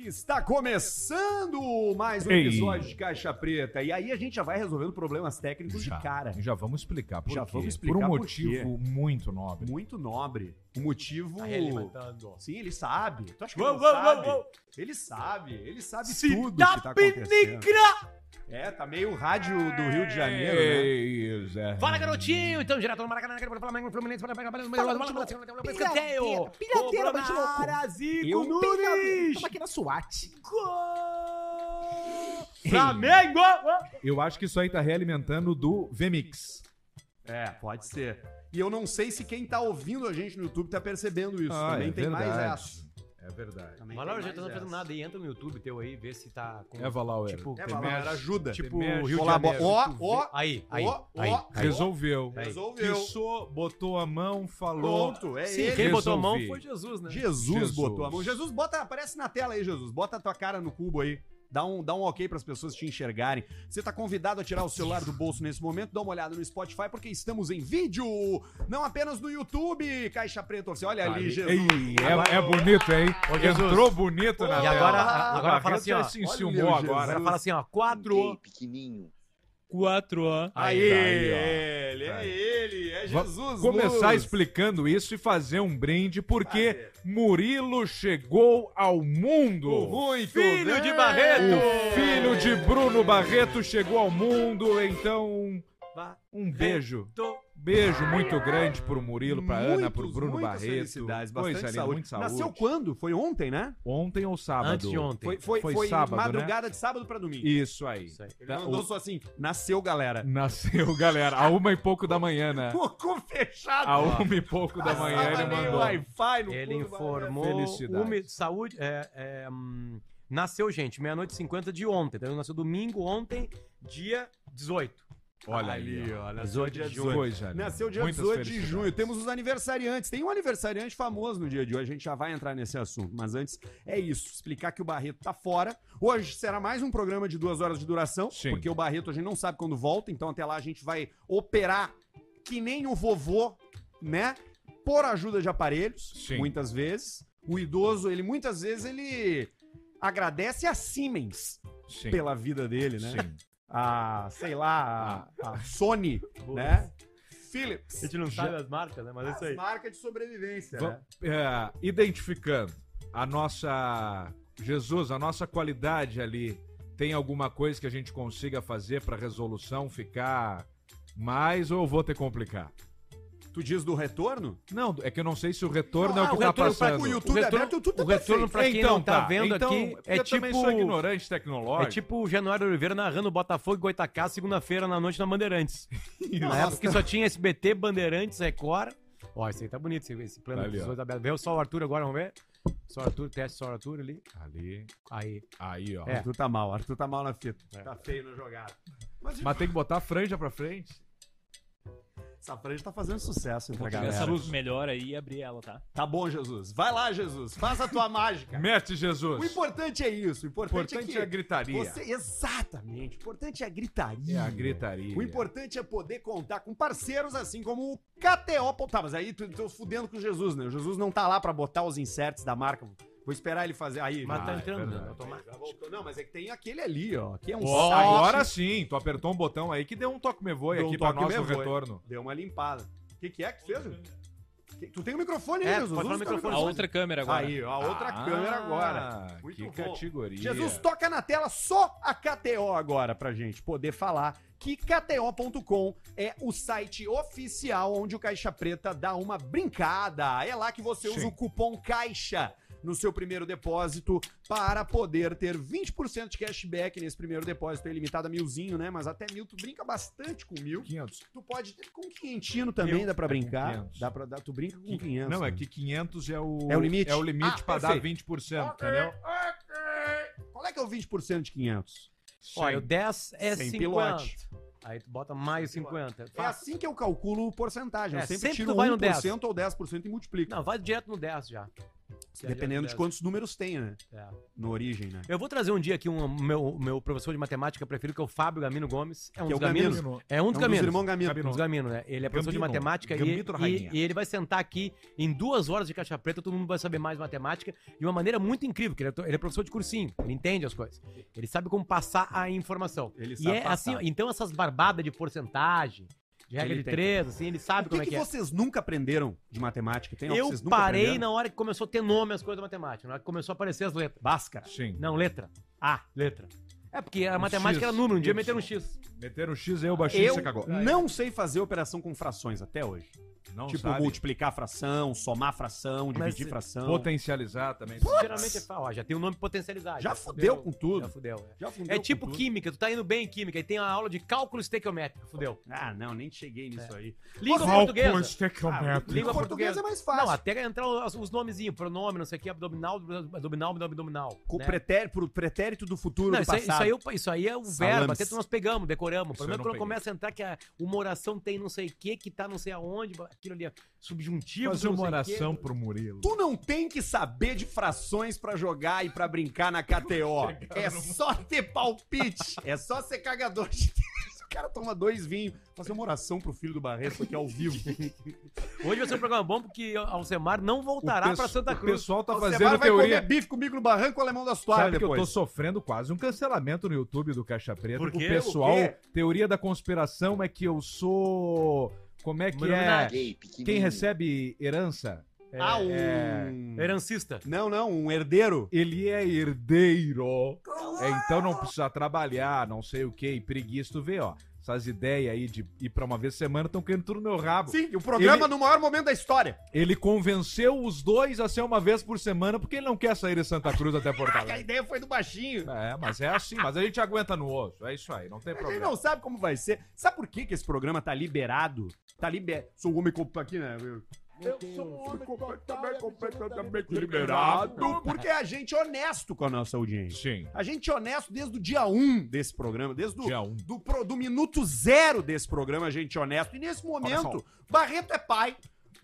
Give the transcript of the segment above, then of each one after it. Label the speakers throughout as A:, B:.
A: Está começando mais um
B: Ei.
A: episódio de Caixa Preta. E aí a gente já vai resolvendo problemas técnicos de cara.
B: Já vamos explicar por
A: Já
B: quê.
A: vamos explicar
B: por um
A: por
B: motivo muito nobre.
A: Muito nobre. O motivo.
C: Tá
A: Sim, ele sabe. Tu acha que
C: Uou,
A: ele não
C: uou,
A: sabe?
C: uou, uou.
A: Ele sabe, ele sabe
C: Se
A: tudo
C: tá
A: que tá acontecendo.
C: pinica!
A: É, tá meio rádio do Rio de Janeiro, né?
B: Ei, Zé.
C: Fala, garotinho! Então, direto do Maracanã, quero falar mais um Fluminense, para pegar escanteio!
D: Pirateira, bate louco.
A: Eu
D: com
A: Nunes!
D: Tamo aqui na SWAT.
C: Flamengo!
B: Eu acho que isso aí tá realimentando do VMix.
A: É, pode ser. E eu não sei se quem tá ouvindo a gente no YouTube tá percebendo isso.
B: Ah,
A: Também
B: é
A: tem mais
B: verdade.
A: essa.
B: É verdade.
A: Também tem
C: Mas Laura, já
A: mais
C: tá não fazendo
A: essa.
C: nada aí, entra no YouTube teu aí, vê se tá com...
B: É Valauer.
C: Tipo,
A: É,
C: tem
A: Valar,
C: mais-
A: ajuda.
C: tipo
B: Temer,
C: Rio de
A: Colabora-
C: Janeiro.
A: Ó, ó,
C: Aí, aí,
A: ó,
C: aí.
A: ó,
C: aí.
B: Resolveu.
C: Aí.
A: Resolveu.
B: Pissou, botou a mão, falou.
A: Pronto, é
C: Sim,
A: ele.
C: quem botou a mão
B: Resolvi.
C: foi Jesus, né?
A: Jesus,
B: Jesus.
A: botou a mão. Jesus, bota, aparece na tela aí, Jesus. Bota a tua cara no cubo aí. Dá um, dá um ok para as pessoas te enxergarem. Você tá convidado a tirar o celular do bolso nesse momento, dá uma olhada no Spotify, porque estamos em vídeo, não apenas no YouTube. Caixa Preta Oficial. Olha ali, Jesus.
B: Ei, é, é bonito, hein? Entrou bonito na
C: E
B: tela.
C: agora,
A: Ah,
C: agora fala assim, ó.
B: Ele se enciumou
A: Olha,
B: agora.
C: Agora fala assim, ó.
E: Gay
C: Quatro.
E: pequenininho.
C: Quatro.
A: Aí, ele,
B: Tá
A: é
B: aí.
A: ele, é
B: Va-
A: Jesus.
B: Começar
A: Luz.
B: explicando isso e fazer um brinde, porque
A: Fazer.
B: Murilo chegou ao mundo.
A: Muito
C: Filho
A: bem.
C: de Barreto.
B: O filho de Bruno Barreto chegou ao mundo, então um beijo.
C: Tô.
B: Beijo muito grande pro Murilo, pra Ana,
A: Muitos,
B: pro Bruno
A: muitas
B: Barreto.
A: felicidades,
B: Coisa
A: bastante
B: linda,
A: saúde.
B: muito saúde.
A: Nasceu quando? Foi ontem, né?
B: Ontem ou sábado?
C: Antes de ontem.
A: Foi, foi,
B: Foi
A: foi,
B: sábado, né?
A: madrugada de sábado para domingo.
B: Isso aí.
C: Isso aí.
A: Ele mandou só assim, nasceu, galera.
B: Nasceu, galera, a uma e pouco da manhã, né?
A: Cocô fechado.
B: A uma e pouco da manhã ele
A: Passava nem
B: mandou.
A: Wi-Fi no
C: Ele
A: cu do
C: informou.
B: Felicidades.
C: Umi- saúde. é, é, hum, nasceu, gente, meia-noite e 50 de ontem. Então, ele nasceu domingo ontem, dia 18.
B: Olha
A: ali,
B: ali,
A: ó,
B: ó.
A: nasceu dia 18.
B: Coisa linda.
A: Nasceu dia
B: Muitas
A: 18 de
B: felicidades.
A: junho. Temos os aniversariantes. Tem um aniversariante famoso no dia de hoje. A gente já vai entrar nesse assunto. Mas antes, é isso. Explicar que o Barreto tá fora. Hoje será mais um programa de duas horas de duração.
B: Sim.
A: Porque o Barreto a gente não sabe quando volta. Então até lá a gente vai operar que nem o vovô, né? Por ajuda de aparelhos.
B: Sim.
A: Muitas vezes. O idoso, ele muitas vezes, ele agradece a Siemens
B: Sim,
A: pela vida dele, né?
B: sim.
A: A, sei lá, a, a
B: Ah.
A: Sony, né? Philips.
C: A gente não sabe as marcas, né? Mas é isso aí.
A: Marca de sobrevivência.
B: Va- é, identificando a nossa Jesus, a nossa qualidade ali, tem alguma coisa que a gente consiga fazer pra resolução ficar mais ou eu vou ter que complicar?
A: Tu diz do retorno?
B: Não, é que eu não sei se o retorno é o
A: Ah,
B: que
A: o
B: tá
A: retorno pra-
B: passando. Então
A: o YouTube é aberto, o YouTube tá
C: o
A: perfeito.
C: retorno pra quem não tá vendo aqui é
B: eu também sou
C: tipo-
B: ignorante
C: É
B: tecnológico.
C: tipo o Januário Oliveira narrando Botafogo e Goitacá segunda-feira na noite na Bandeirantes. Na época que só tinha SBT, Bandeirantes, Record. Ó, esse aí tá bonito, esse, esse plano
B: Tá ali,
C: dos
B: ó.
C: dois abertos. Vê o Sol Arthur agora, vamos ver. Sol Arthur, teste Sol Arthur ali.
A: tipo-
B: Ali,
C: Aí.
B: aí, ó.
C: É.
A: Arthur tá mal, Arthur tá mal na fita. Tá feio na jogada. Mas,
B: É. Mas tem que botar a franja pra frente.
A: essa franja tá fazendo sucesso entre a
F: Pegar essa
A: galera.
F: luz melhor aí e abrir ela, tá?
C: Ah,
A: Tá bom, Jesus. Vai lá, Jesus. Faz a tua mágica.
B: Mete,
A: É. O
B: Jesus. O
A: importante é isso. O importante,
B: importante é
A: é
B: a
A: que
B: gritaria.
A: você... Exatamente. O importante é a gritaria.
B: É a gritaria.
A: O importante é poder contar com parceiros assim como o KTO. Pô, Tá, mas aí tu tô fudendo com o Jesus, né? O Jesus não tá lá pra botar os inserts da marca. Vou esperar ele fazer. Aí,
C: Mas tá
A: já-
C: entrando,
B: verdade.
C: né? Automático.
A: já voltou. Não, mas é que tem aquele ali, ó. Que é um
B: Ó,
A: site.
B: agora sim, tu apertou um botão aí que deu um toque me voe
A: Deu um
B: aqui pra
A: toque
B: nós
A: me
B: no
A: voe.
B: retorno.
A: Deu uma limpada. O que, que é que tu fez? Ju? Que- Tu tem o microfone aí,
C: É,
A: Jesus.
C: pode falar
A: Usa
C: no
A: teu
C: microfone.
F: A outra câmera agora.
A: tá Aí, ó, a outra
B: Ah,
A: câmera agora. Muito
B: que
A: bom.
B: categoria.
A: Jesus, toca na tela só a KTO agora pra gente poder falar que KTO.com é o site oficial onde o Caixa Preta dá uma brincada. É lá que você usa
B: Sim.
A: o cupom CAIXA no seu primeiro depósito para poder ter 20% de cashback nesse primeiro depósito. É limitado a milzinho, né? Mas até mil, tu brinca bastante com mil.
B: 500.
A: Tu pode ter com quinhentino também,
B: Mil.
A: dá pra brincar.
B: 500.
A: Dá pra dar, tu brinca com 500.
B: Não, é
A: né?
B: que 500 é o,
A: É o limite?
B: É o limite
A: Ah,
B: pra dar
A: perfeito.
B: 20%, entendeu?
A: Qual é que é o 20% de 500?
C: Olha, o 10 é
A: Sem
C: 50.
A: pilote.
C: Aí tu bota mais 50.
A: É
C: Faz.
A: assim que eu calculo porcentagem. eu
C: É,
A: sempre,
C: sempre
A: tiro
C: tu vai no
A: 1% ou 10% e multiplico.
C: Não, vai direto no 10 já. É. se
A: Dependendo de
C: quanto.
A: quantos números tem, né? No origem, né?
C: Eu vou trazer um dia aqui um meu, meu professor de matemática preferido, que é o Fábio Gamino Gomes. É um
A: Que é o
C: dos gaminos.
A: Gamino.
C: É um dos
A: é um dos
C: gaminos.
A: irmãos Gamino.
C: Um dos gaminos, né? Ele é professor de
B: Gambino.
C: matemática e,
B: Gambito da
C: e,
B: rainha.
C: e ele vai sentar aqui em duas horas de caixa preta, todo mundo vai saber mais matemática de uma maneira muito incrível, porque ele é, to- ele é professor de cursinho, ele entende as coisas. Ele sabe como passar a informação.
A: Ele
C: e
A: sabe
C: é
A: passar.
C: assim, ó, então essas barbadas de porcentagem, de regra
A: Ele
C: de
A: tem.
C: três, assim, ele sabe
A: O que,
C: como é
A: que
C: que é.
A: vocês nunca aprenderam de matemática? Tem algo que
C: Eu
A: vocês nunca
C: parei
A: aprenderam?
C: na hora que começou a ter nome as coisas da matemática, na hora que começou a aparecer as letras.
A: Basca.
B: Sim.
C: Não, letra. A, letra. É porque a
B: Um
C: matemática
B: X,
C: era número, um dia
B: Y.
C: meteram um X.
B: Meteram o X aí, o baixinho
A: Eu
B: você cagou.
A: não sei fazer operação com frações até hoje.
B: Não
A: tipo,
B: sabe.
A: multiplicar fração, somar fração,
C: Mas
A: dividir fração.
B: Potencializar também.
C: Geralmente é, ó, já tem o nome potencializado.
A: Já fudeu com tudo.
C: Já fudeu, é.
A: Já fundeu
C: É
A: com
C: tipo
A: tudo.
C: química, tu tá indo bem em química e tem uma aula de cálculo estequiométrico, fudeu.
A: Ah, não, nem cheguei nisso aí.
C: Língua
B: é
C: portuguesa.
A: Ah, língua
C: É. Língua
A: portuguesa
C: portuguesa.
A: é mais
C: Não,
A: fácil.
C: até entrar os, os nomezinhos, pronome, não sei o que, abdominal, abdominal, abdominal.
A: Com
C: né?
A: pretérito, pro pretérito do futuro
C: Não,
A: do
C: isso, aí, isso,
A: passado.
C: aí, eu- isso aí é o verbo,
A: Salames.
C: até tu nós pegamos, decoramos. O
B: Isso eu
C: problema é
B: não
C: quando
B: peguei.
C: começa a entrar que a, uma oração tem não sei o que, que tá não sei aonde, aquilo ali é subjuntivo.
B: Fazer
C: não
B: uma
C: sei o quê.
B: oração pro Murilo.
A: Tu não tem que saber de frações pra jogar e pra brincar na KTO. É só ter palpite. É só ser cagador de texto. O cara toma dois vinhos. Fazer uma oração pro filho do Barreto aqui ao vivo.
C: Hoje vai ser um programa bom porque Alcemar não voltará
B: O
C: pra
B: pesso-
C: Santa
B: O
C: Cruz.
B: pessoal tá
A: Você
B: fazendo
A: vai comer
B: teoria.
A: bife comigo no barranco alemão das toalhas
B: Sabe que eu tô
A: depois.
B: sofrendo quase um cancelamento no YouTube do Caixa Preta.
C: Por quê?
B: O pessoal,
A: O quê?
B: teoria da conspiração é que eu sou... Como é que é?
C: Iluminati.
E: Gay,
B: Quem
E: pequenininho.
B: recebe herança, É,
A: Ah, um...
C: Herancista.
A: Não, não, um herdeiro.
B: ele é herdeiro. É, então não precisa trabalhar, não sei o que, preguiça, tu vê, ó. Essas ideias aí de ir pra uma vez semana estão querendo tudo no meu rabo.
A: Sim, e o programa
B: Ele-
A: no maior momento da história.
B: Ele convenceu os dois a ser uma vez por semana porque ele não quer sair de Santa Cruz até Porto
A: Ah, a
B: Alegre.
A: ideia foi do baixinho.
B: É, mas é assim, mas a gente aguenta no osso. É isso aí, não tem
A: A gente
B: problema.
A: não sabe como vai ser. Sabe por que, que esse programa tá liberado? Tá liberado. Sou o homem com- aqui, né? Eu, eu sou um homem completamente, completamente liberado. Porque é a gente honesto com a nossa audiência.
B: Sim.
A: A gente é honesto desde o dia 1 desse programa, desde o.
B: Dia 1.
A: Do, pro- do minuto zero desse programa, a gente é honesto. E nesse momento, Barreto é pai.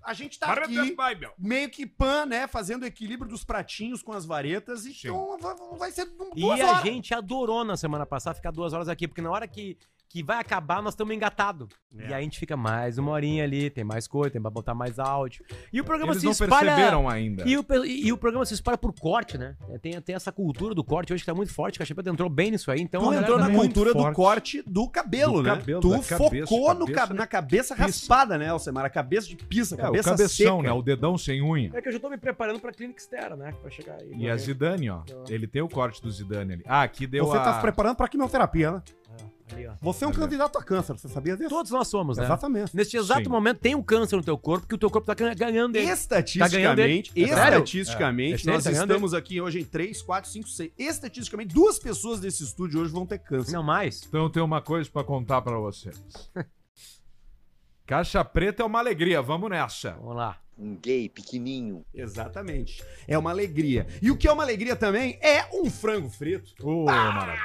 A: A gente tá
B: é
A: aqui. Meio que pan, né? Fazendo o equilíbrio dos pratinhos com as varetas. E
B: Sim.
A: então vai, vai ser du-
C: E
A: duas
C: a
A: horas.
C: gente adorou na semana passada ficar duas horas aqui, porque na hora que, que vai acabar, nós estamos engatados.
A: É.
C: E aí a gente fica mais uma horinha ali, tem mais coisa, tem pra botar mais áudio. E o programa
B: Eles
C: se
B: não
C: espalha.
B: perceberam né? ainda.
C: E o, pe- e o programa se espalha por corte, né? É, Tem, tem essa cultura do corte hoje que tá muito forte, que a Chapeta entrou bem nisso aí,
B: é
C: então.
A: Tu
C: a galera
A: entrou
C: tá
A: na
C: muito
A: cultura do
C: forte.
A: corte do cabelo,
B: Do
A: né?
B: cabelo,
A: tu
B: da cabeça,
A: focou no
B: cabeça
A: ca- na cabeça raspada, né, Alcemar? A cabeça de pizza,
B: É,
A: cabeça
B: o cabeção,
A: seca.
B: né? O dedão sem unha.
C: É que eu já tô me preparando pra clínica externa, né? Pra chegar
A: É.
C: aí.
B: E a Zidane, ó. Ele tem o corte do Zidane ali. Ah, aqui deu
G: Você
B: a...
G: tá se preparando pra quimioterapia, né?
C: Ah, ali, ó.
G: Você é um candidato a câncer, você sabia disso?
C: Todos nós somos, né?
G: Exatamente.
C: Neste exato
B: Sim.
C: momento tem um câncer no teu corpo que o teu corpo tá gan-
A: um
C: ganhando ele. Tá ganhando ele.
A: Estatisticamente,
C: É sério? É
A: estatisticamente,
C: sério,
A: nós
C: tá ganhando
A: estamos aqui hoje em 3, 4, 5, 6. Estatisticamente, duas pessoas desse estúdio hoje vão ter câncer.
C: Não mais.
B: Então eu tenho uma coisa pra contar pra vocês. Caixa preta é uma alegria, vamos nessa.
C: Vamos lá.
E: Um gay, pequenininho.
A: Exatamente. É uma alegria. E o que é uma alegria também é um frango frito.
B: Ô, maravilha.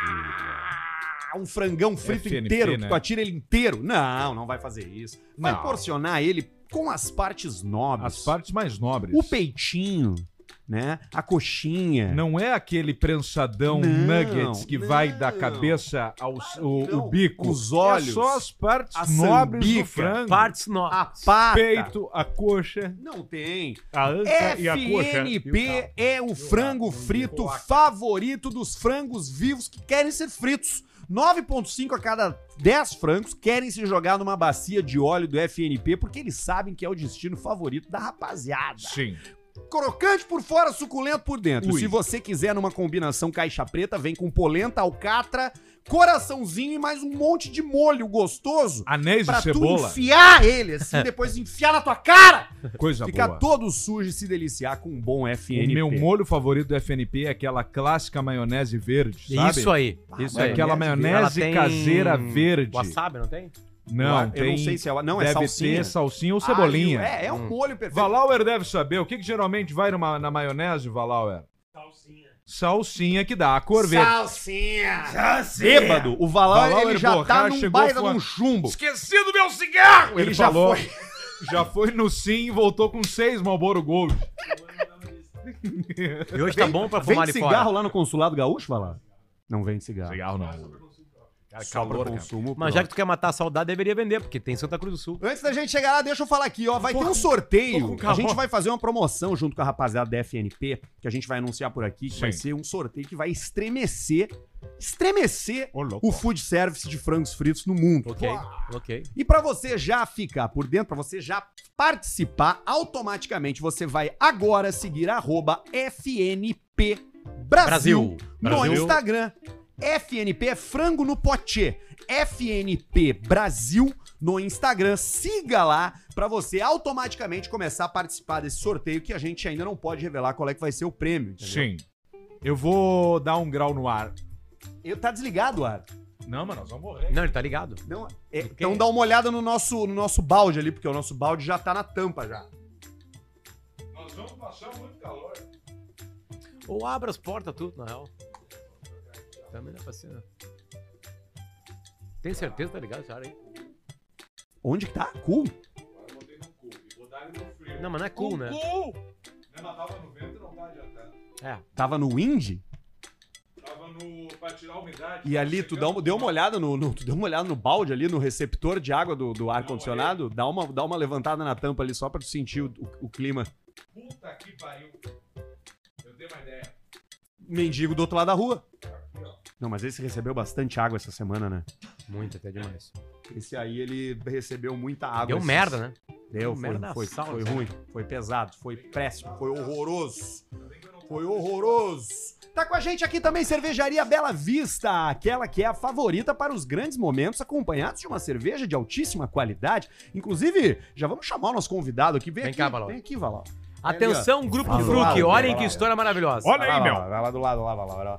A: Ah, um frangão frito
B: FNP,
A: inteiro, que
B: né?
A: tu atira ele inteiro. Não, não vai fazer isso. Vai
B: Não.
A: porcionar ele com as partes nobres.
B: As partes mais nobres.
A: o peitinho, né? A coxinha.
B: Não é aquele prensadão
A: Não,
B: nuggets que vai da
A: não.
B: cabeça ao o,
A: Não,
B: o bico.
A: Os olhos.
B: É só as partes
A: a
B: nobres
A: sambica,
B: do frango.
C: Partes no...
A: A pata.
B: peito, a coxa,
A: Não tem.
B: a anca e a coxa.
A: FNP é o é frango frito favorito dos frangos vivos que querem ser fritos. 9,5 a cada 10 frangos querem se jogar numa bacia de óleo do FNP porque eles sabem que é o destino favorito da rapaziada.
B: Sim.
A: Crocante por fora, suculento por dentro.
B: Ui.
A: Se você quiser numa combinação caixa preta, vem com polenta, alcatra, coraçãozinho e mais um monte de molho gostoso
B: Anéis
A: pra
B: de
A: tu
B: cebola,
A: enfiar ele assim, depois enfiar na tua cara.
B: coisa
A: Ficar
B: Tá boa.
A: todo sujo e se deliciar com um bom FNP.
B: O meu molho favorito do FNP é aquela clássica maionese verde, sabe?
C: Isso aí.
A: Isso
B: É
A: aí. Ah,
B: aquela
C: Ela
B: maionese
C: tem
B: caseira verde.
C: Wasabi, não tem?
B: Não,
A: eu
B: tem.
A: não sei se é. Não,
B: deve
A: é salsinha.
B: ter salsinha ou cebolinha. Hum.
A: Ah, é, é um molho perfeito.
B: Valauer deve saber. O que, que geralmente vai numa- na maionese, Valauer? Salsinha. Salsinha que dá a cor verde.
A: Salsinha! Bêbado! O Valar,
B: Valauer
A: ele já tá
B: Borrá
A: num
B: chegou
A: baita
B: com a-
A: num chumbo.
B: Esqueci do meu cigarro! Ele,
A: Ele já
B: falou. Já foi no sim e voltou com seis Malboro Gold.
C: E hoje tá bom pra fumar
A: Vende
C: ali fora.
A: cigarro lá no consulado gaúcho, vai lá. Não vende cigarro.
B: Legal, não. Cara,
A: Tá. Só pra
B: calor, cara.
A: consumo.
C: Mas já que tu quer matar a saudade, deveria vender, porque tem Santa Cruz do Sul.
A: Antes da gente chegar lá, deixa eu falar aqui, ó. Vai ter um
C: tô
A: sorteio.
C: com calor.
A: A gente vai fazer uma promoção junto com a rapaziada da FNP, que a gente vai anunciar por aqui, que
B: Sim.
A: vai ser um sorteio que vai estremecer, estremecer
B: Ô, louco.
A: o food service de frangos fritos no mundo.
C: Ok, ok.
A: E pra você já ficar por dentro, pra você já participar, automaticamente você vai agora seguir arroba FNP Brasil,
C: Brasil.
A: no
B: Brasil.
A: Instagram. FNP é frango no pote. FNP Brasil no Instagram. Siga lá pra você automaticamente começar a participar desse sorteio que a gente ainda não pode revelar qual é que vai ser o prêmio. entendeu?
B: Sim. Eu vou dar um grau no ar.
A: Eu, tá desligado, Ar.
B: Não, mas nós vamos morrer.
C: Não, ele tá ligado.
A: Não, é, então dá uma olhada no nosso, no nosso balde ali, porque o nosso balde já tá na tampa já.
B: Nós vamos passar muito calor.
C: Ou abre as portas tudo, na real. Também dá pra ser, né? Tem certeza, que tá ligado, cara, aí?
A: Onde que tá? Cu?
C: Não, mas não é cool, né?
B: Ela tava no vento não tá adiantando.
C: É.
A: Tava no Indy?
B: Tava no. pra tirar a umidade.
A: E ali, tu, dá um uma- deu uma olhada no, no- tu deu uma olhada no balde ali, no receptor de água do, do ar-condicionado. Dá uma, dá uma levantada na tampa ali só pra tu sentir o, o- o clima.
B: Puta que pariu. Eu dei uma ideia.
A: Mendigo do outro lado da rua. Não, mas esse recebeu bastante água essa semana, né?
C: Muito, até demais.
A: Esse aí, ele recebeu muita água.
C: Deu
A: esses-
C: merda, né?
A: Deu,
C: Deu merda
A: merda
C: na
A: foi,
C: sala,
A: foi
C: cara.
A: ruim, foi pesado, foi péssimo, foi horroroso. Foi horroroso. Tá com a gente aqui também Cervejaria Bela Vista, aquela que é a favorita para os grandes momentos, acompanhados de uma cerveja de altíssima qualidade. Inclusive, já vamos chamar o nosso convidado aqui. Vem,
C: Vem
A: aqui,
C: cá, Valor.
A: Vem aqui, Valor.
C: Atenção, grupo de
A: Vai lá, vai
C: Fruc.
A: lá,
C: Olhem
A: vai
C: que
A: lá.
C: história maravilhosa.
B: Olha aí,
A: Vai
B: meu.
A: lá, Vai lá do lado, lá, vai lá, vai lá.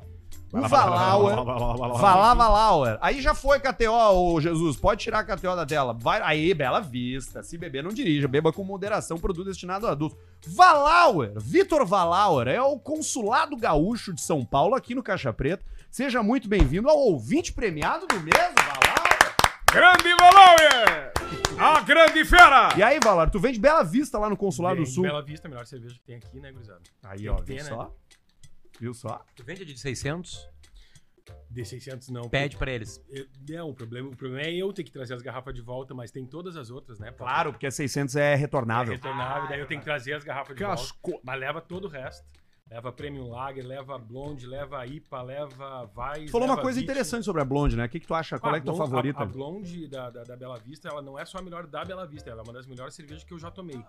B: Vai
A: O
B: lá, vai lá, vai lá, vai
A: Valauer.
B: lá, vai lá, vai lá, vai lá.
A: Valava Lauer. Aí já foi KTO, ô Jesus. Pode tirar a KTO da tela. Vai. Aí, Bela Vista. Se beber, não dirija. Beba com moderação. Produto destinado a adultos. Valauer. Vitor Valauer é o consulado gaúcho de São Paulo aqui no Caixa Preta. Seja muito bem-vindo ao ouvinte premiado do mesmo, Valauer.
B: Grande Valauer! A grande fera!
A: E aí, Valauer, tu vem de Bela Vista lá no Consulado do Sul.
F: Bela Vista, a melhor cerveja que tem aqui, né, gurizada?
A: Aí,
F: Tem
A: ó,
F: que ter,
A: viu
F: né?
A: só? Viu só?
C: Tu vende de 600,
F: De 600 não.
C: pede pra eles.
F: É, o, problema, o problema é eu ter que trazer as garrafas de volta, mas tem todas as outras, né? pra-
A: Claro, porque 600 é
F: É
A: retornável.
F: retornável, daí eu tenho que trazer as garrafas de volta.
B: Cascou.
F: Mas leva todo o resto. Leva Premium Lager, leva Blonde, leva IPA, leva Vai.
A: Tu falou uma coisa interessante sobre a Blonde, né? O que, que tu acha? Qual é que é tua favorita?
F: A, a Blonde da, da, da Bela Vista, ela não é só a melhor da Bela Vista, ela é uma das melhores cervejas que eu já tomei.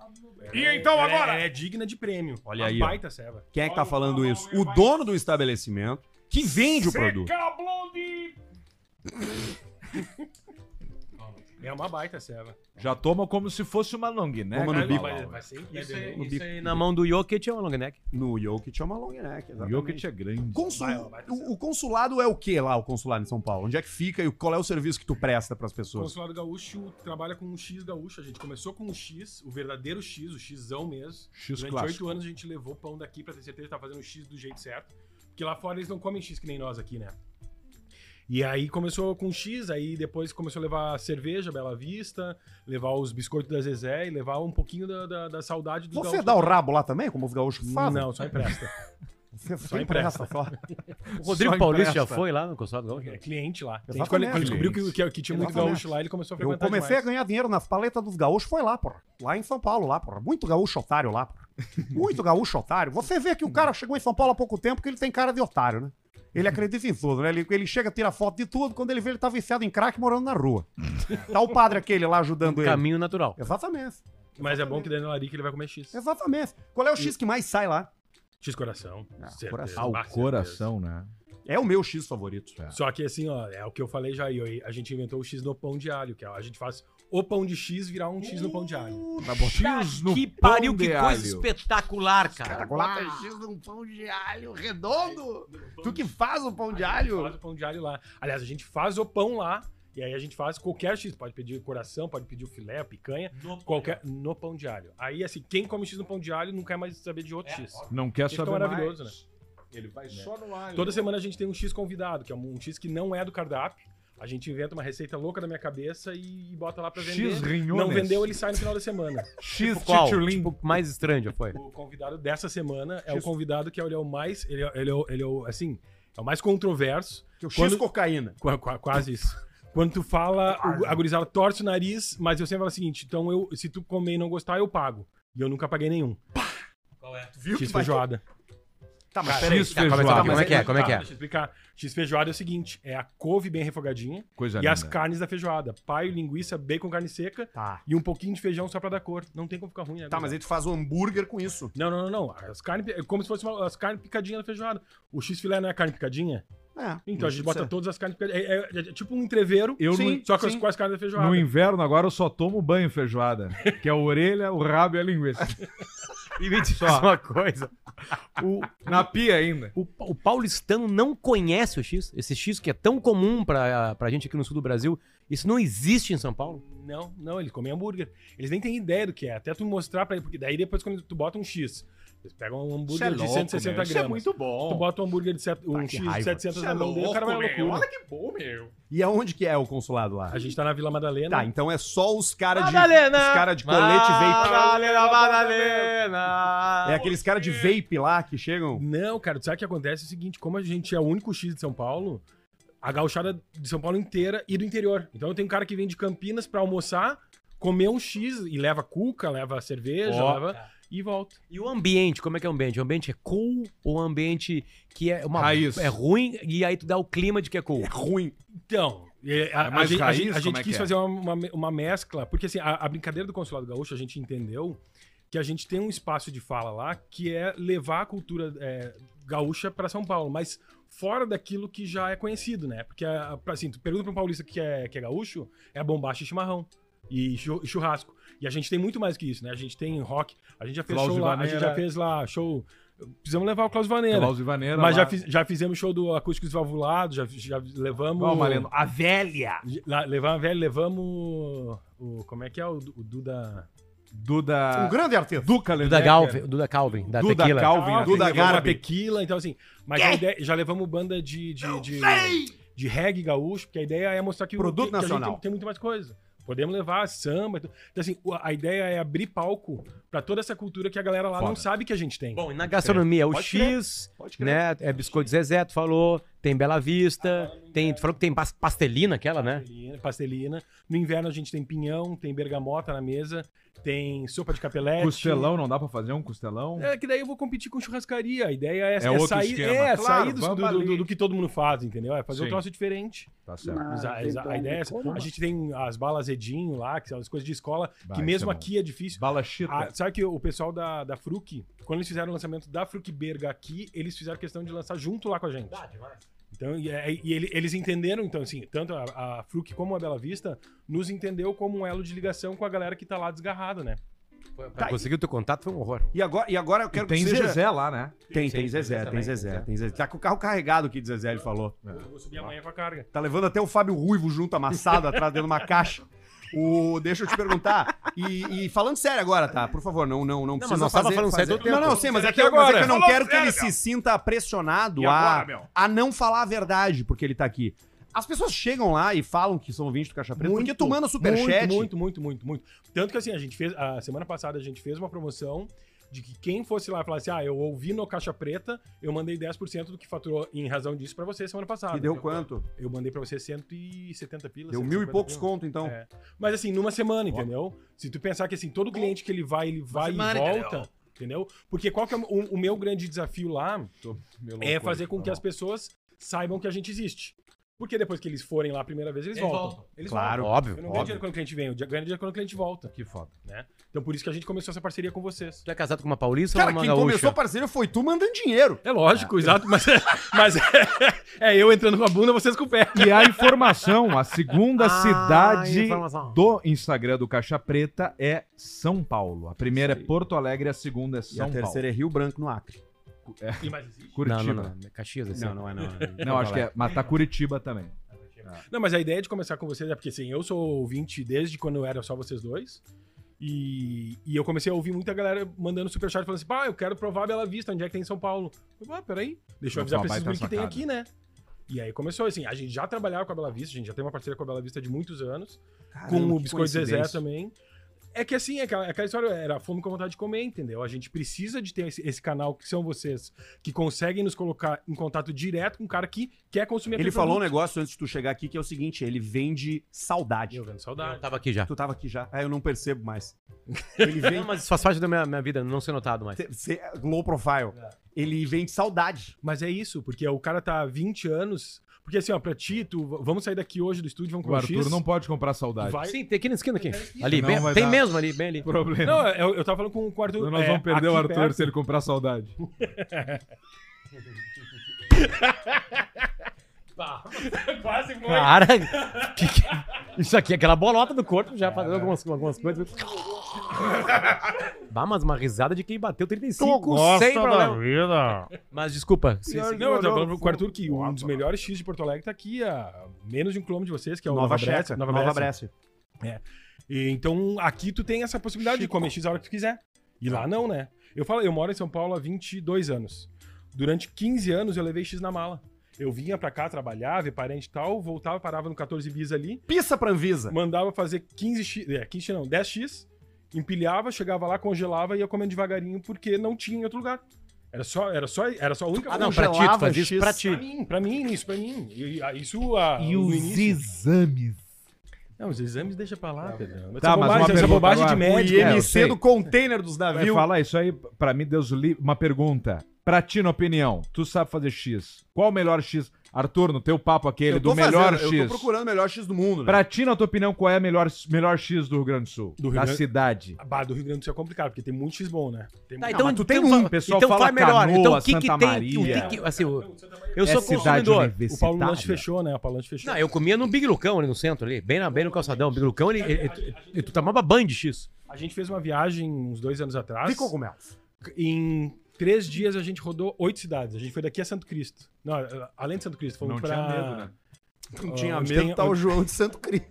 B: E
F: Ela é-
B: então
F: ela
B: agora?
F: É, ela é digna de prêmio.
A: Olha
F: Uma
A: aí, ó.
F: baita serva.
A: Quem é que tá falando isso? O dono do estabelecimento que vende o produto.
B: Seca blonde!
F: É uma baita serva.
B: Já toma como se fosse uma long, né?
A: Toma no
F: Vai-
A: bico.
F: vai- vai ser incrível,
C: Isso
F: né?
C: aí,
A: No bico.
C: na mão do Jokic é uma long neck.
A: No Jokic é uma long neck,
B: O
A: exatamente.
B: Jokic é grande.
A: Consul-
F: Vai, vai, vai.
A: o, o consulado é o que lá, o consulado em São Paulo? Onde é que fica e qual é o serviço que tu presta pras
F: O
A: pessoas?
F: Consulado Gaúcho trabalha com o X gaúcho. A gente começou com o X, o verdadeiro X, o Xzão mesmo.
B: X
F: Durante
B: clássico.
F: oito anos a gente levou o pão daqui pra ter certeza que tá fazendo o X do jeito certo. Porque lá fora eles não comem X que nem nós aqui, né? E aí começou com X, aí depois começou a levar cerveja, Bela Vista, levar os biscoitos da Zezé e levar um pouquinho da, da- da saudade dos
A: Você é dá o rabo lá também, como os gaúchos fazem?
F: Não, só empresta.
A: Você
F: só empresta.
A: só.
C: O Rodrigo
B: Só
C: Paulista
B: empresta.
C: já foi lá no consulado gaúcho?
F: É cliente lá. A gente,
A: Exatamente.
F: quando, quando descobriu que, que- que tinha muito
A: Exatamente.
F: gaúcho lá, ele começou a
A: Eu
F: frequentar
A: comecei a
F: demais.
A: ganhar dinheiro nas paletas dos gaúchos, foi lá, porra. Lá em São Paulo, lá, porra. Muito gaúcho otário lá, porra. Muito gaúcho otário. Você vê que o cara chegou em São Paulo há pouco tempo que ele tem cara de otário, né? Ele acredita em tudo, né? Ele, ele chega, tira foto de tudo, quando ele vê ele tá viciado em crack morando na rua. Tá o padre aquele lá ajudando ele.
C: Um Caminho natural.
A: Exatamente.
F: Mas é bom que daí na larica ele vai comer X.
A: Exatamente. Qual é o X que mais sai lá?
F: X coração. certeza,
A: coração.
B: Ao
F: bah, certeza.
B: coração, né?
A: É o meu X favorito.
F: Só que assim, ó, é o que eu falei já aí. ó, A gente inventou o X no pão de alho, que é, a gente faz o pão de X virar um X no pão de alho.
B: Tá bom. X no
C: que
B: pão
C: pariu,
B: de
C: que
B: alho.
C: coisa espetacular, cara.
A: Bota X num pão de alho redondo. Tu que faz o pão de
F: Faz o pão de alho lá. Aliás, a gente faz o pão lá. E aí a gente faz qualquer X. Pode pedir coração, pode pedir o filé, a picanha. qualquer, no pão de alho. Aí, assim, quem come X no pão de alho não quer mais saber de outro X.
B: Não quer
F: Isso tá
B: saber
F: maravilhoso,
B: mais. Né. Ele vai só no alho.
F: Toda semana a gente tem um X convidado, que é um X que um não é do cardápio, A gente inventa uma receita louca da minha cabeça e, e bota lá pra vender.
B: X rinhones.
F: Não vendeu, ele sai no final da semana.
B: X
C: Tipo qual?
B: titulim.
C: Tipo, mais estranho já foi.
F: O convidado dessa semana é o convidado que ele é o mais. Ele é, ele é, o- ele é o, assim, é o mais controverso.
G: Que eu X
F: Quando-
G: cocaína.
F: Qua- qua- quase isso. Quando tu fala, o- a gurizada torce o nariz, mas eu sempre falo o seguinte: então eu, se tu comer e não gostar, eu pago. E eu nunca paguei nenhum.
A: Viu
F: X
A: vai-
F: feijoada.
G: Tá, mas
B: X
C: Tá,
B: feijoada.
C: como é que é? Como é que
F: Tá,
C: é?
F: Deixa eu explicar. X feijoada é o seguinte: é a couve bem refogadinha
B: Coisa
F: e
B: linda.
F: as carnes da feijoada. Paio, linguiça, bacon, carne seca
G: Tá.
F: e um pouquinho de feijão só pra dar cor. Não tem como ficar ruim, né?
A: Tá, mas
F: gurizada?
A: aí tu faz um hambúrguer com isso.
F: Não, não, não, não. As carnes, é como se fosse uma- as carnes picadinhas da feijoada. O X filé não é carne picadinha?
A: É.
F: Então a gente bota todas as carnes picadinhas. É, é- é tipo um entreveiro,
B: Eu
A: Sim.
F: só que as- com as carnes da feijoada.
B: No inverno agora eu só tomo banho em feijoada, que é a orelha, o rabo e a linguiça.
C: E me diz uma coisa.
B: O- na pia ainda.
C: O, pa- o paulistano não conhece o X? Esse X que é tão comum pra, pra gente aqui no sul do Brasil, isso não existe em São Paulo?
F: Não, não, eles comem hambúrguer. Eles nem têm ideia do que é. Até tu mostrar pra ele, porque daí depois quando tu bota um X, eles pegam um
A: é
B: é
F: hambúrguer de 160 gramas. Tu
A: bom. Tá
F: bota um hambúrguer de set- um
A: que
F: X
A: raiva.
F: de 700 na mão dele, o cara vai à loucura.
A: que bom, meu. E aonde que é o consulado lá?
F: A gente tá na Vila Madalena.
A: Tá, então é só os caras de
C: Madalena!
A: os cara de colete vape.
C: Madalena, Madalena!
A: É aqueles caras de vape lá que chegam.
F: Não, cara, tu sabe o que acontece? É o seguinte, como a gente é o único X de São Paulo, a gauchada de São Paulo inteira e do interior. Então eu tenho um cara que vem de Campinas pra almoçar, comer um X e leva cuca, leva cerveja,
B: Ó,
F: leva... E volta.
C: E o ambiente, como é que é o ambiente? O ambiente é cool ou o ambiente que é uma
B: Raiz.
C: é ruim e aí tu dá o clima de que é cool?
A: ruim.
F: Então, e a,
B: É
F: a
B: mais
F: gente, a
B: raiz?
F: gente- a
B: Como
F: gente
B: é que
F: quis
B: é?
F: fazer uma, uma, uma mescla, porque assim, a, a brincadeira do Consulado Gaúcho, a gente entendeu que a gente tem um espaço de fala lá que é levar a cultura é, gaúcha para São Paulo, mas fora daquilo que já é conhecido, né? Porque, a- pra- assim, tu pergunta pra um paulista que é, que é gaúcho, é bombacha e chimarrão. E chu- e churrasco. E a gente tem muito mais que isso, né? A gente tem rock, a gente já fez
B: Klaus
F: show lá, a
B: Ivanera.
F: gente já fez lá show. Precisamos levar o Klaus Vaneira.
B: Klaus Ivaneira
F: Mas já,
B: lá.
F: fiz- já fizemos show do Acústicos Valvulados, já, já levamos.
B: Ó, Maleno,
G: A velha.
F: Lá, levamos, velho, levamos. o- o- como é que é o, Du- o Duda.
B: Duda.
A: Ah,
G: Um grande artista.
B: Duca
C: Duda
B: Lendecker.
C: Galvin, Duda Calvin, da
B: Duda
C: tequila.
B: Calvin.
F: Ah,
B: né?
A: Duda
F: levamos
A: Garbi.
F: a Tequila, então assim. Mas a ideia- já levamos banda de. de, de, de reggae gaúcho, porque a ideia é mostrar que o
A: Produto
F: que- que a gente
A: nacional.
F: tem, tem muito mais coisa. Podemos levar samba. e tudo. Então, assim, o- a ideia é abrir palco pra toda essa cultura que a galera lá não sabe que a gente tem.
C: Bom, e na gastronomia, o X, né? É biscoito Zezé, tu falou, tem Bela Vista, tem, tu falou que tem pas- pastelina aquela, né?
F: Pastelina, pastelina. No inverno a gente tem pinhão, tem bergamota na mesa, tem sopa de capelete.
B: é Costelão, não dá pra fazer um costelão?
F: É que daí eu vou competir com churrascaria. A ideia é, é,
B: outro
F: sair,
B: esquema.
F: é,
B: Claro,
F: sair do,
B: vamos
F: do- do-
B: ali.
F: do que todo mundo faz, entendeu? É fazer
B: Sim.
F: um troço diferente.
B: Tá certo.
F: Mas a, a- a ideia é essa. A gente tem as balas Edinho lá, que são as coisas de escola,
B: Bah,
F: que
B: isso
F: mesmo
B: é bom.
F: aqui é difícil.
B: Bala chita.
F: Ah, sabe que o pessoal da, da Fruc, quando eles fizeram o lançamento da Fruc Berga aqui, eles fizeram questão de lançar junto lá com a gente. Então, e, é- e ele- eles entenderam, então, assim, tanto a, a Fruc como a Bela Vista, nos entendeu como um elo de ligação com a galera que tá lá desgarrada, né?
C: Pra conseguir o teu contato foi um horror.
A: E agora, e agora eu
B: E
A: quero
B: tem
A: que seja...
B: Zezé lá, né?
A: Tem,
C: Sim,
A: tem Zezé, tem
C: também,
A: Zezé,
C: Zezé.
A: tem Zezé. Tá com o carro carregado aqui de Zezé, ele falou.
F: Eu vou subir amanhã com a carga.
A: Tá levando até o Fábio Ruivo junto, amassado, atrás dentro de uma caixa. O, deixa eu te perguntar. E, e falando sério agora, tá? Por favor, não, não, não precisa
C: nós tava
A: fazer,
C: falando sério
A: fazer-
C: todo
A: Não,
C: tempo.
A: não, sei, mas é que,
F: Sério
A: eu- mas é que
F: agora.
A: eu não
F: Falando
A: quero que
F: sério,
A: ele
F: meu.
A: se sinta pressionado
F: E
A: a,
F: agora, meu?
A: a não falar a verdade, porque ele tá aqui. As pessoas chegam lá e falam que são ouvintes do Caixa Preta, porque tu manda superchat.
F: Muito, muito, muito, muito, muito. Tanto que assim, a gente fez. A semana passada a gente fez uma promoção de que quem fosse lá e falasse, ah, eu ouvi no Caixa Preta, eu mandei 10% do que faturou em razão disso pra você semana passada.
A: E deu
F: Eu-
A: quanto?
F: Eu mandei pra você 170 pilas.
A: Deu mil e
F: 150
A: poucos
F: pilas.
A: conto, então.
F: É. Mas assim, numa semana, entendeu? Se tu pensar que assim, todo cliente que ele vai, ele vai
B: semana,
F: e volta, entendeu? Porque qual que é o, o meu grande desafio lá? é fazer
A: Tá
F: com que as pessoas saibam que a gente existe. Porque depois que eles forem lá a primeira vez, eles, voltam. Eles
A: Claro.
F: voltam. Eu
C: Óbvio,
F: não ganho
C: óbvio.
F: dinheiro quando o cliente vem, eu ganho dinheiro quando o cliente volta.
B: Que foda.
F: Então por isso que a gente começou essa parceria com vocês.
C: Tu é casado com uma paulista
A: Cara,
C: ou uma
A: quem
C: gaúcha?
A: começou a parceria foi tu mandando dinheiro.
F: É lógico, exato, mas, mas é, eu entrando com a bunda, vocês com o pé.
B: E a informação, a segunda
C: Ah,
B: cidade
C: informação.
B: do Instagram do Caixa Preta é São Paulo. A primeira é Porto Alegre, a segunda é
A: E a
B: São Paulo.
A: terceira é Rio Branco, no Acre.
C: Não, não,
B: Curitiba. Não,
C: não. é Caxias, assim.
A: Não, não é não.
B: acho que é. Mas tá Curitiba também.
F: Não, mas a ideia de começar com vocês é porque, assim, eu sou ouvinte desde quando eu era só vocês dois. E, e eu comecei a ouvir muita galera mandando superchat falando assim: pá, eu quero provar a Bela Vista, onde é que tem em São Paulo. Eu, ah, peraí, deixa eu
B: Vou
F: avisar
B: falar
F: pra esses
B: baita
F: guri que tem
B: sacada.
F: aqui, né? E aí começou assim, a gente já trabalhava com a Bela Vista, a gente já tem uma parceria com a Bela Vista de muitos anos, com o Biscoito Zezé também. É que assim, é aquela, é aquela história era fome com vontade de comer, entendeu? A gente precisa de ter esse, esse canal que são vocês, que conseguem nos colocar em contato direto com o cara que quer consumir
A: Ele
F: aquele
A: falou um
B: né?
F: produto.
A: negócio antes de tu chegar aqui que é o seguinte, ele vende saudade.
F: Eu vendo saudade.
C: Tava aqui já.
A: Tu tava aqui já. Ah, eu não percebo mais. Ele
C: Não,
A: vende
C: mas isso faz parte da minha, minha vida, não ser notado mais.
A: te- se- low profile. Ele vende saudade.
F: Mas é isso, porque o cara tá há 20 anos. Porque assim, ó, pra ti, tu, v- vamos sair daqui hoje do estúdio, vamos
B: O
F: comer um
B: Arthur
F: X.
B: não pode comprar saudade.
F: vai...
C: Sim, tem aqui na esquina aqui. Ali,
B: Senão
C: bem-
B: vai
C: tem
B: dar-
C: mesmo ali, bem ali.
B: Problema.
F: Não, eu, eu tava falando com, com o Arthur.
B: Nós
F: é,
B: vamos perder o
F: aqui
B: Arthur
F: perto.
B: se ele comprar saudade.
F: Quase foi.
C: Cara, que que- isso aqui é aquela bolota do corpo já fazendo algumas, algumas coisas. Bah, mas uma risada de quem bateu 35 sem problema. Tá,
G: vida.
C: Mas desculpa. se- se-
F: Não, eu tava falando com o Arthur que um dos melhores X de Porto Alegre tá aqui a menos de um quilômetro de vocês, que é o Nova, Brecha.
A: Nova, Brécia.
F: E, então aqui tu tem essa possibilidade de comer X a hora que tu quiser. E
C: Tá.
F: lá não, né? Eu falo, eu moro em São Paulo há 22 anos. Durante 15 anos eu levei X na mala. Eu vinha pra cá trabalhar, ver parente e tal, voltava, parava no 14 bis ali,
A: Pissa pra
C: Tá.
A: Anvisa.
F: mandava fazer 15 X, é, 15 não, 10 X, empilhava, chegava lá, congelava e ia comendo devagarinho porque não tinha em outro lugar. Era só, era só, era só a única
C: Ah, não, pra ti, tu faz isso pra ti.
F: Pra mim, pra mim, isso, pra mim. E, a- isso a, no início-
B: exames?
F: Não, os exames deixa pra lá, Pedro. Mas
B: Tá,
F: essa
B: mas
F: bobagem,
B: uma
F: essa
B: pergunta
F: bobagem de
B: agora.
A: O
F: médico. né?
B: É, eu
A: IMC
B: sei.
A: do container dos
B: Vai
A: navios.
B: falar É, isso aí, pra mim, Deus o livre. Uma pergunta. Pra ti, na opinião, tu sabe fazer X. Qual o melhor X? Arthur, no teu papo aquele, do melhor
A: fazendo, Eu tô
B: X.
A: procurando o melhor X do mundo. né?
B: Pra ti, na tua opinião, qual é o melhor, melhor X do Rio Grande do Sul?
F: Do Rio
B: da
F: Grande-
B: cidade.
F: A barra do Rio Grande do Sul é complicado, porque tem muito X bom, né? Tem
C: Tá,
F: muito-
C: então,
B: mas tu tem
C: então
B: um,
C: fala-
B: pessoal
C: Então
B: fala
C: fala melhor.
B: Canoa,
C: Então o que que
B: Santa
C: tem? O
B: Maria.
C: que que, assim, o-
F: É
C: eu sou
B: cidade
C: consumidor.
F: O Paulo Lanche
B: universitária.
F: fechou, né? O Paulo Lanche fechou.
C: Não, eu comia no Big Lucão ali no centro ali, bem, na, bem no calçadão. Big Lucão, ele, ele, ele- ele- tu tomava banho de X.
F: A gente fez uma viagem uns dois anos atrás.
A: De cogumelos.
F: Em três dias a gente rodou oito cidades. A gente foi daqui a Santo Cristo. Não, a- além de Santo Cristo, fomos
B: Não
F: pra...
B: tinha medo, né?
A: Não tinha
F: onde
A: medo,
F: tem-
A: tá o João de Santo Cristo.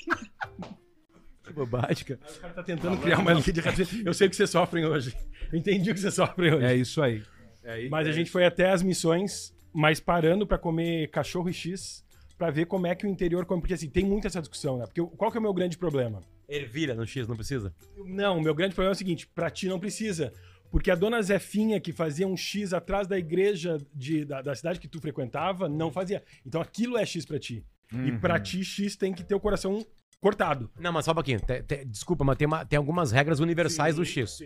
C: Que
F: Tipo,
C: bobagem, cara.
F: O cara tá tentando criar uma linha de raciocínio. Eu sei o que vocês sofrem hoje. Eu entendi o que vocês sofrem hoje.
B: É isso aí. É
F: Mas a
B: é
F: gente foi até as missões, mas parando pra comer cachorro e X, pra ver como é que o interior come. Porque assim, tem muita essa discussão, né? Porque o- qual que é o meu grande problema?
C: Ervilha no X, não precisa?
F: Não, o meu grande problema é o seguinte, pra ti não precisa. Porque a dona Zefinha, que fazia um X atrás da igreja de- da, da cidade que tu frequentava, não fazia. Então aquilo é X pra ti. E pra ti, X tem que ter o coração cortado.
C: Não, mas só um pouquinho. Te- te- desculpa, mas tem, uma- tem algumas regras universais do X.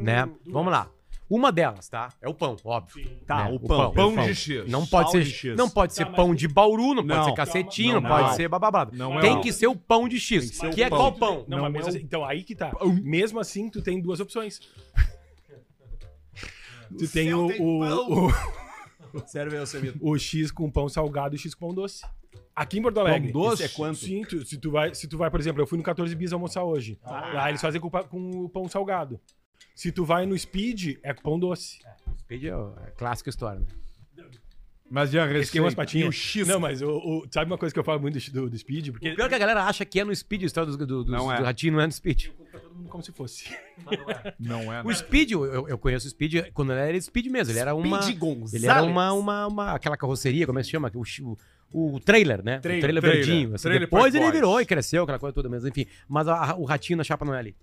C: Né? Vamos lá. Uma delas, tá? É o pão, óbvio.
A: Tá,
C: Né?
A: o pão.
B: Pão de X.
C: Não pode
A: Pau
C: ser
A: de X.
C: Não pode ser
F: mas-
C: pão de bauru, não,
A: Não.
C: pode ser cacetinho,
A: Não,
C: não, pode
A: não.
C: ser bababado.
B: Não é
C: tem
B: o-
C: que ser o pão de X.
A: Tem que ser
C: Que,
A: o
C: é
A: pão.
C: qual pão?
F: Não, mas mesmo assim, então aí que tá. Mesmo assim, tu tem duas opções. tu tem
A: céu
F: o,
A: tem
F: o, o,
A: Sério, meu, seu mito.
F: o X com pão salgado e o X com pão doce. Aqui em Porto Alegre.
A: doce? Isso é quanto?
F: Sim, tu- se, tu vai, se tu vai, por exemplo, eu fui no 14 bis almoçar hoje. Lá eles fazem com, pa- com o pão salgado. Se tu vai no Speed, é com pão doce.
C: Speed é o- é a clássica história, né?
B: Mas já
F: Eles queimam as
B: receita.
F: patinhas. Não, mas o, o- sabe uma coisa que eu falo muito do, do, do Speed? Porque
C: O pior é que a galera acha que é no Speed, a história do, do, do,
A: Não é.
C: do ratinho não é no Speed.
F: todo mundo como se fosse.
B: Não é.
C: O Speed, eu, eu conheço o Speed quando ele era Speed mesmo. Ele era uma.
A: Speed Gonzales.
C: Ele era uma,
G: um-
C: uma, uma- Aquela carroceria, como é que se chama? O, chi- o, o trailer, né?
A: Trailer,
C: o trailer,
B: trailer.
C: verdinho. assim.
B: Trailer
C: Depois
B: Park
C: ele
B: Boys.
C: virou e cresceu, aquela coisa toda, mas enfim. Mas a- a- o ratinho na chapa não é ali.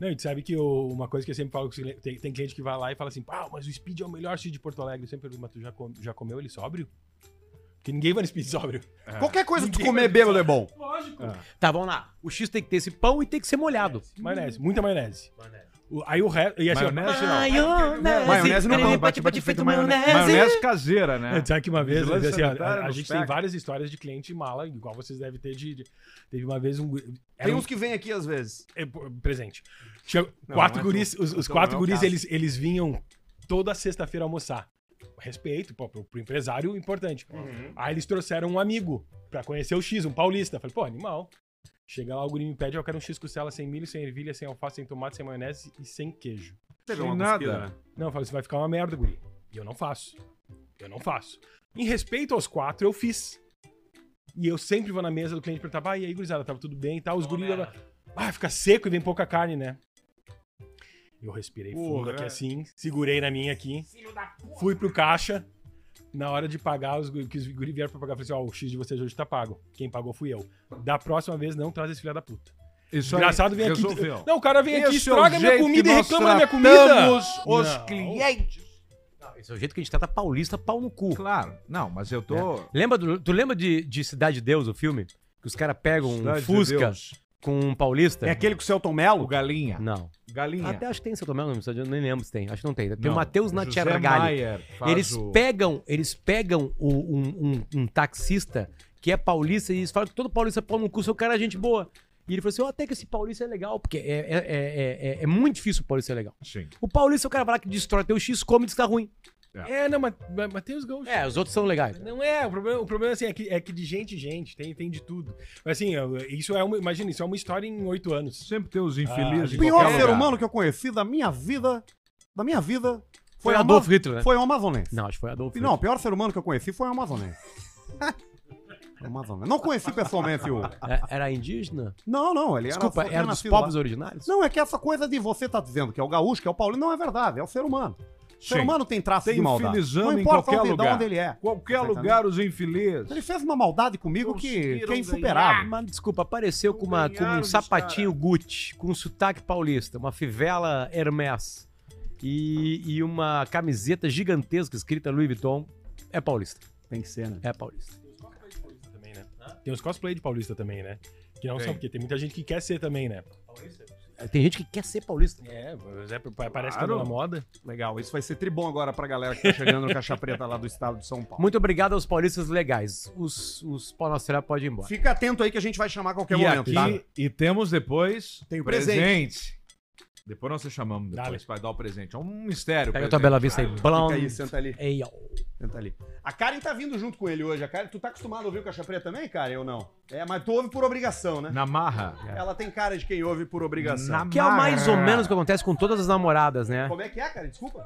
F: Não, e tu sabe que eu- uma coisa que eu sempre falo, com os clientes- tem, tem cliente que vai lá e fala assim, pau, mas o Speed é o melhor Speed de Porto Alegre. Eu sempre pergunto, mas tu já, com- já comeu ele sóbrio? Porque ninguém vai no Speed sóbrio. Ah.
A: Qualquer coisa que tu comer bêbado é bom.
F: Lógico.
C: Tá, vamos lá. O X tem que ter esse pão e tem que ser molhado.
F: Maionese, muita maionese. O- aí o resto... E assim, ó,
B: Maionese não.
C: Maionese,
B: É, Maionese não, é
C: piriri,
B: não,
F: tipo
C: pati, pati, feito maionese.
B: Maionese caseira, né?
F: É, Sabe que uma vez,
B: Vigilância
F: assim, ó,
B: sanitária
F: a, a
B: nos
F: gente tem
B: pega.
F: várias histórias de cliente mala, igual vocês devem ter de. de- teve uma vez um. gu- Era
A: Tem
F: um,
A: uns que vêm aqui às vezes.
F: é, pô, presente. Tinha
A: Não,
F: quatro
A: não é
F: guris,
A: tu-
F: os,
A: tu-
F: os
A: tu-
F: quatro
A: não é o
F: guris,
A: caso.
F: eles, eles vinham toda sexta-feira almoçar. Respeito, pô, pro, pro empresário, importante. Aí eles trouxeram um amigo pra conhecer o X, um paulista. Falei, pô, animal. Chega lá, o guri me pede, eu quero um X com cela sem milho, sem ervilha, sem alface, sem tomate, sem maionese e sem queijo.
A: Teve
B: Sem
A: uma
B: nada.
A: cuspida, né?
F: Não, eu falei, você vai ficar uma merda, guri. E eu não faço. Eu não faço. Em respeito aos quatro, eu fiz. E eu sempre vou na mesa do cliente perguntar, ah, e aí, gurizada, tava tudo bem e tal. Os guris, ah, fica seco e vem pouca carne, né? Eu respirei fundo
A: Porra.
F: aqui assim, segurei na minha aqui, fui pro caixa, Na hora de pagar, os guri, que os guri vieram pra pagar, eu falei assim, ó, o X de vocês hoje tá pago. Quem pagou fui eu. Da próxima vez, não traz esse filho da puta.
B: Isso
F: Desgraçado vem aqui...
B: resolveu.
F: Não, o cara vem aqui,
B: Esse é o
F: estraga minha
B: jeito
F: comida
B: que
F: e
B: nós
F: reclama da minha comida.
B: tratamos os
F: Não.
B: clientes.
C: Esse é o jeito que a gente trata paulista, pau no cu.
B: Claro, não, mas eu tô.
C: Lembra do, tu lembra de, de Cidade de Deus, o filme? Que os caras pegam
B: Cidade
C: um
B: de
C: Fusca
B: Deus.
C: com um paulista?
A: É aquele com o Celton
B: O
A: Mello?
B: Galinha.
C: Não.
B: Galinha.
C: Até acho que tem seu Tomé, não precisa- eu nem lembro se tem. Acho que não tem. Tem
B: Não.
C: o Matheus
B: José
C: Natchergali.
B: Maier faz
C: Eles
B: o-
C: pegam, eles pegam o- um, um- um taxista que é paulista e eles falam que todo paulista é pau no cu, seu cara é gente boa. E ele falou assim: ó, até que esse paulista é legal, porque é, é, é, é- é muito difícil o paulista ser legal.
B: Sim.
C: O paulista é o cara vai lá que destrói teu X, come e diz que tá ruim.
F: É, não, mas, mas, mas tem os gaúchos.
C: É, os outros são legais.
F: Não é, o problema, o problema assim, é, que, é que de gente, gente, tem, tem de tudo. Mas assim, eu- isso é uma, imagina, isso é uma história em oito anos.
B: Sempre tem os infelizes.
F: Ah,
B: em
F: o
G: O pior
B: qualquer
G: ser
B: lugar.
G: humano que eu conheci da minha vida, da minha vida,
C: Foi
G: o
C: Adolf
G: Ama-
C: Hitler, né?
G: Foi o amazonense.
C: Não, acho que foi Adolf
G: Não, o pior ser humano que eu conheci foi o amazonense. O amazonense. Não conheci pessoalmente o...
C: Hitler. É, Era indígena?
G: Não, não, ele
C: Desculpa,
G: era...
C: era dos
G: nascido
C: povos
G: lá.
C: originários?
G: Não, é que essa coisa de você tá dizendo que é o gaúcho, que é o paulino, não é verdade, é o ser humano. O ser
B: Sim.
G: humano tem traço
B: Tem
A: um
G: de maldade.
B: infelizando
G: Não
B: em
G: importa
B: qualquer
G: onde, de
B: lugar.
G: onde ele é.
B: Qualquer
G: Tá
B: lugar, os infelizes.
G: Ele fez uma maldade comigo que, que é
B: Conseguiram
A: Ah!
G: insuperável.
C: Mas desculpa, apareceu com, uma, com
B: ganharam
C: um
B: dos
C: sapatinho Gucci, com um sotaque paulista, uma fivela Hermès e, e uma camiseta gigantesca escrita Louis Vuitton. É paulista,
A: Tem que ser, né?
C: é paulista.
F: Também, né? Tem os cosplay de paulista também, né? Que não
B: Tem.
F: são, porque tem muita gente que quer ser também, né?
C: Tem gente que quer ser paulista.
F: É, mas é, pa- parece que
B: Claro.
F: tá na moda.
A: Legal, isso vai ser tribom agora pra galera que tá chegando no Caixa Preta lá do estado de São Paulo.
C: Muito obrigado aos paulistas legais. Os, os pau na será podem ir embora.
A: Fica atento aí que a gente vai chamar a qualquer
B: E
A: momento,
B: aqui,
A: tá?
B: e temos depois
A: Tem o
B: Depois nós te chamamos depois
F: Dale.
B: para dar o presente. É um mistério.
C: Pega a
B: o
C: tua
B: presente.
C: bela vista aí.
A: Fica aí,
C: Blonde.
A: senta ali,
C: Ei, ó.
A: senta ali. A Karen tá vindo junto com ele hoje. A Karen, tu tá acostumado a ouvir o Caixa Preta também, Karen, ou não? É, mas tu ouve por obrigação, né?
B: Na marra.
A: Ela tem cara de quem ouve por obrigação.
B: Na
C: Que é o mais ou
B: marra.
C: menos o que acontece com todas as namoradas, né?
A: Como é que é, cara? Desculpa.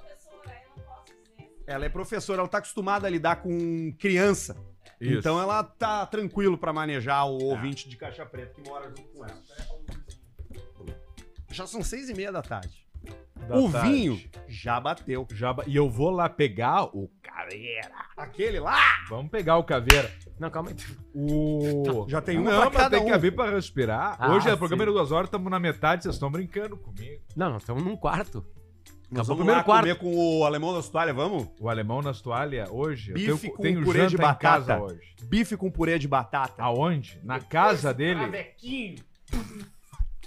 A: Ela é professora, ela tá acostumada a lidar com criança.
B: Isso.
A: Então ela tá tranquilo pra manejar o ouvinte de caixa preta que mora junto com ela. Já são seis e meia da tarde.
B: Da
A: é o
B: tarde.
A: vinho já bateu.
B: Já ba- E eu vou lá pegar o caveira.
A: Aquele lá
B: Vamos pegar o caveira.
C: Não, calma aí.
B: O...
A: já tem um
B: Não,
A: pra
B: mas
A: cada
B: tem que
A: um.
B: abrir pra respirar.
C: Ah,
B: Hoje é
C: sim.
B: o programa de duas horas, estamos na metade, vocês estão brincando comigo.
C: Não, não, estamos num quarto.
A: Nós
C: Acabou o
A: vamos
C: primeiro
A: lá
C: quarto.
A: comer com o alemão da Austrália, vamos?
B: O alemão nas toalhas hoje.
A: Bife com purê
B: janta
A: de
B: em
A: batata.
B: casa hoje.
A: Bife com purê de batata.
B: Aonde? Na casa dele.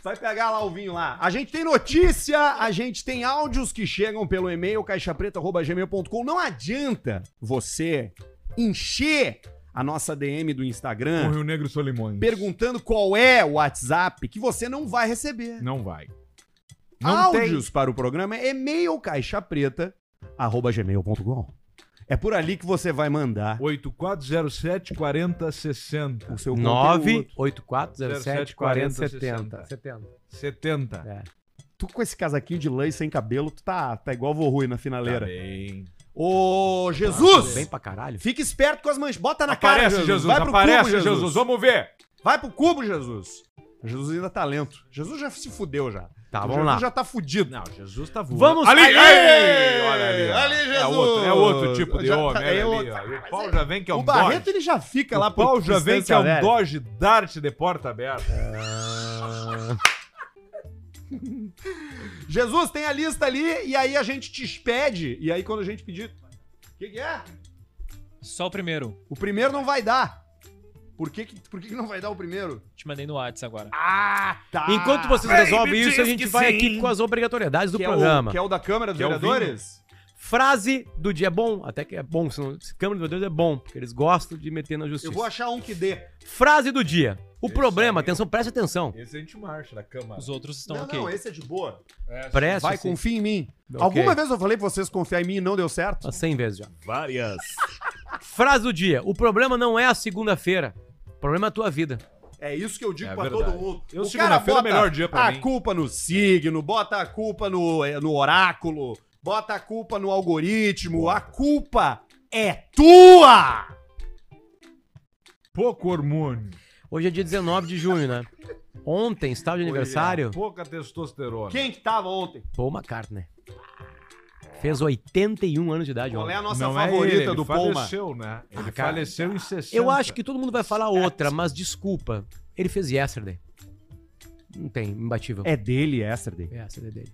A: Vai pegar lá o vinho lá. A gente tem notícia, a gente tem áudios que chegam pelo e-mail caixapreta.gmail.com. Não adianta você encher a nossa DM do
B: O
A: Instagram
B: Rio Negro Solimões.
A: perguntando qual é o WhatsApp que você não vai receber.
B: Não vai. Não tem.
A: áudios para o programa é e-mail caixapreta.gmail.com. É por ali que você vai mandar
B: 8407 4060.
A: o seu conteúdo.
C: 984074070. 70.
B: 70.
C: É.
A: Tu com esse casaquinho de lã e sem cabelo, tu tá, tá igual o Rui na
B: Tá
A: finaleira.
B: bem.
A: Ô,
C: Tá
A: Jesus!
C: Bem pra caralho.
A: Fica esperto com as manchas. Bota Tá na cara,
B: Aparece, Jesus.
A: Vai pro
B: Aparece,
A: cubo,
B: Jesus.
A: Jesus.
B: Vamos ver.
A: Vai pro cubo, Jesus. Jesus ainda tá lento. Jesus já se fudeu já.
C: Tá,
A: Jesus
C: vamos lá.
A: já tá fudido.
B: Não, Jesus tá voando.
C: Vamos
B: Ali!
C: ali,
B: Ei, olha ali. ó.
A: Ali,
B: É
A: Jesus.
B: outro, é outro tipo de
A: Já tá-
B: homem. olha
A: é
B: ali,
A: outro.
B: ó. E O Paulo já vem que é um
A: o Barreto
B: Dodge.
A: ele já fica lá
B: O Paulo já vem que é um
A: dó.
B: Dodge Dart de porta aberta.
A: Jesus, tem a lista ali e aí a gente te expede. E aí quando a gente pedir... O que, que é?
E: Só o primeiro.
A: O primeiro não vai dar. Por que, que, por que, que não vai dar o primeiro?
E: Te mandei no Whats agora.
A: Tá.
C: Enquanto vocês resolvem isso, a gente vai aqui com as obrigatoriedades do
A: que é o-
C: programa.
A: que é o da Câmara dos
B: Que é o
A: Vereadores?
C: Frase do dia bom, até que é bom, se, não, se Câmara dos Vereadores é bom, porque eles gostam de meter na justiça.
A: Eu vou achar um que dê.
C: Frase do dia. O
B: Esse
C: problema,
B: aí.
C: atenção, preste atenção.
B: Esse a gente marcha da câmara.
E: Os outros estão
A: não,
E: ok.
A: não, esse é de boa.
C: Preste
A: Vai,
C: assim,
A: confia em mim.
C: Ok.
A: Alguma vez eu falei pra vocês confiar em mim e não deu certo?
C: umas 100 Tá vezes já.
G: Várias.
C: Frase do dia. O problema não é a segunda-feira. O problema é a tua vida.
A: É isso que eu digo
B: É
A: pra
B: verdade.
A: todo mundo.
B: Eu,
A: O
B: segunda-feira é o
A: bota
B: melhor dia pra
A: a
B: mim.
A: culpa no signo, bota a culpa no, eh, no oráculo, bota a culpa no algoritmo. A culpa é tua!
B: Pouco hormônio.
C: Hoje é dia 19 de junho, né? Ontem, estava de aniversário,
B: Pouca testosterona.
A: Quem que tava ontem?
C: Paul McCartney. Fez 81 anos de idade
A: Qual é
C: ontem.
A: a nossa
B: Não é
A: favorita
B: ele, ele
A: do Poma?
B: faleceu, né? Ele
C: Ah, cara.
B: faleceu em 60.
C: Eu acho que todo mundo vai falar outra, mas desculpa. Ele fez Yesterday. Não tem, imbatível.
A: É dele, Yesterday.
C: Yesterday dele.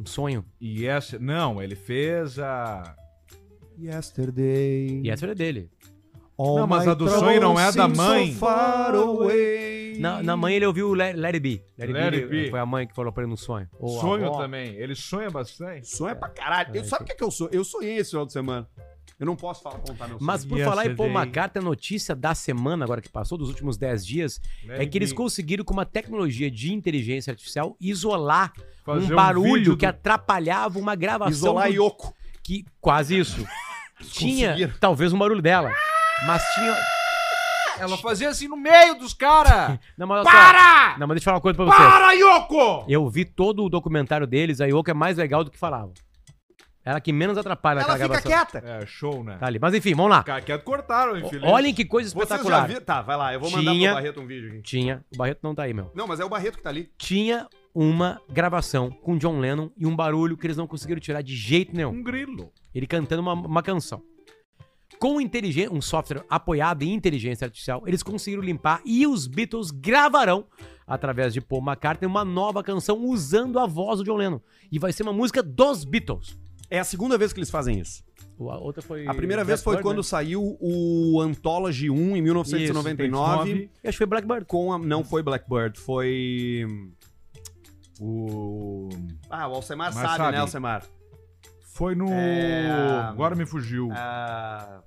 C: Um sonho.
B: E essa... Não, ele fez a...
G: Yesterday.
C: Yesterday dele.
B: Não, mas a do sonho não é da mãe.
G: Far
A: é.
G: away.
C: Na, na mãe ele ouviu o Let, Let It Be. Let It,
B: Let
C: be,
B: It Be.
C: Foi a mãe que falou pra ele no sonho. Ou a
B: Sonho
C: avó.
B: também. Ele sonha bastante.
A: Sonho é pra caralho. Eu,
B: então.
A: sabe o que, que eu sou? Eu sonhei esse final de semana. Eu não posso falar, contar meu sonho.
C: Mas por
B: Yesterday.
C: falar em Paul McCartney, a notícia da semana agora que passou, dos últimos 10 dias,
B: né?
C: é que eles conseguiram com uma tecnologia de inteligência artificial isolar um barulho que atrapalhava uma gravação
A: Isolar
B: um
C: do-
A: Yoko.
C: que quase isso. tinha
A: conseguiram.
C: talvez um barulho dela, mas tinha
B: Ela fazia assim no meio dos caras.
C: Não, mas olha só.
B: Para!
C: Não, mas deixa eu falar uma coisa pra você.
B: Para, Yoko!
C: Eu vi todo o documentário deles, a Yoko é mais legal do que falavam. Ela que menos atrapalha
A: Ela
C: naquela
A: fica
C: gravação.
A: quieta.
B: É, show, né?
C: Tá ali. Mas enfim, vamos lá.
B: Ficar quieto, cortaram, infeliz.
C: Olhem que coisa
A: Vocês já
C: espetacular.
A: viram? Tá, vai lá. Eu vou mandar
C: Tinha-
A: pro Barreto um vídeo aqui.
C: Tinha. O Barreto não tá aí, meu.
A: Não, mas é o Barreto que tá ali.
C: Tinha uma gravação com John Lennon e um barulho que eles não conseguiram tirar de jeito nenhum.
B: Um grilo.
C: Ele cantando uma, uma canção. Com inteligência, um software apoiado em inteligência artificial, eles conseguiram limpar e os Beatles gravarão, através de Paul McCartney, uma nova canção usando a voz do John Lennon. E vai ser uma música dos Beatles.
A: É a segunda vez que eles fazem isso.
C: O- A outra foi.
A: A primeira vez foi
C: Blackbird,
A: quando
C: né?
A: saiu o Anthology 1 em 1999.
B: 99.
C: Eu acho que foi Blackbird.
A: com a- não foi Blackbird, foi hum, o ah, o Alcemar
B: Mas
A: sabe,
B: sabe.
A: né, Alcemar?
B: Foi no.
A: É,
B: Agora me fugiu.
A: Ah,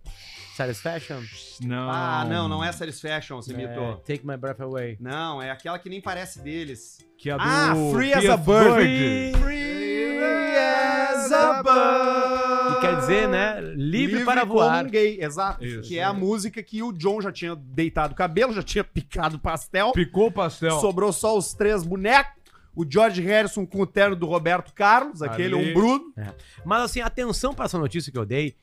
C: Satisfaction.
B: Não.
A: ah, não, não é Satisfaction, se
C: É,
A: imitou.
C: Take My Breath Away.
A: Não, é aquela que nem parece deles.
B: Que é do
A: Ah, Free as
B: P.F.
A: a Bird.
B: Bird.
A: Free as a bird.
C: Que quer dizer, né? Livre, para
A: como
C: voar.
A: um gay, exato.
B: Isso.
A: que é a música que o John já tinha deitado o cabelo, já tinha picado o pastel.
B: Picou o pastel.
A: Sobrou só os três bonecos. O George Harrison com o terno do Roberto Carlos, aquele um
B: Ali.
A: ombrudo.
C: Mas assim, atenção para essa notícia que eu dei.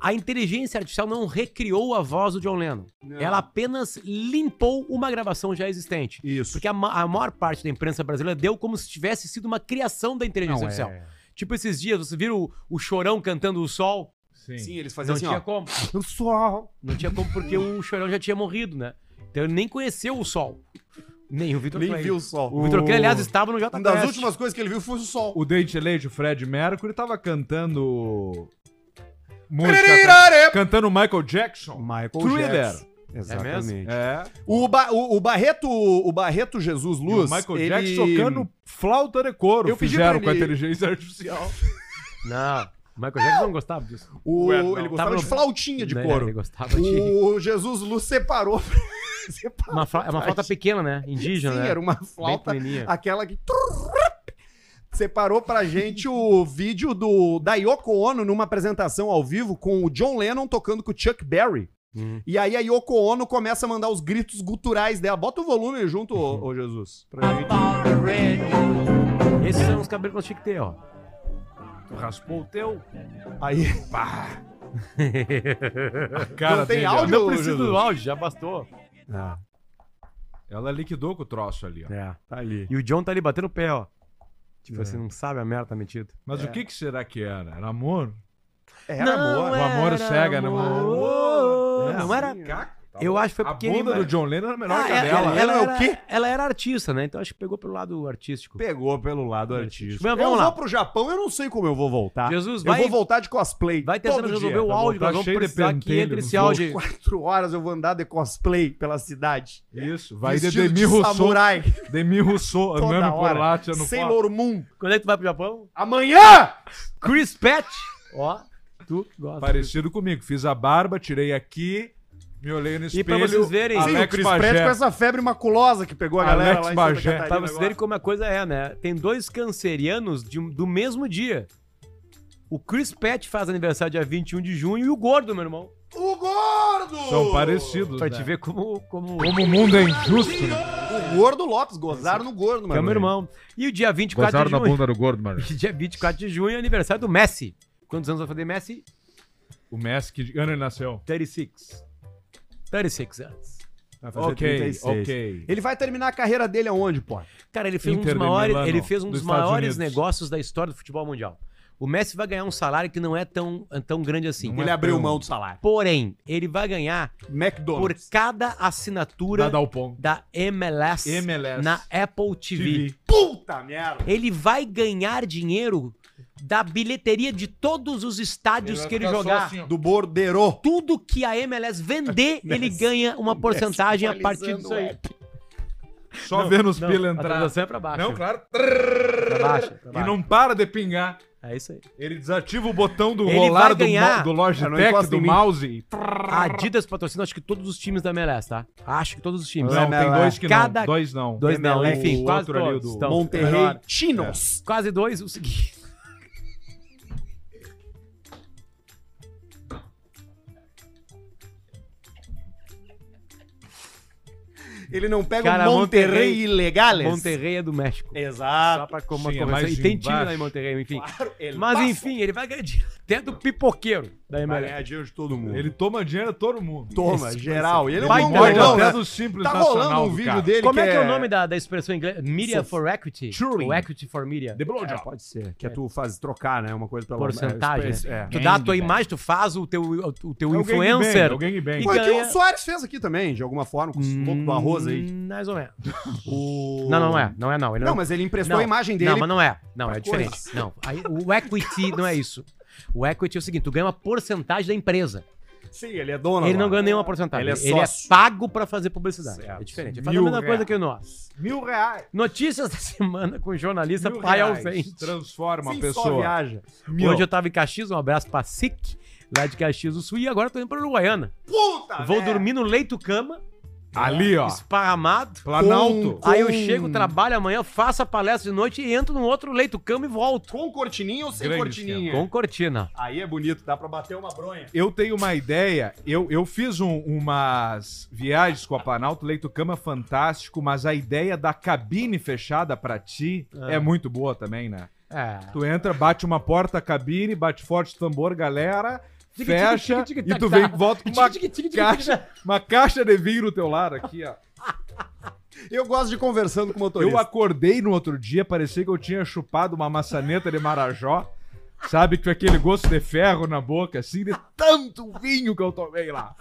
C: A inteligência artificial não recriou a voz do John Lennon. Ela apenas limpou uma gravação já existente.
A: Isso.
C: Porque a, ma- a maior parte da imprensa brasileira deu como se tivesse sido uma criação da inteligência artificial.
A: é.
B: é.
C: Tipo esses dias, vocês viram o, o Chorão cantando o sol?
B: Sim.
A: Sim, eles
C: não
A: faziam assim,
C: tinha
A: ó.
C: como.
A: Eu sou
C: Não tinha como porque o Chorão já tinha morrido, né? Então ele nem conheceu o sol. Nem o Vitor
A: Nem
C: Clay.
A: viu o sol.
C: Então O Vitor Clay, aliás, estava no Jota
A: Uma das
C: Quest.
A: últimas coisas que ele viu foi o sol.
B: O Date Lady, o Fred Mercury, tava cantando. Música. cantando Michael Jackson.
A: Michael
B: Thriller.
A: Exatamente.
B: É.
A: O, Ba- o- o Barreto, o Barreto Jesus
B: E
A: Luz.
B: o Michael
A: ele-
B: Jackson tocando flauta de couro.
A: Eu pedi
B: fizeram
A: pra
B: com a
A: ele-
B: inteligência artificial.
C: Não, o Michael Jackson não gostava disso.
A: o-
B: Ué, não.
A: ele gostava
C: Tava no- Né,
A: de flautinha de
C: Não, Ele
A: couro.
C: gostava de...
A: O Jesus Luz separou. separou.
C: Uma fla- É uma flauta pequena, né? Indígena,
A: Sim,
C: né?
A: era uma flauta.
C: Bem pequenininha.
A: Aquela que. Separou pra gente o vídeo do da Yoko Ono numa apresentação ao vivo com o John Lennon tocando com o Chuck Berry.
C: Hum.
A: E aí a Yoko Ono começa a mandar os gritos guturais dela. Bota o volume junto, ô, ô Jesus. Pra gente.
C: Esses são os cabelos que nós tinha que ter, ó.
B: Tu raspou o teu?
A: Aí.
B: Cara
A: Não tem
B: dele, ó.
A: áudio?
C: Não preciso do áudio, já bastou.
B: Ela liquidou com o troço ali, ó.
C: É.
A: Tá ali.
C: E o John tá ali batendo o pé, ó. Tipo
A: É.
C: assim, não sabe a merda tá metido.
B: Mas o que que será que era? Era amor?
A: Era
C: é.
B: amor. O amor cega, né, mano?
C: amor. Não era. Eu acho que foi
B: é. a
C: porque.
B: bunda do John Lennon era melhor
C: Ah,
B: que a dela.
C: ela, ela,
A: Ela é o
C: era,
A: quê?
C: ela era artista, né? Então acho que pegou pelo lado artístico.
A: Pegou pelo lado artístico.
C: Mas
A: Eu
C: vamos lá.
A: vou pro Japão, eu não sei como eu vou voltar.
B: Ah,
C: Jesus,
A: eu
C: vai-
A: vou voltar de cosplay.
C: Vai tentando
A: todo
C: resolver
A: dia.
C: o
B: Tá
C: áudio,
B: bom, tá
C: nós vamos
B: cheio de
C: precisar que
B: pentelho
C: entre
B: nos
C: esse áudio. aí.
A: Quatro horas eu vou andar de cosplay pela cidade.
B: Isso, vai é. de
A: Vestido
B: Demi Rousseau.
A: samurai.
B: Demi Rousseau
A: Toda
B: andando por
A: hora.
B: lá, tirando foto.
A: Sailor Moon.
C: Quando é que tu vai pro Japão?
A: Amanhã!
C: Chris Pet! Ó, tu que gosta.
B: Parecido comigo. Fiz a barba, tirei aqui, me olhei no espelho.
C: pra vocês verem- Sim,
A: Sim, o
B: Alex
A: Chris Pratt com
B: Pagé.
A: essa febre maculosa que pegou a galera
B: Alex
A: lá em
B: Bagé.
A: Santa
C: Pra
A: Catarina
C: vocês verem tá, como a coisa é, né? Tem dois cancerianos de um- do mesmo dia. O Chris Pett faz aniversário dia 21 de junho e o gordo, meu irmão.
A: agora. O gordo!
B: São parecidos,
C: Pra
B: né?
C: te ver como. Como,
B: Como o mundo é injusto, né?
A: O gordo Lopes, gozaram no gordo,
C: que é
A: mano.
C: o meu irmão. E o dia 24 de junho.
B: do gordo, mano.
C: Dia 24 de junho é aniversário do Messi. Quantos anos vai fazer Messi?
B: O Messi, que ano ele nasceu?
C: 36. 36 anos.
A: Vai fazer
B: Ok,
A: 36.
B: ok.
A: Ele vai terminar a carreira dele aonde, pô?
C: Cara, ele fez um
B: Inter
C: dos
B: de
C: maiores,
B: Milano,
C: ele fez um dos
B: dos Estados Unidos.
C: maiores negócios da história do futebol mundial. O Messi vai ganhar um salário que não é tão, tão grande assim.
B: Não
A: Ele
B: é
A: abriu
B: tão-
A: mão do salário.
C: Porém, ele vai ganhar por
A: McDonald's.
C: cada assinatura
B: Dá o ponto.
C: da MLS,
B: MLS.
C: na Apple TV.
A: Puta merda.
C: Ele vai ganhar dinheiro da bilheteria de todos os estádios que ele jogar.
B: assim,
A: Do Bordeiro.
C: Tudo que a MLS vender, ele ganha uma porcentagem a partir disso aí.
B: Só vendo os pila
C: a
B: entrar.
C: transação é pra baixo.
B: Não, claro.
C: Pra baixo, pra
B: E
C: baixo.
B: não para de pingar.
C: É isso aí.
B: Ele desativa o botão do
C: Ele
B: rolar
C: vai
B: do,
C: ganhar. É,
B: mo- do
A: Eu não
B: Logitech,
A: encosto em
B: do
A: mim.
B: mouse. e-
C: A Adidas patrocina acho que todos os times da MLS, tá? Acho que todos os times.
B: Não,
A: é.
B: tem dois que
C: Cada-
B: não. Dois não.
C: Dois não,
B: MLS,
C: enfim,
B: o
C: quase
B: outro ali, o
C: todos.
B: do-
C: Então,
A: Monterrey
C: melhor.
A: Chinos.
C: Quase dois, o seguinte.
A: Ele não pega
C: É. Cara,
A: o Monterrey,
C: Monterrey-
A: Ilegales.
C: Monterrey é do México.
A: Exato.
C: Só pra como
B: Sim, é
C: uma correção.
B: mais
C: E tem time
B: embaixo.
C: lá em Monterrey, enfim.
A: Claro, ele
C: Mas
A: passa.
C: enfim, ele vai ganhar dinheiro até do pipoqueiro da
A: Vai
C: MLS.
A: ganhar dinheiro de todo mundo.
B: Ele toma dinheiro de todo mundo.
A: toma, geral. Ele é um
C: Vai
B: Ele morde
A: mongolão,
B: até
A: né?
B: do Simples
A: Tá
B: Nacional
A: rolando um
B: do
A: vídeo
B: cara.
A: dele
C: Como é
A: que
C: que é o nome da, da expressão em inglês? Media for Equity?
B: Turing.
C: Ou Equity for Media?
B: The Blowjob.
A: Pode ser. Que é tu faz trocar, né? Uma coisa pela
C: Porcentagem.
A: espécie-
C: né?
A: É.
C: Tu dá a tua
E: Gangbang.
C: imagem, tu faz o teu, o teu
B: É o gangbang,
C: influencer.
B: é o gangbang.
C: E
A: Foi o que
C: ganha-
A: o Soares fez aqui também, de alguma forma, com um pouco do arroz aí. tipo,
C: Hum, Mais ou menos.
A: O-
C: Não, não é. Não é não. Ele
A: Não, mas ele emprestou
C: Não,
A: a imagem dele.
C: Não, mas não é. Não,
A: pra
C: é diferente.
A: coisas.
C: Não. Aí, o equity não é isso. O equity é o seguinte: tu ganha uma porcentagem da empresa.
A: Sim, ele é dono.
C: ele não
A: agora.
C: ganha nenhuma porcentagem.
A: Ele é
C: Ele é,
A: sócio.
C: pago pra fazer publicidade.
A: Certo.
C: É diferente.
B: Mil
C: Ele faz a mesma
B: reais.
C: coisa que nós.
B: Mil reais.
C: Notícias da semana com o jornalista
B: Mil
C: pai
B: reais.
C: ausente.
B: Transforma
A: Sim,
B: a
A: Só
B: pessoa.
A: viaja.
B: Mil.
C: Hoje eu tava em Caxias, um abraço pra SIC, lá de Caxias do Sul, e agora eu tô indo pra Uruguaiana.
A: Puta!
C: Vou
A: velho.
C: dormir no leito-cama,
B: Ali, ó.
C: esparramado.
B: Planalto.
C: Aí eu chego, trabalho amanhã, faço a palestra de noite e entro no outro leito-cama e volto.
A: Com cortininha ou sem
B: Grande
A: cortininha?
C: Com cortina.
A: Aí é bonito, dá pra bater uma bronha.
B: Eu tenho uma ideia. Eu, eu fiz um- umas viagens com a Planalto, Leito Cama fantástico, mas a ideia da cabine fechada pra ti
A: Ah.
B: é muito boa também, né?
C: É.
B: Tu entra, bate uma porta, cabine, bate forte o tambor, galera,
C: Tic, tic,
B: fecha
C: tic, tic,
B: e
C: tac,
B: tu vem
C: tac.
B: volta com uma
C: Tic, tic, tic, tic,
B: caixa, uma caixa de vinho no teu lado aqui, ó.
A: Eu gosto de conversando com o motorista.
B: Eu acordei no outro dia, parecia que eu tinha chupado uma maçaneta de Marajó. Sabe que foi aquele gosto de ferro na boca, assim, de tanto vinho que eu tomei lá.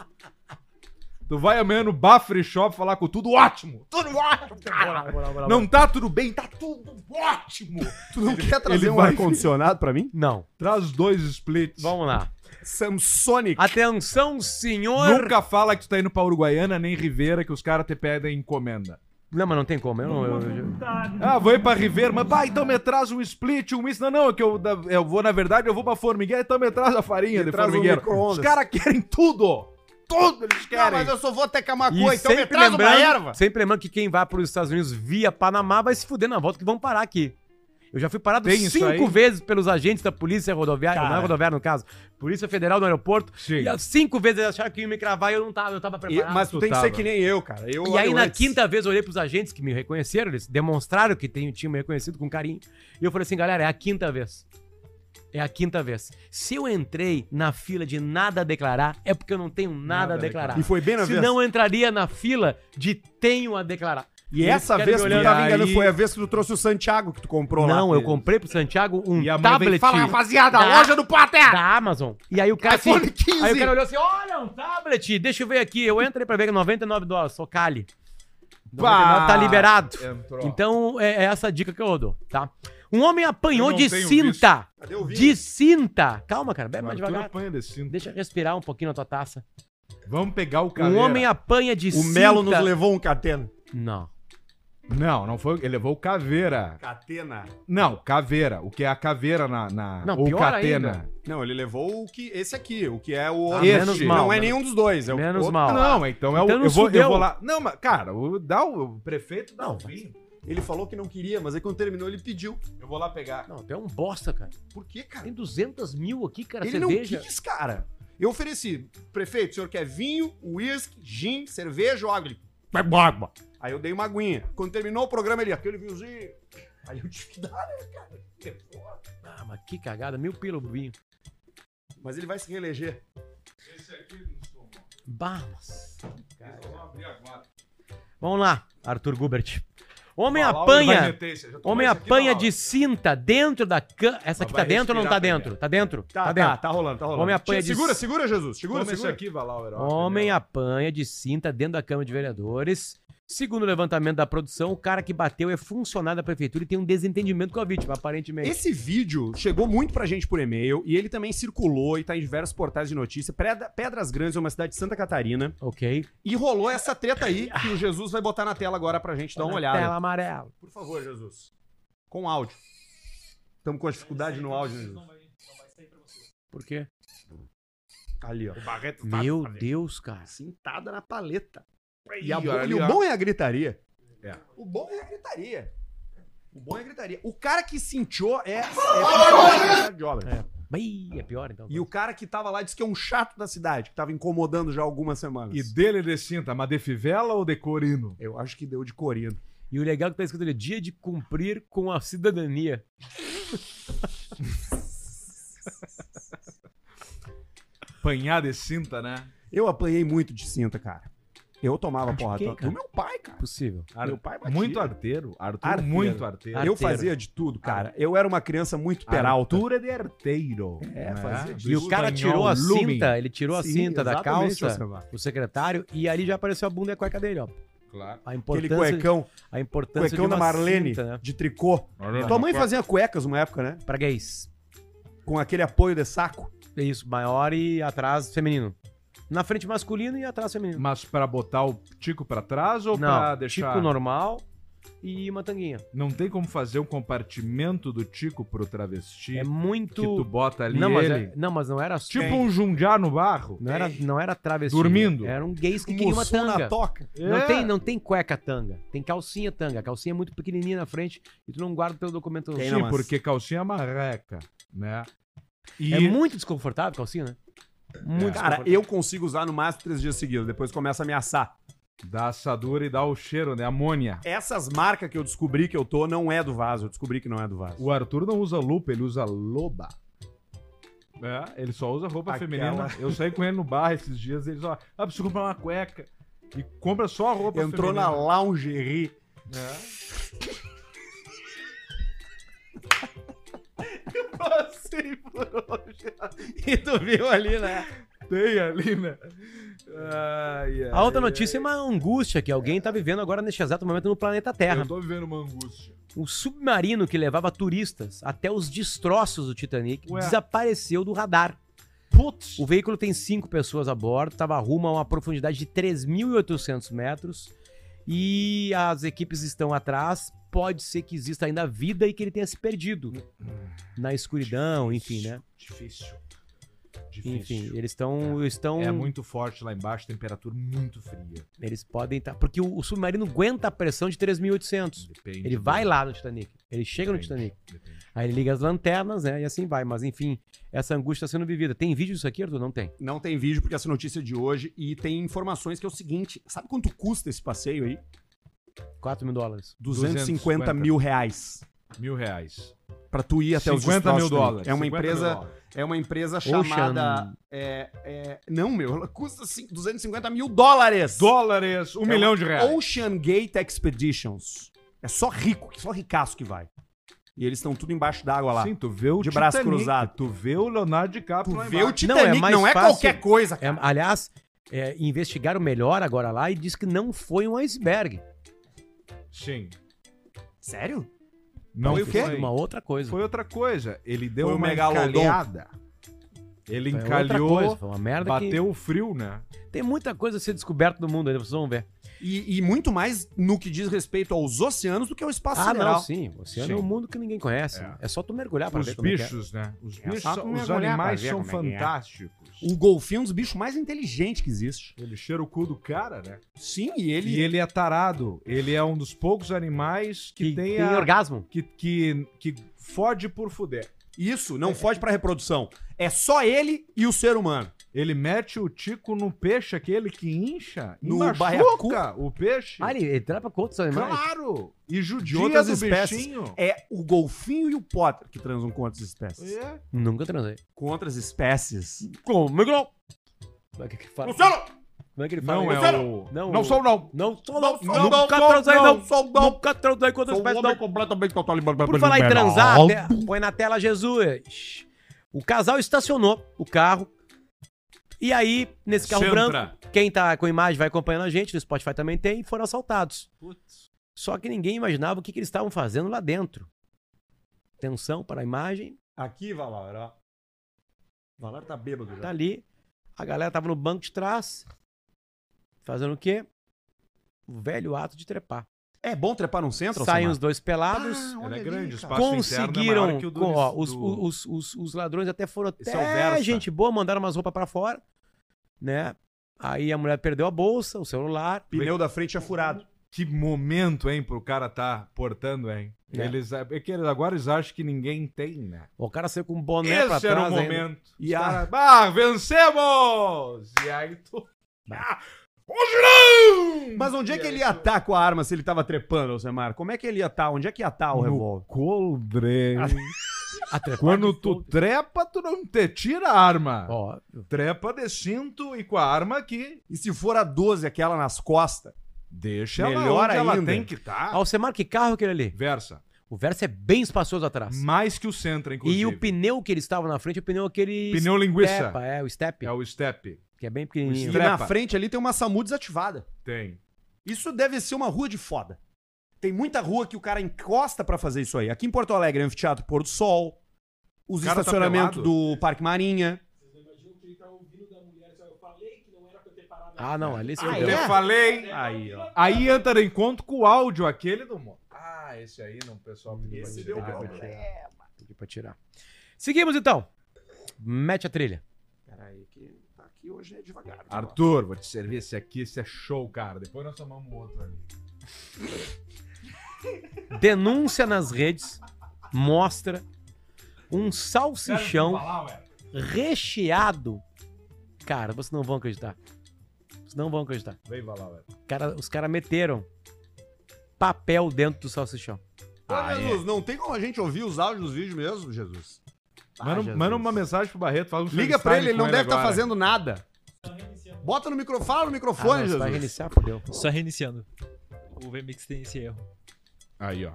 B: Tu vai amanhã no Bafre Shop falar com tudo ótimo. Tudo ótimo, cara. Não tá tudo bem, tá tudo ótimo.
A: Tu não quer trazer
B: ele
A: um
B: vai-
A: ar-condicionado pra mim?
C: Não.
B: Traz dois splits.
C: Vamos lá.
A: Samsonic.
C: Atenção, senhor.
B: Nunca fala que tu tá indo pra Uruguaiana nem Rivera que os caras te pedem encomenda.
C: Não, mas não tem como. Eu não, eu- eu-
B: Ah, vou ir pra Rivera, mas pá, então me traz um split, um isso. Não, não, é que eu, da- eu vou, na verdade, eu vou pra Formigueira, então me traz a farinha de
A: traz um
B: Formigueira.
A: micro-ondas.
B: Os caras querem tudo! Tudo eles
A: Não,
B: querem!
A: mas eu só vou até
C: E
A: Camacuã, então me
C: sempre,
A: traz uma
C: lembrando,
A: erva.
C: sempre lembrando que quem vai para os Estados Unidos via Panamá vai se fuder na volta que vão parar aqui. Eu já fui parado
B: Tem isso
C: cinco
B: aí?
C: vezes pelos agentes da polícia rodoviária,
A: Cara.
C: não é rodoviária no caso, polícia federal do aeroporto.
B: Sim.
C: E as cinco vezes eles acharam que iam me cravar e eu não tava, eu tava
A: E-
C: preparado.
A: mas tu tem que
B: tava.
A: ser que nem eu, cara. Eu
C: E
A: olho
C: aí, na
A: antes.
C: quinta vez, eu olhei pros agentes que me reconheceram, eles demonstraram que tem, tinham me reconhecido com carinho. E eu falei assim, galera, é a quinta vez. É a quinta vez. Se eu entrei na fila de nada a declarar, é porque eu não tenho nada, a declarar.
A: E foi bem na vez.
C: Senão eu entraria na fila de tenho a declarar.
A: E essa
C: Eles
A: vez
C: ficaram
A: que
C: me
A: tu
C: olhando.
A: tava enganando
B: Aí-
A: foi a vez que tu trouxe o Santiago que tu comprou lá.
C: Não, eu comprei pro Santiago um
B: E a mãe vem,
C: tablet
B: "Fala, rapaziada,
C: Da-
B: loja do Paté!
C: da Amazon. E aí o cara assim,
A: iPhone 15.
C: Aí o cara olhou assim, olha um tablet, deixa eu ver aqui. Eu entrei pra ver é 99 dólares, só cale. 99 tá liberado.
B: Entrou.
C: Então, é, é essa a dica que eu dou, tá? Um homem apanhou
B: Eu não
C: de
B: tenho
C: cinta.
A: Cadê o vídeo?
C: De cinta. Calma, cara, bebe é mais
B: Arthur
C: devagar.
B: apanha desse cinto.
C: Deixa eu respirar um pouquinho na tua taça.
B: Vamos pegar o
C: Um
B: caveira.
C: homem apanha de
A: O
C: cinta.
A: Melo nos levou um catena.
C: Não.
B: Não, não foi. Ele levou o caveira.
A: Catena.
B: Não, caveira. O que é a caveira na. na
C: Não,
B: ou
C: pior
B: catena.
C: ainda.
A: Não, ele levou o que, esse aqui, o que é o
C: Ah,
A: outro.
C: menos
B: Esse.
C: mal.
A: não é nenhum dos dois. É o
C: Menos
A: outro.
C: mal.
B: Não, então é o.
C: Então não
B: eu, vou, eu
C: fudeu.
B: vou lá. Não, mas, cara, o, dá o, o prefeito dá
C: Não,
B: o vinho.
A: Ele falou que não queria, mas aí quando terminou ele pediu.
B: Eu vou lá pegar.
C: Não, tu é um bosta, cara.
A: Por quê, cara?
C: Tem 200 mil aqui, cara,
A: Ele
C: cerveja.
A: não quis, cara. Eu ofereci, prefeito, o senhor quer vinho, uísque, gin, cerveja ou água? Ele, "Vai, água. Aí eu dei uma aguinha. Quando terminou o programa, ele, aquele vinhozinho. Aí eu tive que dar, né, cara? Que foda.
C: Ah, mas que cagada, mil pelo vinho.
A: Mas ele vai se reeleger.
C: Bah, mas- Vamos lá, Arthur Gubert. Homem
B: Falar, ele vai
C: apanha.
B: meter isso. Já tomou
C: Homem
B: isso aqui,
C: apanha
B: não.
C: de cinta dentro da cama. Essa
B: Mas
C: aqui tá
B: vai
C: dentro ou não tá
B: respirar
C: dentro? Tá dentro?
A: Tá,
C: Tá
A: tá,
C: dentro.
A: tá rolando, tá rolando.
C: Homem apanha de-
A: Segura, segura, Jesus. Segura,
B: Toma esse
A: segura.
B: aqui, vai lá, Herói.
C: Homem apanha de cinta dentro da Câmara de Vereadores. Segundo o levantamento da produção, o cara que bateu é funcionário da prefeitura e tem um desentendimento com a vítima, aparentemente.
A: Esse vídeo chegou muito pra gente por e-mail e ele também circulou e tá em diversos portais de notícia. Pedra- Pedras Grandes é uma cidade de Santa Catarina.
C: Ok.
A: E rolou essa treta aí que o Jesus vai botar na tela agora pra gente dar uma olhada.
C: Tela amarela.
A: Por favor, Jesus. Com áudio. Estamos com a dificuldade no áudio, né, Jesus.
C: Por quê?
A: Ali,
B: é
A: ó.
B: tá?
C: Meu Deus, cara.
A: Cintada na paleta. E,
B: E,
A: a bo- e o bom é a gritaria. O bom é a gritaria. O bom é a gritaria. O cara que sentiu é. é funcionário de obra.
C: Ih, é pior então.
A: E o cara que tava lá disse que é um chato da cidade, que tava incomodando já algumas semanas.
B: E dele é de cinta, mas de fivela ou de corino?
A: Eu acho que deu de corino.
C: E o legal é que tá escrito ali, dia de cumprir com a cidadania.
B: Apanhar de cinta, né?
A: Eu apanhei muito de cinta, cara. Eu tomava porra
C: quem,
A: toda.
C: cara?
A: do meu pai, cara.
C: Possível.
B: Ar-
A: Meu pai batia.
B: Muito arteiro. Arthur,
A: Arteiro.
B: muito arteiro.
C: Arteiro.
A: Eu fazia de tudo, cara. Eu era uma criança muito peralta.
B: Arthur é de arteiro.
A: É, fazia
C: E o cara tirou a cinta, ele tirou a
A: Sim,
C: cinta da
A: exatamente,
C: calça,
A: Alcemar.
C: o secretário, e ali já apareceu a bunda e a cueca dele, ó.
B: Claro.
C: A
A: Aquele
C: importância,
A: cuecão,
C: a importância
A: cuecão da
C: uma
A: Marlene,
C: cinta, né?
A: de tricô. Tua mãe fazia cuecas uma época, né?
C: Pra gays.
A: Com aquele apoio de saco.
C: É isso, maior e atrás feminino. Na frente masculino e atrás feminino.
B: Mas pra botar o tico pra trás ou pra
C: Não,
B: deixar...
C: tipo normal e uma tanguinha.
B: Não tem como fazer um compartimento do tico pro travesti
C: É
B: que tu
C: muito...
B: bota ali
C: Não mas,
B: ele.
C: é- não, mas não era...
B: Tipo um jundiá no barro.
C: Não era, não era travesti.
B: Dormindo.
C: Era um gays que queria uma
A: Moção
C: tanga.
A: na toca.
B: É.
C: Não, tem, não tem cueca tanga. Tem calcinha tanga. A calcinha é muito pequenininha na frente e tu não guarda o teu documento.
A: Tem,
B: Sim,
A: não, mas-
B: porque calcinha é marreca, né? E é.
C: É muito desconfortável calcinha, né? Muito
A: Cara,
C: desconfortável.
A: eu consigo usar no máximo três dias seguidos, depois começa a ameaçar.
B: dá assadura e dá o cheiro, né? Amônia.
A: Essas marcas que eu descobri que eu tô não é do vaso. Eu descobri que não é do vaso.
B: O Arthur não usa lupa, ele usa loba. É, ele só usa roupa
A: Aquela-
B: feminina. Eu saí com ele no bar esses dias, ele só, ah, preciso comprar uma cueca. E compra só a roupa
A: Entrou na
B: feminina. É,
A: lingerie. eu passei por hoje. E tu viu ali, né?
B: Tem ali, né? Ai, ai,
C: A outra
B: ai.
C: notícia é uma angústia que alguém tá vivendo agora neste exato momento no planeta Terra.
B: Eu tô vivendo uma angústia.
C: O submarino que levava turistas até os destroços do Titanic
B: Ué.
C: desapareceu do radar.
B: Putz!
C: O veículo tem cinco pessoas a bordo, estava rumo a uma profundidade de 3.800 metros e as equipes estão atrás. Pode ser que exista ainda vida e que ele tenha se perdido
B: Hum,
C: na escuridão, enfim, né?
B: Difícil.
C: Enfim, um eles estão, estão,
B: É muito forte lá embaixo, temperatura muito fria.
C: eles podem estar, porque o, o submarino aguenta a pressão de 3.800.
B: Depende.
C: Ele vai lá no Titanic, ele chega no
B: Depende,
C: Titanic,
B: depende.
C: aí ele liga as lanternas, né? E assim vai. Mas enfim, essa angústia está sendo vivida. Tem vídeo disso aqui, Arthur? Não tem.
A: Não tem vídeo porque essa notícia é de hoje e tem informações que é o seguinte: sabe quanto custa esse passeio aí?
C: 4 mil dólares.
A: 250 mil reais.
B: Mil reais.
A: Pra tu ir até os
B: 50 mil
A: destroços também.
B: dólares.
A: É uma
B: 50 mil
A: empresa
B: dólares.
A: É uma empresa chamada. é, é, não, meu, ela custa assim, 250 mil dólares.
B: Dólares, um
A: É
B: milhão
A: uma
B: de reais.
A: Ocean Gate Expeditions. É só rico, só ricaço que vai. E eles estão tudo embaixo d'água lá.
B: Sim, tu vê o
A: De braço
B: Titanic,
A: cruzado.
B: Tu vê o Leonardo DiCaprio
A: tu
B: lá
A: vê o
B: embaixo.
A: Titanic,
C: Não,
A: não
C: é
A: é,
C: mais fácil.
A: qualquer coisa,
C: É,
A: cara.
C: aliás, é, investigaram melhor agora lá e diz que não foi um iceberg.
B: Sim.
A: Sério?
B: Não
A: Foi o quê?
B: Foi,
C: Uma outra coisa.
B: Foi outra coisa. Ele deu
A: Foi o
B: uma
A: megalodon.
B: encalhada. Ele
C: Foi
B: encalhou,
C: É Foi uma merda
B: bateu o frio, né?
C: que... Tem muita coisa a ser descoberta no mundo ainda, vocês vão ver.
A: E, e muito mais no que diz respeito aos oceanos do que ao espaço
C: Ah,
A: sideral.
C: não, sim. O oceano é
B: Tá Sim.
C: um mundo que ninguém conhece.
B: É.
C: né? É, só tu mergulhar pra
B: Os
C: ver como é que é.
B: bichos, né? Os bichos,
A: só
B: são-
A: tu
B: os
A: mergulhar pra
B: animais
A: ver
B: são
A: como é que é.
B: fantásticos.
A: O golfinho é um dos bichos mais inteligentes que existe.
B: Ele cheira o cu do cara, né?
A: Sim, e ele.
B: E ele é tarado. Ele é um dos Poucos animais que,
C: Que
B: tem,
C: tem
B: a-
C: orgasmo.
B: que, que, que fode por fuder.
A: Isso, não foge pra reprodução. É só ele e o ser humano.
B: Ele mete o tico no peixe, aquele que incha, e
A: No
B: machuca
A: baiacu?
B: o peixe.
C: Ah, ele, ele trapa com outros animais.
B: claro! E judia
A: De outras
B: do
A: espécies.
B: bichinho.
A: É o golfinho e o Potter que transam com outras espécies.
B: É.
C: Nunca transei.
A: Com outras espécies.
C: Como é que não? Como é que fala? Como é que ele fala?
B: Não
C: Ele
B: é
C: fala,
B: o.
C: não,
B: Não
C: o-
B: sou o não.
C: Não, sou
B: Não,
C: não,
B: sou não, um
C: nunca
B: sou
C: transei,
B: não,
C: não.
B: sou não.
C: Nunca transei com outras
B: Sou um
C: espécies,
B: homem tá
C: não.
B: completamente total
C: Por falar em transar, né? põe na tela Jesus. O casal estacionou o carro. E aí, nesse carro é branco, quem tá com imagem vai acompanhando a gente, no Spotify também tem, e foram assaltados. Só que ninguém imaginava o que, que eles estavam fazendo lá dentro. Atenção para a imagem,
A: Aqui, Valar, ó. Valar tá bêbado já.
C: tá ali. A galera tava no banco de trás, fazendo o quê? O velho ato de trepar.
A: É bom trepar num centro,
C: Saem
A: Alcimar?
C: os dois pelados.
B: Ela é grande, o espaço
A: cara.
B: interno é
C: conseguiram.
B: maior que o do-
C: com- ó, os,
B: do-
C: os, os, os ladrões até foram
B: Esse é o
C: até
B: Versa.
C: gente boa, mandaram umas roupas pra fora, né? Aí a mulher perdeu a bolsa, o celular.
A: Pneu da frente é furado.
B: Que momento, hein, pro cara tá portando, hein?
C: É.
B: Eles, é que eles- agora eles acham que ninguém tem, né?
C: O cara saiu com um boné pra
B: Esse
C: trás.
B: era o
C: ainda.
B: momento.
A: E
B: Os
A: a...
B: caras, ah, vencemos! E aí tu. Ah, hoje não!
A: Mas onde é que
B: E aí
A: ele ia estar com a arma se ele tava trepando, Alcimar? Como é que ele ia estar? Onde é que ia estar o
B: No
A: revólver?
B: Coldre.
C: Atrepado
B: Quando
C: de
B: tu
C: fogo.
B: trepa, tu não te tira a arma.
C: tá- Ó,
B: Trepa de cinto e com a arma aqui.
A: E se for a 12, aquela nas costas?
B: Deixa
A: Melhor
B: ela onde ela
A: ainda.
B: tem que estar.
C: Alcemar, que carro que era ali?
B: Versa.
C: O Versa é bem espaçoso atrás.
B: Mais que o centro, Hum, inclusive.
C: E o pneu que eles estavam na frente, o pneu aquele.
B: Pneu linguiça.
C: Stepa, é, o Step,
B: É o step.
C: que é bem pequenininho.
B: O
A: E na
B: Trepa.
A: frente ali tem uma SAMU desativada.
B: Tem.
A: Isso deve ser uma rua de foda. Tem muita rua que o cara encosta pra fazer isso aí. Aqui em Porto Alegre, é Anfiteatro Pôr do Sol, os
B: O cara tá
A: estacionamentos
B: pelado?
A: do Parque Marinha.
C: Ah, não, ali se
A: Ah,
C: fudeu.
B: Eu
A: é?
B: falei.
A: Aí, ó.
B: Aí entra em conta com o áudio aquele do mundo. Ah, esse aí não, pessoal.
A: Esse deu
B: Ah,
A: problema.
B: pediu. é?
C: Pediu pra tirar. Seguimos então. Mete a trilha.
A: Peraí, que tá aqui hoje é devagar.
B: Arthur, vou te servir esse aqui, esse é show, cara. Depois nós tomamos outro ali.
C: Denúncia nas redes mostra um salsichão recheado. Cara, vocês não vão acreditar. Vocês não vão acreditar.
B: Vem falar, velho.
C: Cara, os caras meteram papel dentro do salsichão.
A: Ô, Jesus, não tem como a gente ouvir os áudios dos vídeos mesmo, Ah, Jesus.
B: Manda, um-
C: Jesus.
B: manda uma mensagem pro Barreto, faz um
A: Liga pra ele, ele não deve estar
B: estar
A: fazendo nada. Bota no microfone, fala no
C: Ah,
A: microfone,
C: não, se vai
A: Jesus.
C: reiniciar, fodeu.
E: Só reiniciando. O VMix tem esse erro.
B: Aí, ó.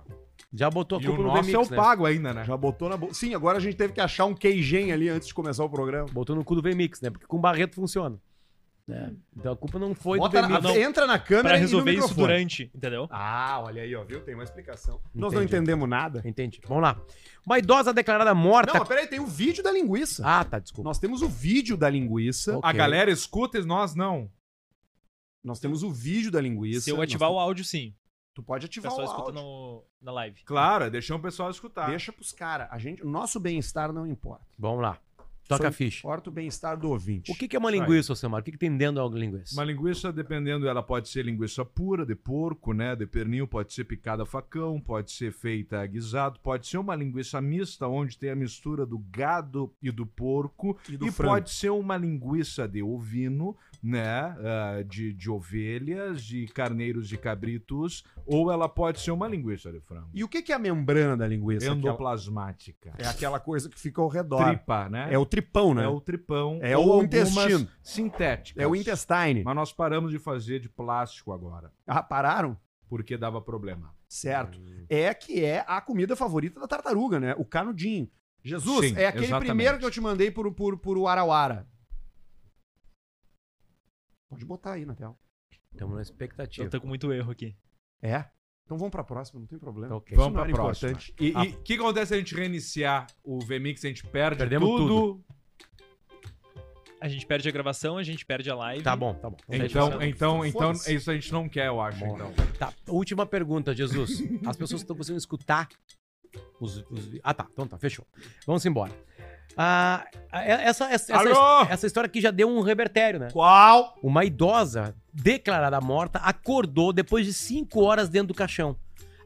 C: Já botou a
B: E o
C: culpa no
B: nosso é
C: VMix,
B: o
C: né?
B: pago ainda, né?
A: Já botou na boca. Sim, agora a gente teve que achar um queijinho ali antes de começar o programa.
C: Botou no cu do VMix, né? Porque com o Barreto funciona. É. Então a culpa não foi
A: Bota
C: do
A: na-
C: VMix.
E: não.
A: Entra na câmera
E: Pra
A: e no
E: resolver isso
A: microfone.
E: durante, entendeu?
A: Ah, olha aí, ó, viu? Tem uma explicação. Nós
C: Entendi.
A: não entendemos nada.
C: Entendi. Vamos lá. Uma idosa declarada
A: Não,
C: morta.
E: tá-
A: mas peraí, tem o vídeo da linguiça.
C: Ah, tá, desculpa.
A: Nós temos o vídeo da linguiça.
C: Ok.
B: A galera escuta e nós não.
A: Nós temos o vídeo da linguiça.
E: Se eu ativar
A: Nós-
E: o É áudio, sim.
A: Tu
E: O
A: pode ativar o
E: pessoal
A: áudio.
E: escuta no, na live.
B: Claro, é deixar o pessoal escutar.
A: Deixa pros caras. A gente... O nosso bem-estar não importa.
C: Vamos lá. Toca
A: Só
C: a ficha.
A: Importa o bem-estar do ouvinte.
C: O que, que é uma
B: Isso aí.
C: linguiça, Samar? O que, que tem dentro da linguiça?
B: Uma linguiça, dependendo, ela pode ser linguiça pura, de porco, né? De pernil, pode ser picada a facão, pode ser feita a guisado, pode ser uma linguiça mista, onde tem a mistura do gado e do porco.
A: E
B: E,
A: do frango.
B: pode ser uma linguiça de ovino, né? ah, de, de ovelhas, de carneiros de cabritos, ou ela pode ser uma linguiça de frango.
A: E o que, que é a membrana da linguiça? Aquela-
B: Endoplasmática.
A: É aquela coisa que fica ao redor.
B: Tripa, né?
A: É o tripão, né?
B: É o tripão.
A: É
B: ou
A: o
B: algumas
A: intestino.
B: Sintéticas.
A: É o intestine.
B: Mas nós paramos de fazer de plástico agora.
A: Ah, pararam?
B: porque dava problema.
A: Certo.
B: Hum.
A: É que é a comida favorita da tartaruga, né? O canudinho. Jesus,
B: Sim,
A: é aquele
B: exatamente.
A: primeiro que eu te mandei por, por, por Arauara. Pode botar aí na tela.
C: Estamos na
E: Eu
C: expectativa.
F: Então,
E: tô com muito erro aqui.
A: É? Então vamos pra próxima, não tem problema.
C: Tá ok.
A: Isso
B: Vamos
A: não
B: pra
A: era
B: próxima.
A: importante. Ah.
B: E e o que acontece se a gente reiniciar o VMix? A gente perde
C: Perdemos
B: tudo.
E: A gente perde a gravação, a gente perde a live.
C: Tá bom, tá bom.
B: Então,
E: Foda-se.
B: então, então, isso a gente não quer, eu acho. Então.
C: Tá, última pergunta, Jesus. As pessoas que estão conseguindo escutar. os- os- Ah, tá. Então tá, fechou. Vamos embora. Ah, essa, essa,
B: Alô?
C: essa, essa história aqui já deu um revertério, né?
A: Qual?
C: Uma idosa declarada morta acordou depois de cinco horas dentro do caixão.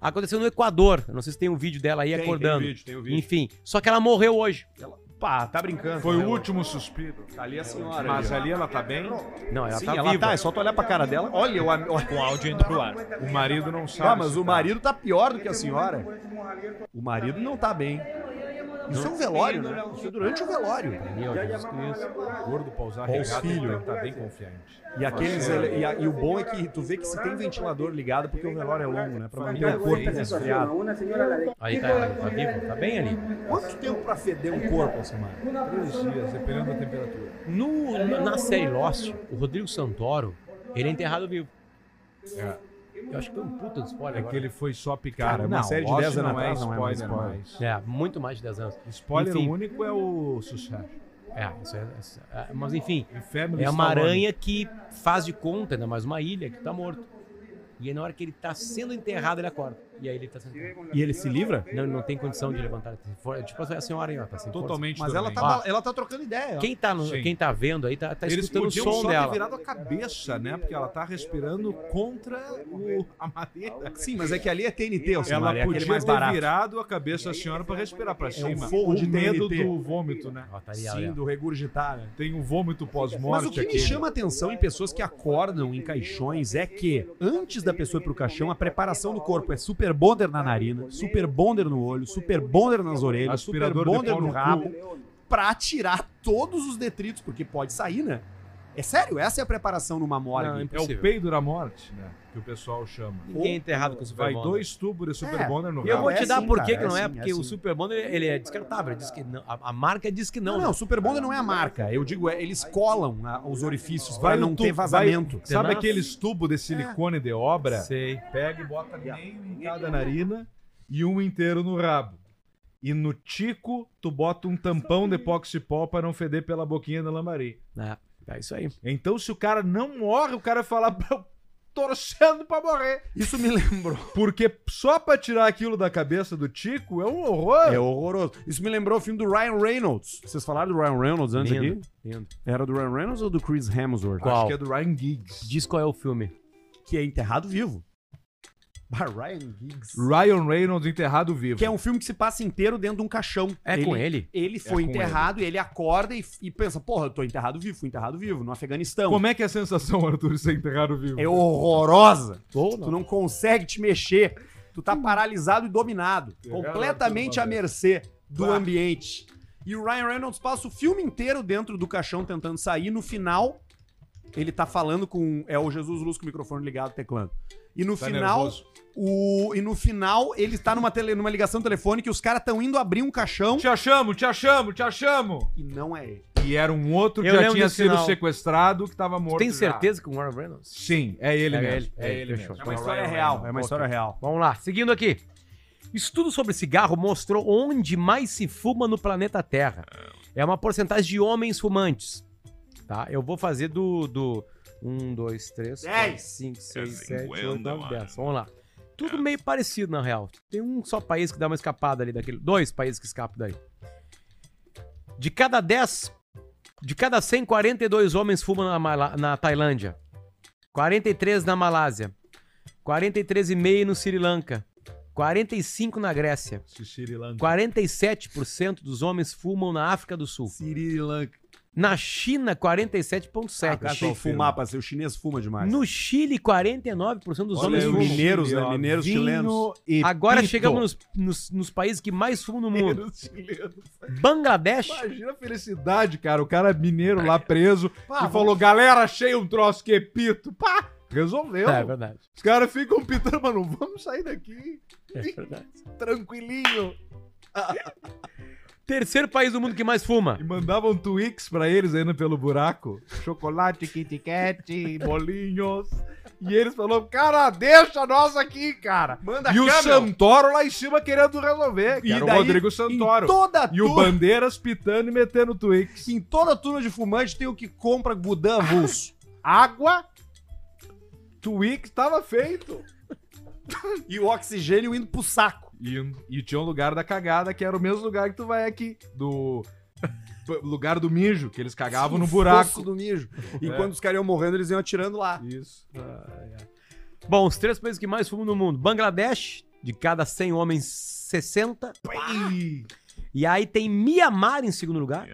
C: Aconteceu no Equador. Eu não sei se tem um vídeo dela aí acordando.
B: vídeo, tem o
C: Enfim, só que ela morreu hoje.
A: Pá, tá brincando.
B: Foi o último suspiro.
A: Tá ali a senhora.
B: Mas
A: ali, ó.
B: ali ela tá bem,
C: Não, ela
A: Sim,
C: tá
A: ela
C: viva.
A: tá, é só tu olhar pra cara dela. Olha, o am- olha.
E: Com áudio indo pro ar.
B: o marido não sabe.
A: Ah, mas
B: se
A: o
B: tá.
A: marido tá pior do que a senhora. O marido não tá bem. Isso é um velório, né? Isso é durante o velório.
C: Meu Deus Cristo.
B: Gordo pra usar
A: Bom,
B: regata, ele
A: filho.
B: tá, tá bem confiante.
A: E, aqueles, ele- e, a- e o bom é que tu vê que se tem ventilador ligado, porque o velório é longo, né? Pra manter o corpo resfriado.
C: Aí tá, tá vivo, tá bem ali.
A: Quanto tempo pra feder um corpo, assim, mano?
B: Três dias, dependendo da temperatura.
C: No, na- na série Lost, o Rodrigo Santoro, ele é enterrado vivo. Eu acho que foi um puta de spoiler
B: É que
C: agora.
B: ele foi só picar.
A: É. Cara, uma série de
B: Lost
A: 10 anos
B: não é
A: atrás não é mais
B: spoiler
A: spoiler.
B: mais.
C: É, muito mais de 10 anos.
B: Spoiler
C: Enfim.
B: único é o sucesso.
C: É, isso é, isso é- mas enfim,
B: E Family
C: é uma
B: Stallone.
C: aranha que faz de conta, né? Mas uma ilha que tá morto. E aí na hora que ele tá sendo enterrado, ele acorda. E aí ele tá sendo enterrado.
A: E ele se livra?
C: Não, ele não tem condição de levantar. É Tipo a senhora aí, ó, tá sem força.
B: Totalmente
A: Mas ela tá,
B: dormente.
A: bal- ela tá trocando ideia. ó.
C: Quem tá, no-
B: Sim.
C: quem tá vendo aí tá, tá
B: Eles
C: escutando o
B: podiam
C: som
B: só ter
C: dela.
B: virado a cabeça, né? Porque ela tá respirando contra o, a madeira.
A: Sim, mas é que ali é TNT, assim,
B: Ela
A: mano, é aquele
B: podia
A: mais
B: ter
A: barato.
B: virado a cabeça da senhora pra respirar pra cima.
A: forro
B: o
A: de
B: medo
A: TNT.
B: do vômito, né?
C: Ó, tá ali, ó, ali,
A: Sim,
C: ó.
A: do regurgitar, né?
B: Tem um vômito pós-morte
A: Mas o que me
B: aquele.
A: chama é atenção em pessoas que acordam em caixões é que, antes da pessoa ir pro caixão, a preparação do corpo é super bonder na narina, super bonder no olho, super bonder nas orelhas, super
B: Aspirador de
A: bonder
B: pau
A: no
B: no cu.
A: rabo, pra tirar todos os detritos, porque pode sair, né? É sério, essa é a preparação numa
C: Não, é
A: morgue.
B: É o
C: Possível.
B: peido da morte, né? Que o pessoal chama.
C: Ninguém é enterrado com o
B: Vai
C: Super Bonder.
B: dois tubos de Super
A: É.
B: Bonder no
C: E eu
B: rabo.
C: vou
A: Não,
C: te
A: é
C: dar
A: sim,
C: por que
A: cara,
C: que não
A: é
C: é,
A: sim,
C: porque
A: é
C: o
A: sim.
C: Super Bonder ele é descartável, diz que não, a, a marca diz que não.
A: Não,
C: né?
A: não, super bonder não é a marca. Eu digo, é, eles colam ah, os orifícios pra
B: Vai
A: não
B: um
A: ter
B: tubo, vai-
A: vazamento.
B: Sabe
C: Tenaz.
B: aqueles tubos de silicone de obra?
C: Sei.
B: Pega e bota meio em cada narina e um inteiro no rabo. E no tico, tu bota um tampão de epoxipol pra não feder pela boquinha da lambari.
C: É, é isso aí.
B: Então, se o cara não morre, o cara fala "Eu torcendo pra morrer.
A: Isso me lembrou.
B: Porque só pra tirar aquilo da cabeça do tico é um horror.
A: É horroroso. Isso me lembrou o filme do Ryan Reynolds. Vocês falaram do Ryan Reynolds antes
C: Lindo,
A: aqui?
C: lindo.
A: Era do Ryan Reynolds ou do Chris Hemsworth?
C: Qual?
B: Acho que é do Ryan Giggs.
C: Diz qual é o filme.
A: Que é enterrado vivo. Bah, Ryan Giggs.
B: Ryan Reynolds enterrado vivo.
A: Que é um filme que se passa inteiro dentro de um caixão.
C: É com ele?
A: Ele foi
B: É com
A: enterrado e ele acorda e, e pensa, porra, eu tô enterrado vivo, fui enterrado vivo, no Afeganistão.
B: Como é que é a sensação, Arthur, de ser enterrado vivo?
A: É horrorosa.
C: Ou
A: Tu não consegue te mexer. Tu tá paralisado e dominado.
B: É
A: Completamente à mercê do ambiente. E o Ryan Reynolds passa o filme inteiro dentro do caixão tentando sair. No final, ele tá falando com. É o Jesus Luz com o microfone ligado, teclando. E no
B: Tá
A: final.
B: nervoso.
A: O, e no final, ele tá numa, tele, numa ligação telefônica e os caras tão indo abrir um caixão.
B: Te achamos, te achamos, te achamos.
A: E não é ele.
B: E era um outro que
C: Eu
B: já
C: lembro
B: tinha
C: desse
B: sido
C: final.
B: sequestrado, que tava morto.
C: Tem
B: já.
C: certeza que o Warren Reynolds?
B: Sim, é ele
C: É
B: mesmo.
C: ele,
B: é
C: é,
B: ele
C: fechou.
B: mesmo.
A: É uma história real. É uma história real.
C: Vamos lá, seguindo aqui. Estudo sobre cigarro mostrou onde mais se fuma no planeta Terra. É uma porcentagem de homens fumantes. Tá? Eu vou fazer do. do 1, 2, 3, 4,
A: Dez.
C: 5, 6, 7, 8, 9, 10. Vamos lá. Tudo meio parecido, na real. Tem um só país que dá uma escapada ali daquele. Dois países que escapam daí. De cada 10. De cada 142 homens fumam na, Mala- na Tailândia. 43 na Malásia. 43,5% no Sri Lanka, 45% na Grécia,
B: Sri Lanka.
C: 47% dos homens fumam na África do Sul.
A: Sri Lanka.
C: Na China,
A: O
B: Ah,
A: cara tem que
C: 47,7%.
A: fumar, parceiro. O chinês fuma demais.
C: no Chile, 49% dos
B: Olha
C: homens
B: aí,
A: os
B: o
C: fumam.
B: Chile,
A: mineiros, né?
B: ó.
A: Mineiros chilenos.
B: e
C: Agora
B: pito.
C: chegamos nos, nos- nos países que mais fumam no mundo.
B: Mineiros chilenos.
C: Bangladesh,
B: Imagina a felicidade, cara. O cara é mineiro lá preso
A: Pá,
B: e falou: galera, achei um troço que é pito. Pá, resolveu.
C: É verdade.
B: Os caras ficam pitando, mano, vamos sair daqui
C: É verdade.
B: tranquilinho.
C: Terceiro país do mundo que mais fuma.
B: E mandavam Twix pra eles ainda pelo buraco. Chocolate, Kit Kat, bolinhos. E eles falaram, cara, deixa nós aqui, cara.
A: Manda
B: e o
A: câmera.
B: Santoro lá em cima querendo resolver.
A: E
B: E era
A: daí,
B: o Rodrigo
A: Em
B: Santoro.
A: toda
B: E o
A: turma-
B: Bandeiras pitando e metendo Twix.
A: em toda turma de fumante tem o que compra Gudan avulso.
B: Água. Twix tava feito.
A: e o oxigênio indo pro saco.
B: E, e tinha um lugar da cagada, que era o mesmo lugar que tu vai aqui. Do do lugar do mijo, que eles cagavam no buraco.
A: Fosso do mijo. E
B: É.
A: quando os caras iam morrendo, eles iam atirando lá.
B: Isso.
C: Bom, os três países que mais fumam no mundo. Bangladesh, de cada 100 homens, 60.
B: Ih, é
C: E aí tem Mianmar em segundo lugar.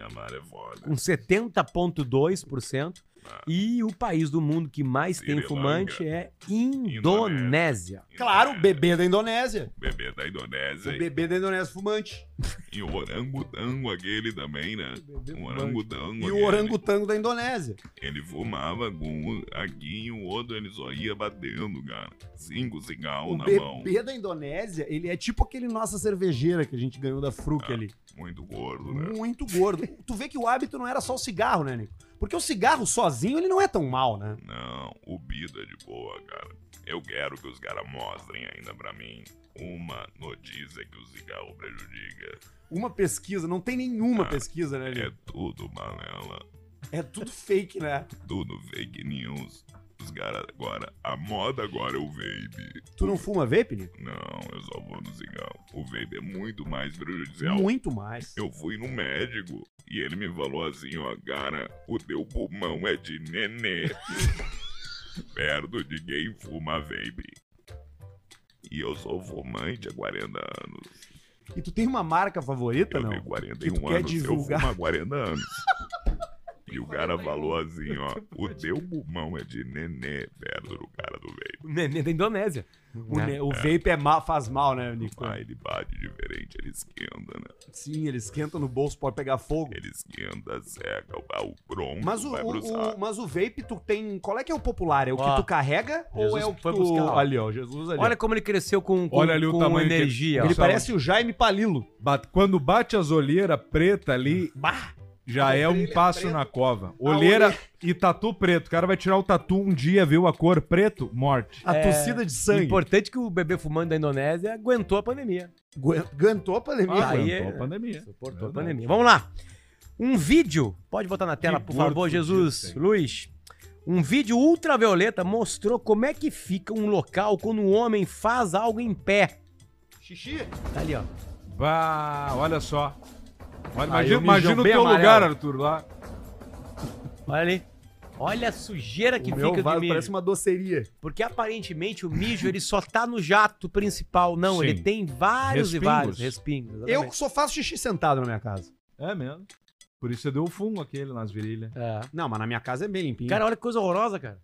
C: com 70,2%.
B: Ah.
C: E o país do mundo que mais tem
H: Sri
C: fumante é Indonésia.
H: Indonésia.
A: Claro, bebê da Indonésia.
H: Bebê da Indonésia.
A: O bebê da Indonésia fumante.
H: E o orangotango aquele também, né? O orangotango.
A: E o
H: aquele,
A: orangotango da Indonésia.
H: Ele fumava com um aqui e o outro ele só ia batendo, cara. Cinco cigarros
A: O
H: na mão.
A: bebê da Indonésia, ele é tipo aquele nossa cervejeira que a gente ganhou da
H: Ah,
A: Fruc ali.
H: Muito gordo, né?
A: Muito gordo. tu vê que o hábito não era só o cigarro, né, Nico? Porque o cigarro sozinho, ele não é tão mal, né?
H: Não, o Bida é de boa, cara. Eu quero que os caras mostrem ainda pra mim uma notícia que o cigarro prejudica.
A: Uma pesquisa, não tem nenhuma pesquisa, né,
H: É
A: Nico?
H: tudo balela,
A: É tudo fake, né?
H: tudo fake news. Os caras agora, a moda agora é o vape.
A: Tu não fuma vape, Nico?
H: Não, eu só vou no cigarro. O vape é muito mais prejudicial.
A: Muito mais.
H: Eu fui no médico e ele me falou assim, ó, cara, o teu pulmão é de nenê. Perto de quem fuma vape. E eu sou fumante há 40 anos.
A: E tu tem uma marca favorita,
H: Eu
A: não?
H: tenho
A: Que tu
H: 41
A: quer
H: anos,
A: divulgar.
H: eu fumo há 40 anos. E o cara falou assim, ó,
A: Tipo,
H: o teu pulmão é de nenê perto do cara do vape.
C: O
A: Né,
C: neném da Indonésia.
A: é
H: Né?
A: O, ne- o vape é mal, faz mal, né, Nico?
H: Ah, ele bate diferente, ele esquenta, né?
A: Sim, ele esquenta no bolso, pode pegar fogo.
H: Ele esquenta, seca, o, o bronco
A: Mas o,
H: vai
A: o-
H: pro
A: o-
H: saco.
A: mas o vape, tu tem. Qual é que é o popular? É o
C: Ó,
A: que tu carrega ou
C: Jesus
A: é o que
C: foi
A: tu.
C: buscar lá.
A: Ali, ó, Jesus ali.
C: Olha como ele cresceu com, com,
B: Olha ali o
C: com
B: tamanho que ele-
C: energia. ó.
A: ele
B: só-
A: parece o Jaime Palilo.
B: Bat- Quando bate as olheiras preta ali, já é um passo na cova. Olheira e tatu preto. O cara vai tirar o tatu um dia, viu a cor preto? Morte.
C: É,
A: A torcida de
C: O
A: sangue.
C: importante é que o bebê fumante da Indonésia aguentou a pandemia.
A: Gantou a pandemia.
C: Ah, aí
B: Aguentou
C: é-
B: a pandemia.
C: Suportou a
B: Verdade.
C: pandemia. Vamos lá. Um vídeo. Pode botar na tela, por
B: gordo
C: favor,
B: fudido
C: Jesus.
B: tem.
C: Luiz. Um vídeo ultravioleta mostrou como é que fica um local quando um homem faz algo em pé.
A: Xixi.
C: Tá ali, ó.
B: Bah, olha só. Olha,
C: Ah,
B: imagina
C: eu
B: imagina
C: mijão
B: o
C: bem
B: teu
C: amarelo.
B: lugar, Arthur, lá.
C: Olha ali. Olha a sujeira que
A: o meu
C: fica de
A: vaso
C: mijo.
A: parece uma doceria.
C: Porque aparentemente o mijo ele só tá no jato principal. Não,
B: Sim.
C: ele tem vários e
B: Respingos.
C: vários respingos.
A: Eu
C: exatamente.
A: só faço xixi sentado na minha casa.
B: É mesmo. Por isso você deu o fumo aquele nas virilhas.
C: É.
A: Não, mas na minha casa é bem limpinho.
C: Cara, olha que coisa horrorosa, cara.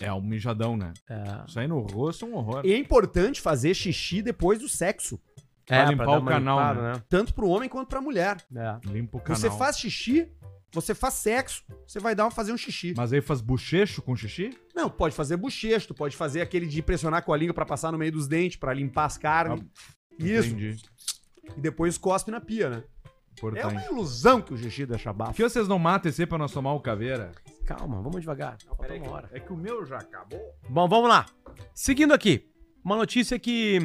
B: É um mijadão, né?
C: É,
B: Sair no rosto é um horror.
A: E é importante fazer xixi depois do sexo.
B: Pra limpar
C: É, dar
B: o
C: uma
B: canal,
C: limpada, né?
A: Tanto pro homem quanto pra mulher.
C: É.
B: Limpa o canal.
A: Você faz xixi, você faz sexo, você vai dar uma, fazer um xixi.
B: Mas aí faz bochecho com xixi?
A: Não, pode fazer bochecho, tu pode fazer aquele de pressionar com a língua pra passar no meio dos dentes, pra limpar as carnes. Isso.
B: Ah, Entendi.
A: E depois cospe na pia, né? É
B: Importante.
C: um
A: uma ilusão que o xixi deixa
B: Por
A: bafo.
B: que vocês não matam esse aí pra nós tomar o caveira?
C: É. Calma, vamos devagar. Falta uma hora.
B: É que o meu já acabou.
C: Bom, vamos lá. Seguindo aqui, uma notícia que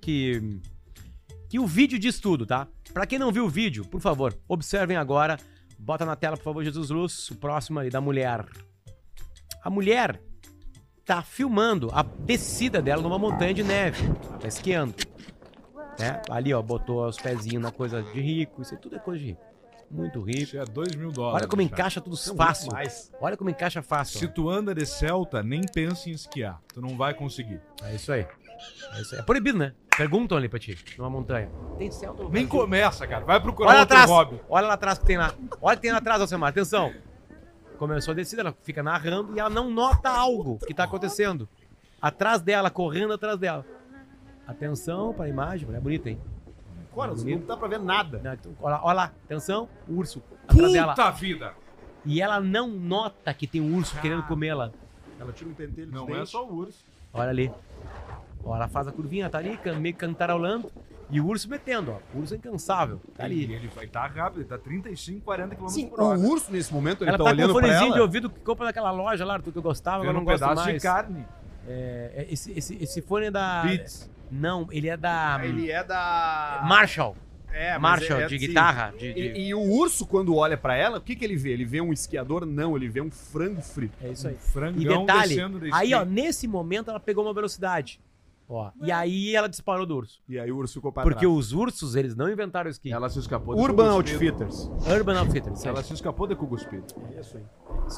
C: que que o vídeo diz tudo, tá? Pra quem não viu o vídeo, por favor, observem agora. Bota na tela, por favor, Jesus Luz, o próximo ali da mulher. A mulher tá filmando a descida dela numa montanha de neve, Ela tá esquiando. Né? Ali, ó, botou os pezinhos na coisa de rico, isso aí tudo é coisa de rico. Muito rico.
B: Isso é 2 mil dólares.
C: Olha como
B: cara.
C: encaixa tudo
A: é
C: fácil.
A: Mas
C: Olha como encaixa fácil.
B: Se tu anda de Celta, nem pensa em esquiar. Tu não vai conseguir.
C: É isso aí. É isso aí. É proibido, né? Perguntam ali pra ti, numa montanha. Tem céu do
B: Nem começa, cara. Vai procurar
C: Olha lá
B: outro
C: atrás.
B: hobby.
C: Olha lá atrás que tem lá. Olha o que tem lá atrás, Alcemar. Atenção. Começou a descida, ela fica narrando e ela não nota algo que tá acontecendo. Atrás dela, correndo atrás dela. Atenção pra imagem, mulher bonita, hein?
A: Agora, não dá pra ver nada.
C: Não, então, Olha lá, olha lá. atenção, o urso atrás dela.
B: Puta vida!
C: E ela não nota que tem um urso
A: Ah.
C: querendo comê-la.
A: Ela tira um pentelho
B: Não é só o urso.
C: Olha ali. Ó, ela faz a curvinha, tá ali, can- meio cantarolando. E o urso metendo, ó. O urso é incansável. Tá ali. um
B: Ele, ele vai tá rápido, ele tá 35, 40 km
A: Sim,
B: por hora.
A: o urso nesse momento, ele
C: ela
A: tá,
C: tá,
A: olhando
C: com um
A: pra
C: fonezinho
A: ela.
C: de ouvido que compra naquela loja lá, Arthur, que eu gostava, agora
B: Vendo
C: não
B: um
C: gosto
B: pedaço
C: mais.
B: de carne.
C: É, é, esse, esse, esse fone é da...
B: Beats.
C: Não, ele é da...
A: Ele é da...
C: Marshall.
A: É, mas
C: Marshall,
A: é- é
C: de
A: assim.
C: guitarra. De, de-
A: E, e o urso, quando olha pra ela, o que, que ele vê? Ele vê um esquiador? Não, ele vê um frango frito.
C: É isso aí.
B: Frangão
C: E detalhe,
B: descendo da
C: aí,
B: esquina.
C: ó, nesse momento ela pegou uma velocidade. Ó, e aí ela disparou do urso.
A: E aí o urso ficou pra
C: Porque
A: trás.
C: os ursos, eles não inventaram o skin.
B: Ela se escapou do
A: Urban
B: cu cuspido.
A: Outfitters.
C: Urban Outfitter, isso aí.
B: Ela se escapou da Cuguspito.
C: Isso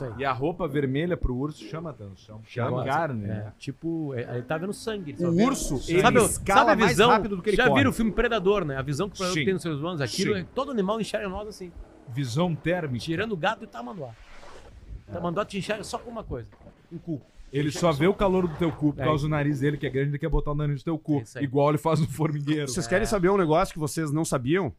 C: aí.
B: E a roupa vermelha pro urso chama atenção. Chama
C: Agora,
B: carne,
C: É,
B: né?
C: tipo, é, ele tá vendo sangue. ele só vê-
A: O urso, ele
C: Sabe,
A: escala
C: sabe a visão?
A: mais rápido do que ele
C: já
A: corre.
C: viram o filme Predador, né? A visão que o Predador
B: Sim.
C: tem nos seres humanos, aquilo,
B: Sim.
C: é- todo animal enxerga nós assim.
B: Visão térmica.
C: Tirando o gato e tá mandando Tamandote enxerga só uma coisa: um cu.
B: Ele só vê o calor do teu cu por
C: É.
B: causa do nariz dele, que é grande, ele quer botar o nariz no teu cu.
C: É isso aí.
B: Igual ele faz no formigueiro. É.
A: Vocês querem saber um negócio que vocês não sabiam?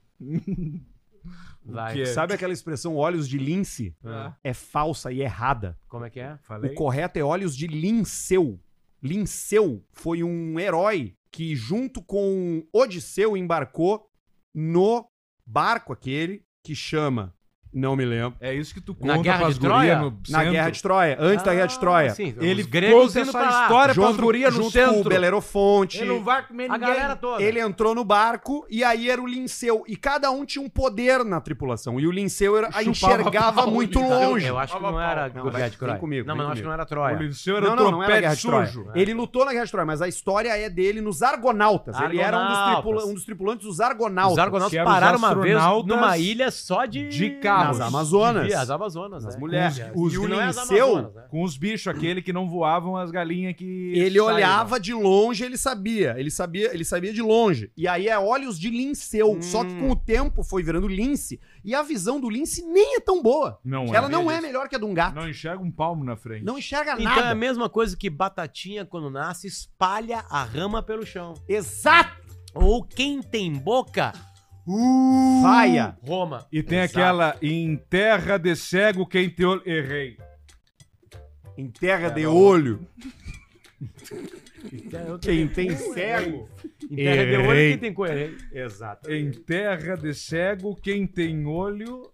C: Vai.
B: Que é-
A: Sabe aquela expressão olhos de lince?
B: Ah,
A: É falsa e errada.
C: Como é que é?
B: falei.
A: O correto é olhos de Linceu. Linceu foi um herói que, junto com Odisseu, embarcou no barco aquele que chama. Não me lembro.
B: É isso que tu
C: Na
B: conta
C: Guerra
B: pras
C: de Troia?
B: gurias no
A: Na
B: centro. Ah, então.
A: Guerra de Troia, antes da Guerra de Troia.
C: Ah, Sim,
B: Ele
C: os gregos
B: conta
C: indo
B: essa
C: pra lá.
B: história pras
A: Junto,
B: gurias no
A: junto com o
B: centro.
A: Belerofonte.
B: vai né? comer
C: A galera toda.
A: Ele entrou no barco e aí era o Linceu. E cada um tinha um poder na tripulação. E o Linceu era, a
B: Chupava então.
A: enxergava
B: pau,
A: muito
B: ele dava-
A: longe.
C: Eu acho que não era Guerra de Troia.
A: vem comigo,
C: não,
A: vem
C: mas eu acho
A: comigo.
C: que não era
B: O
C: Troia.
B: Liceu era
A: Não, não, não era
B: tropete
A: Guerra de Troia. É.
B: sujo.
A: Ele lutou na Guerra de Troia, mas a história é dele nos Argonautas. Ele era um dos, tripula-
C: Argonautas.
A: um dos tripulantes dos Argonautas.
C: Os
B: que
C: argonautas
B: eram os
C: pararam uma vez
B: astronautas
C: numa ilha só de.
B: de carros.
A: Nas Amazonas.
C: De- As Amazonas.
A: As
C: né?
A: mulheres.
B: Os-
A: e o
C: Não é as
A: Linceu,
C: Amazonas, né?
B: Com os bichos, aquele que não voavam, as galinhas que.
A: É. ele
B: saíram.
A: olhava de longe, ele sabia. Ele sabia ele sabia de longe. E aí é olhos de Linceu. Só que
C: Hum.
A: com o tempo foi virando Lince. E a visão do Lince nem é tão boa.
B: Não
A: Ela não é
B: Eles
A: melhor que a de um gato.
B: Não enxerga um palmo na frente.
A: Não enxerga
C: Então é a
A: nada.
C: mesma coisa que batatinha, quando nasce, espalha a rama pelo chão.
A: Exato.
C: Ou quem tem boca,
B: Uh.
A: Vaia.
C: Roma.
B: E tem aquela em terra de cego quem te olha. Errei.
A: Em terra de olho. Quem tem cego.
C: Em terra de olho,
A: Errei.
C: quem tem coerente.
A: Exato.
B: Em terra de cego quem tem olho.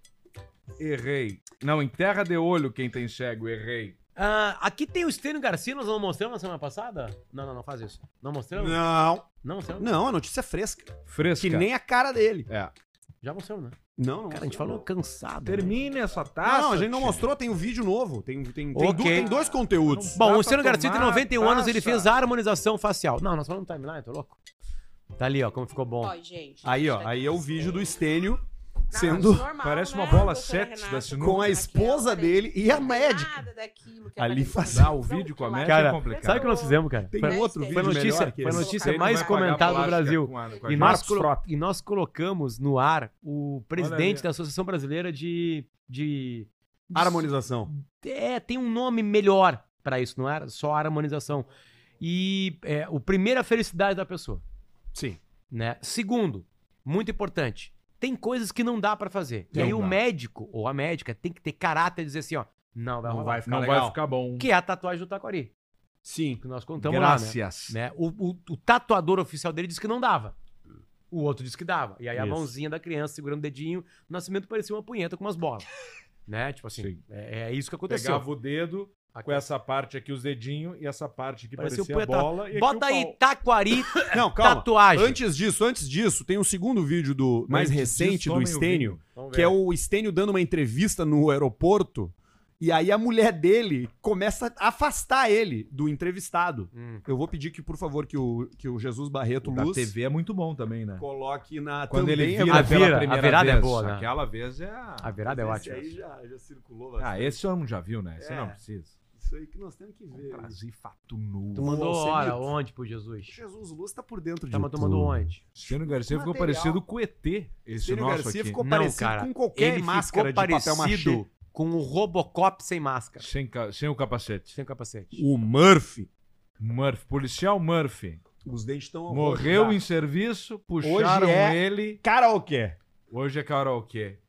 B: Errei. Não, em terra de olho quem tem cego. Errei.
C: Ah, aqui tem o Estênio Garcia, nós não mostramos na semana passada? Não, não, não faz isso. Não mostramos? Não,
A: Não.
C: mostramos?
A: Não, a notícia é fresca.
B: Fresca.
A: Que nem a cara dele.
B: É.
C: Já mostramos, né?
A: Não, não.
C: Cara, a gente falou cansado. né?
B: Termine essa taça.
A: Ah, não, a gente não
B: tia.
A: mostrou, tem um vídeo novo. Tem, tem, tem,
C: Ok.
A: du- tem dois conteúdos.
C: Bom,
B: Dá
C: o Luciano
B: pra
C: Garcia tem
B: tomar
C: 91 anos, ele
B: taça.
C: fez a harmonização facial. Não, nós falamos timeline, tô louco. Tá ali, ó, como ficou bom.
I: Ó, gente.
A: Aí, ó, aí é o vídeo do Estênio
J: é
A: sendo
B: Parece
J: né,
B: uma bola sete da sinuca.
C: é
A: com a esposa dele e a médica.
J: é
A: Ali fazendo- um
B: Ah, o vídeo com a médica
C: Cara,
B: é complicado.
C: Sabe o que nós fizemos, cara?
A: Tem
C: Foi-
A: um outro
I: Foi
A: vídeo
C: notícia-
A: melhor que
C: foi
A: esse.
C: notícia
B: Aí não
C: mais
B: vai pagar
C: comentada do
B: plástica
C: Brasil.
B: com a- com a
C: E
B: gente.
C: nós, colo- e nós colocamos no ar o presidente
B: ali.
C: da Associação Brasileira de. de...
A: Harmonização.
C: É, tem um nome melhor pra isso, não era só harmonização. E é, o primeiro é a felicidade da pessoa.
A: Sim.
C: Né? Segundo, muito importante, tem coisas que não dá pra fazer. e
B: Não
C: aí o
B: dá.
C: médico ou a médica tem que ter caráter e dizer assim, ó, não vai
B: Não
C: rolar.
B: vai ficar, não vai ficar bom.
C: Que é a tatuagem do Taquari,
A: Sim.
C: que nós contamos lá, né?
B: Graças.
C: né? O, o- o tatuador oficial dele disse que não dava. O outro disse que dava. E aí a
A: Isso.
C: mãozinha da criança segurando o dedinho, o nascimento parecia uma punheta com umas bolas. né? Tipo assim,
B: Sim.
C: é, é isso que aconteceu.
B: Pegava o dedo com essa parte aqui, os dedinhos, e essa parte aqui
C: Parecia
B: parecia,
C: um punheta-
B: bola. E
C: Bota
B: aqui o
C: aí
B: pau.
C: Taquari
A: Não, calma.
C: tatuagem.
A: Antes disso, antes disso, tem um segundo vídeo do mais
B: Antes
A: recente
B: disso,
A: do
B: tomem o
A: Estênio.
B: vinho. Vamos
A: que
B: ver.
A: é o Estênio dando uma entrevista no aeroporto. E aí a mulher dele começa a afastar ele do entrevistado.
C: Hum.
A: Eu vou pedir que, por favor, que o, que o Jesus Barreto
B: O da
A: Luz
B: TV é muito bom também, né?
A: coloque na
B: Quando ele
A: também é-
B: vira,
C: A
B: a
C: vira- a
B: pela primeira
C: virada é
B: vez.
C: boa, né?
B: Aquela vez é a...
C: A virada é
A: Ah, Esse
C: ótima.
A: aí já, já circulou
B: Ah,
A: bastante.
B: esse o mundo já viu, né? Esse
A: É.
B: não precisa.
A: Isso aí que nós temos que ver.
B: Trazer fato nu.
A: Então,
C: Tu mandou
A: Nossa,
C: hora
A: Henrique.
C: onde pro Jesus?
A: Jesus Luz tá por dentro
C: Tá,
A: de
C: mas tu mandou onde?
B: Luciano Garcia ficou
A: Material.
B: parecido com o ET. Esse
A: Estênio
B: nosso
A: Garcia
B: aqui.
A: ficou
C: Não,
A: parecido
C: cara,
A: com qualquer máscara de papel machê.
C: com o Robocop sem máscara.
B: Sem, ca- sem o capacete.
C: Sem capacete.
A: O Murphy.
B: Murphy, policial Murphy.
A: Os dentes estão
B: Morreu em serviço, puxaram
A: Hoje é-
B: ele.
A: karaokê.
B: Hoje é karaokê.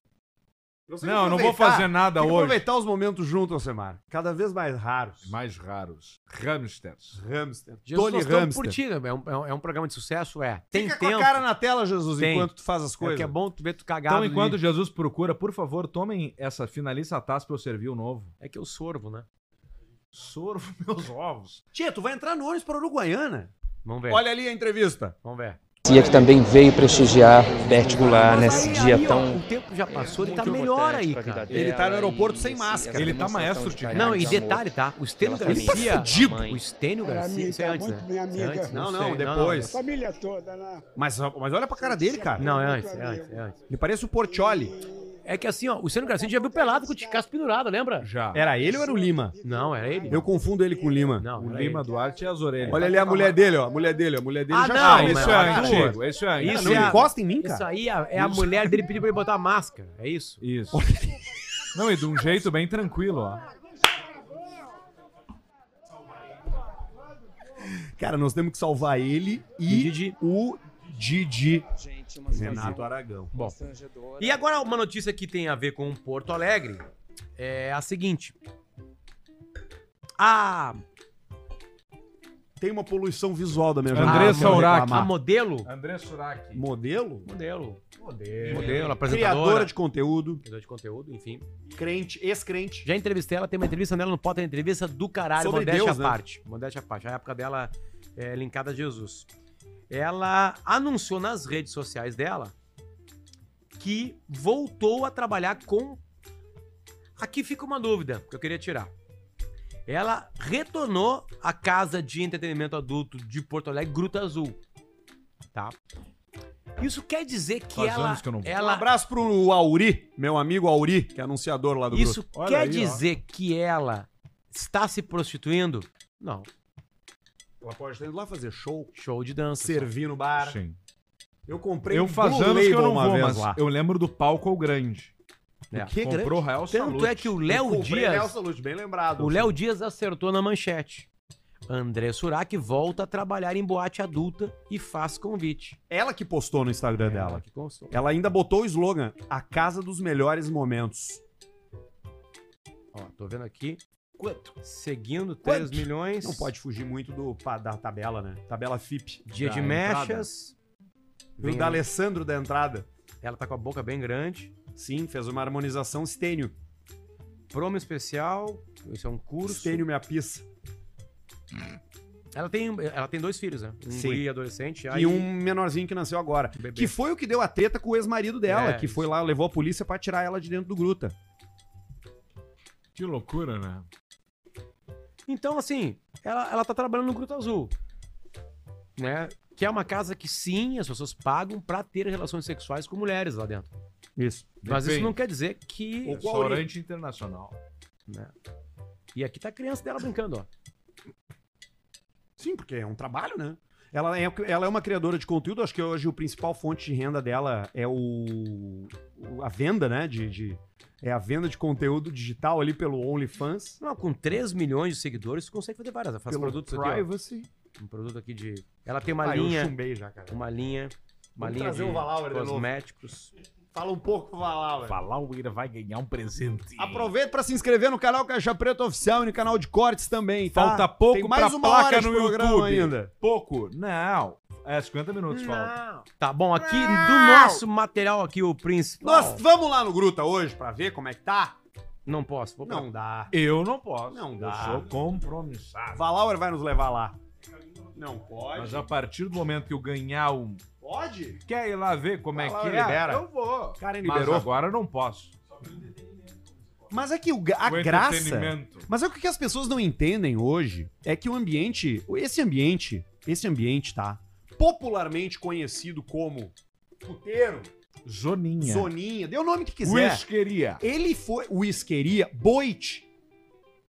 A: Nós temos
B: Não,
A: que
B: eu não vou
A: aproveitar.
B: fazer nada
A: Tem que
B: hoje.
A: aproveitar os momentos juntos, Alcemar. Cada vez mais raros.
B: Mais raros. Hamsters.
A: Hamster.
C: Jesus,
A: Tony
C: nós estamos
A: Hamster.
C: por ti, né? é um, é um- é um programa de sucesso, é. Tem
A: Fica
C: tempo.
A: com a cara na tela, Jesus,
C: Tem.
A: enquanto tu faz as
C: é o
A: coisas.
C: que é bom tu ver tu cagado.
B: Então, enquanto
C: ali.
B: Jesus procura, por favor, tomem essa finaliza a taça pra eu servir o novo.
C: É que eu sorvo, né?
B: Sorvo meus ovos.
A: Tia, tu vai entrar no ônibus para Uruguaiana.
C: Vamos
B: É.
C: ver.
A: Olha ali a entrevista.
C: Vamos ver.
K: que também veio prestigiar Bert Goulart
C: Mas
K: nesse
C: aí-
K: dia
C: aí, ó,
K: tão.
C: o tempo já passou, ele tá melhor aí, cara.
A: Ele tá no aeroporto sem máscara.
B: Ele tá maestro de
C: Não, e detalhe, tá? O Stênio
K: Ela
C: Garcia.
K: tá fudido.
C: O Stênio Garcia. Isso é antes, né?
L: minha
C: Isso é antes?
A: Não,
C: sei.
A: não, depois.
L: Família toda, né?
A: Mas, mas olha pra cara dele, cara.
C: Não, é antes, é antes, é antes.
A: Ele parece o Portioli.
C: É que assim, ó, o Stênio Garcia a gente já viu pelado com o Ticasso pendurado, lembra?
B: Já.
A: Era ele ou era o Lima?
C: Não, era ele.
A: Eu confundo ele com o Lima.
C: Não,
B: O
C: era
B: Lima
C: ele.
B: Duarte é as orelhas.
A: Olha ali a mulher dele, ó. A mulher dele, ó. A mulher dele
C: Ah,
A: já
C: não,
A: tá.
B: Ah, isso
C: Não,
B: é
C: mas-
B: antigo. Isso é antigo.
C: Isso
A: Não
C: é-
A: encosta em mim,
C: Isso
A: cara.
C: aí é é a mulher dele pediu pra ele botar máscara, é isso?
B: Isso. Não, e de um jeito bem tranquilo, ó.
A: Cara, nós temos que salvar ele e
C: Didi.
A: o Didi
K: Gente, uma
A: Renato Aragão.
C: Bom. E agora uma notícia que tem a ver com Porto Alegre é a seguinte. A,
A: Tem uma poluição visual da minha
B: Andressa
A: Ah,
B: Urach.
C: a
A: reclamar.
C: modelo...
B: André Suraki.
A: Modelo?
C: Modelo.
B: Modelo.
C: Modelo,
A: Criadora
C: É. apresentadora.
A: de conteúdo,
C: Criadora de conteúdo, enfim.
A: crente, ex-crente.
C: Já entrevistei ela, tem uma entrevista nela no Potter, entrevista do caralho,
A: Sobre
C: modéstia
A: Deus,
C: à
A: né?
C: parte. Modéstia à parte, a época dela é linkada a Jesus. Ela anunciou nas redes sociais dela que voltou a trabalhar com... Aqui fica uma dúvida que eu queria tirar. Ela retornou à Casa de Entretenimento Adulto de Porto Alegre, Gruta Azul. Tá? Isso quer dizer que
B: Faz
C: ela...
B: anos que eu não vou.
A: Um
C: ela
A: abraço pro Auri, meu amigo Auri, que é anunciador lá do grupo.
C: isso
B: Olha
C: quer
B: aí, ó.
C: dizer que ela está se prostituindo? Não.
A: Ela pode estar indo lá fazer show,
C: Show de dança.
A: servir no bar.
B: Sim.
A: Eu comprei um
B: Eu faz anos
A: Label
B: que eu não
A: uma
B: vou,
A: vez
B: mas eu lembro do palco ao grande.
C: É.
A: Que
B: Comprou
A: grande.
B: Real
C: Tanto é que o
A: Eu
C: Léo
A: comprei Léo
C: Dias,
A: Salute, bem lembrado.
C: o Léo Dias acertou na manchete. André Surak volta a trabalhar em boate adulta e faz convite.
A: Ela que postou no Instagram
C: É
A: dela.
C: que constou.
A: Ela ainda botou o slogan: A Casa dos Melhores Momentos.
C: Ó, tô vendo aqui. Quanto? Seguindo 3
A: Quanto?
C: milhões.
A: Não pode fugir muito do, pa- da tabela, né? Tabela FIP.
C: Dia
A: Da
C: de
A: entrada.
C: mechas.
A: E o
C: Vem-
A: da Alessandro da entrada.
C: Ela tá com a boca bem grande.
A: Sim, fez uma harmonização estênio.
C: Promo especial. Isso é um curso.
A: Estênio minha pizza.
C: Ela tem, ela tem dois filhos, né? Um
A: Sim.
C: guri adolescente já
A: E um menorzinho que nasceu agora.
C: bebê.
A: Que foi o que deu a treta com o ex-marido dela,
C: É,
A: que foi lá, levou a polícia pra tirar ela de dentro do gruta.
B: Que loucura, né?
C: Então, assim, ela, ela tá trabalhando no Gruta Azul. Né? Que é uma casa que sim, as pessoas pagam pra ter relações sexuais com mulheres lá dentro.
A: Isso.
C: Mas isso
B: Depende.
C: não quer dizer que.
A: Ou- qual
B: Restaurante internacional.
C: E aqui tá a criança dela brincando, ó.
A: Sim, porque é um trabalho, né? Ela é, ela é uma criadora de conteúdo, acho que hoje o principal fonte de renda dela é o, o- a venda, né? De, de- é a venda de conteúdo digital ali pelo OnlyFans,
C: Não, com 3 milhões de seguidores, você consegue fazer várias. Ela faz
A: pelo
C: produtos aqui,
A: Privacy.
C: ó. Um produto aqui de. Ela tem uma
A: Ah, eu
C: linha.
A: chumbei já, cara.
C: Uma linha. Uma
A: Vamos
C: linha
A: trazer o Valauer de novo.
C: cosméticos.
A: Fala um pouco pro Valauer.
B: Falar é. o Ira vai ganhar um presente.
A: Aproveita pra se inscrever no canal Caixa Preta Oficial e no canal de cortes também, tá?
B: Falta pouco
A: Tem mais
B: pra
A: uma
B: placa
A: hora de
B: no
A: programa
B: YouTube.
A: ainda.
B: Pouco? Não. É, 50 minutos falta.
C: Tá bom, aqui do nosso material aqui, o principal.
A: Nós vamos lá no Gruta hoje pra ver como é que tá?
C: Não posso. Vou
A: Não dá.
B: Eu não é posso.
A: Não
B: Eu
A: dá.
B: sou compromissado.
A: Valauer vai nos levar lá. Não pode.
B: Mas a partir do momento que eu ganhar um.
A: Pode?
B: Quer ir lá ver como é
A: Vai lá,
B: que é?
A: libera.
B: Eu vou.
A: Karen
B: Mas
A: liberou.
B: agora eu não posso.
A: Mas é que o ga- a
B: O
A: graça.
B: entretenimento.
A: Mas é o que as pessoas não entendem hoje é que o ambiente, esse ambiente, esse ambiente, tá? Popularmente conhecido como puteiro,
B: Zoninha.
A: soninha, dê o nome que quiser.
B: Whiskeria.
A: Ele foi o isqueria boite.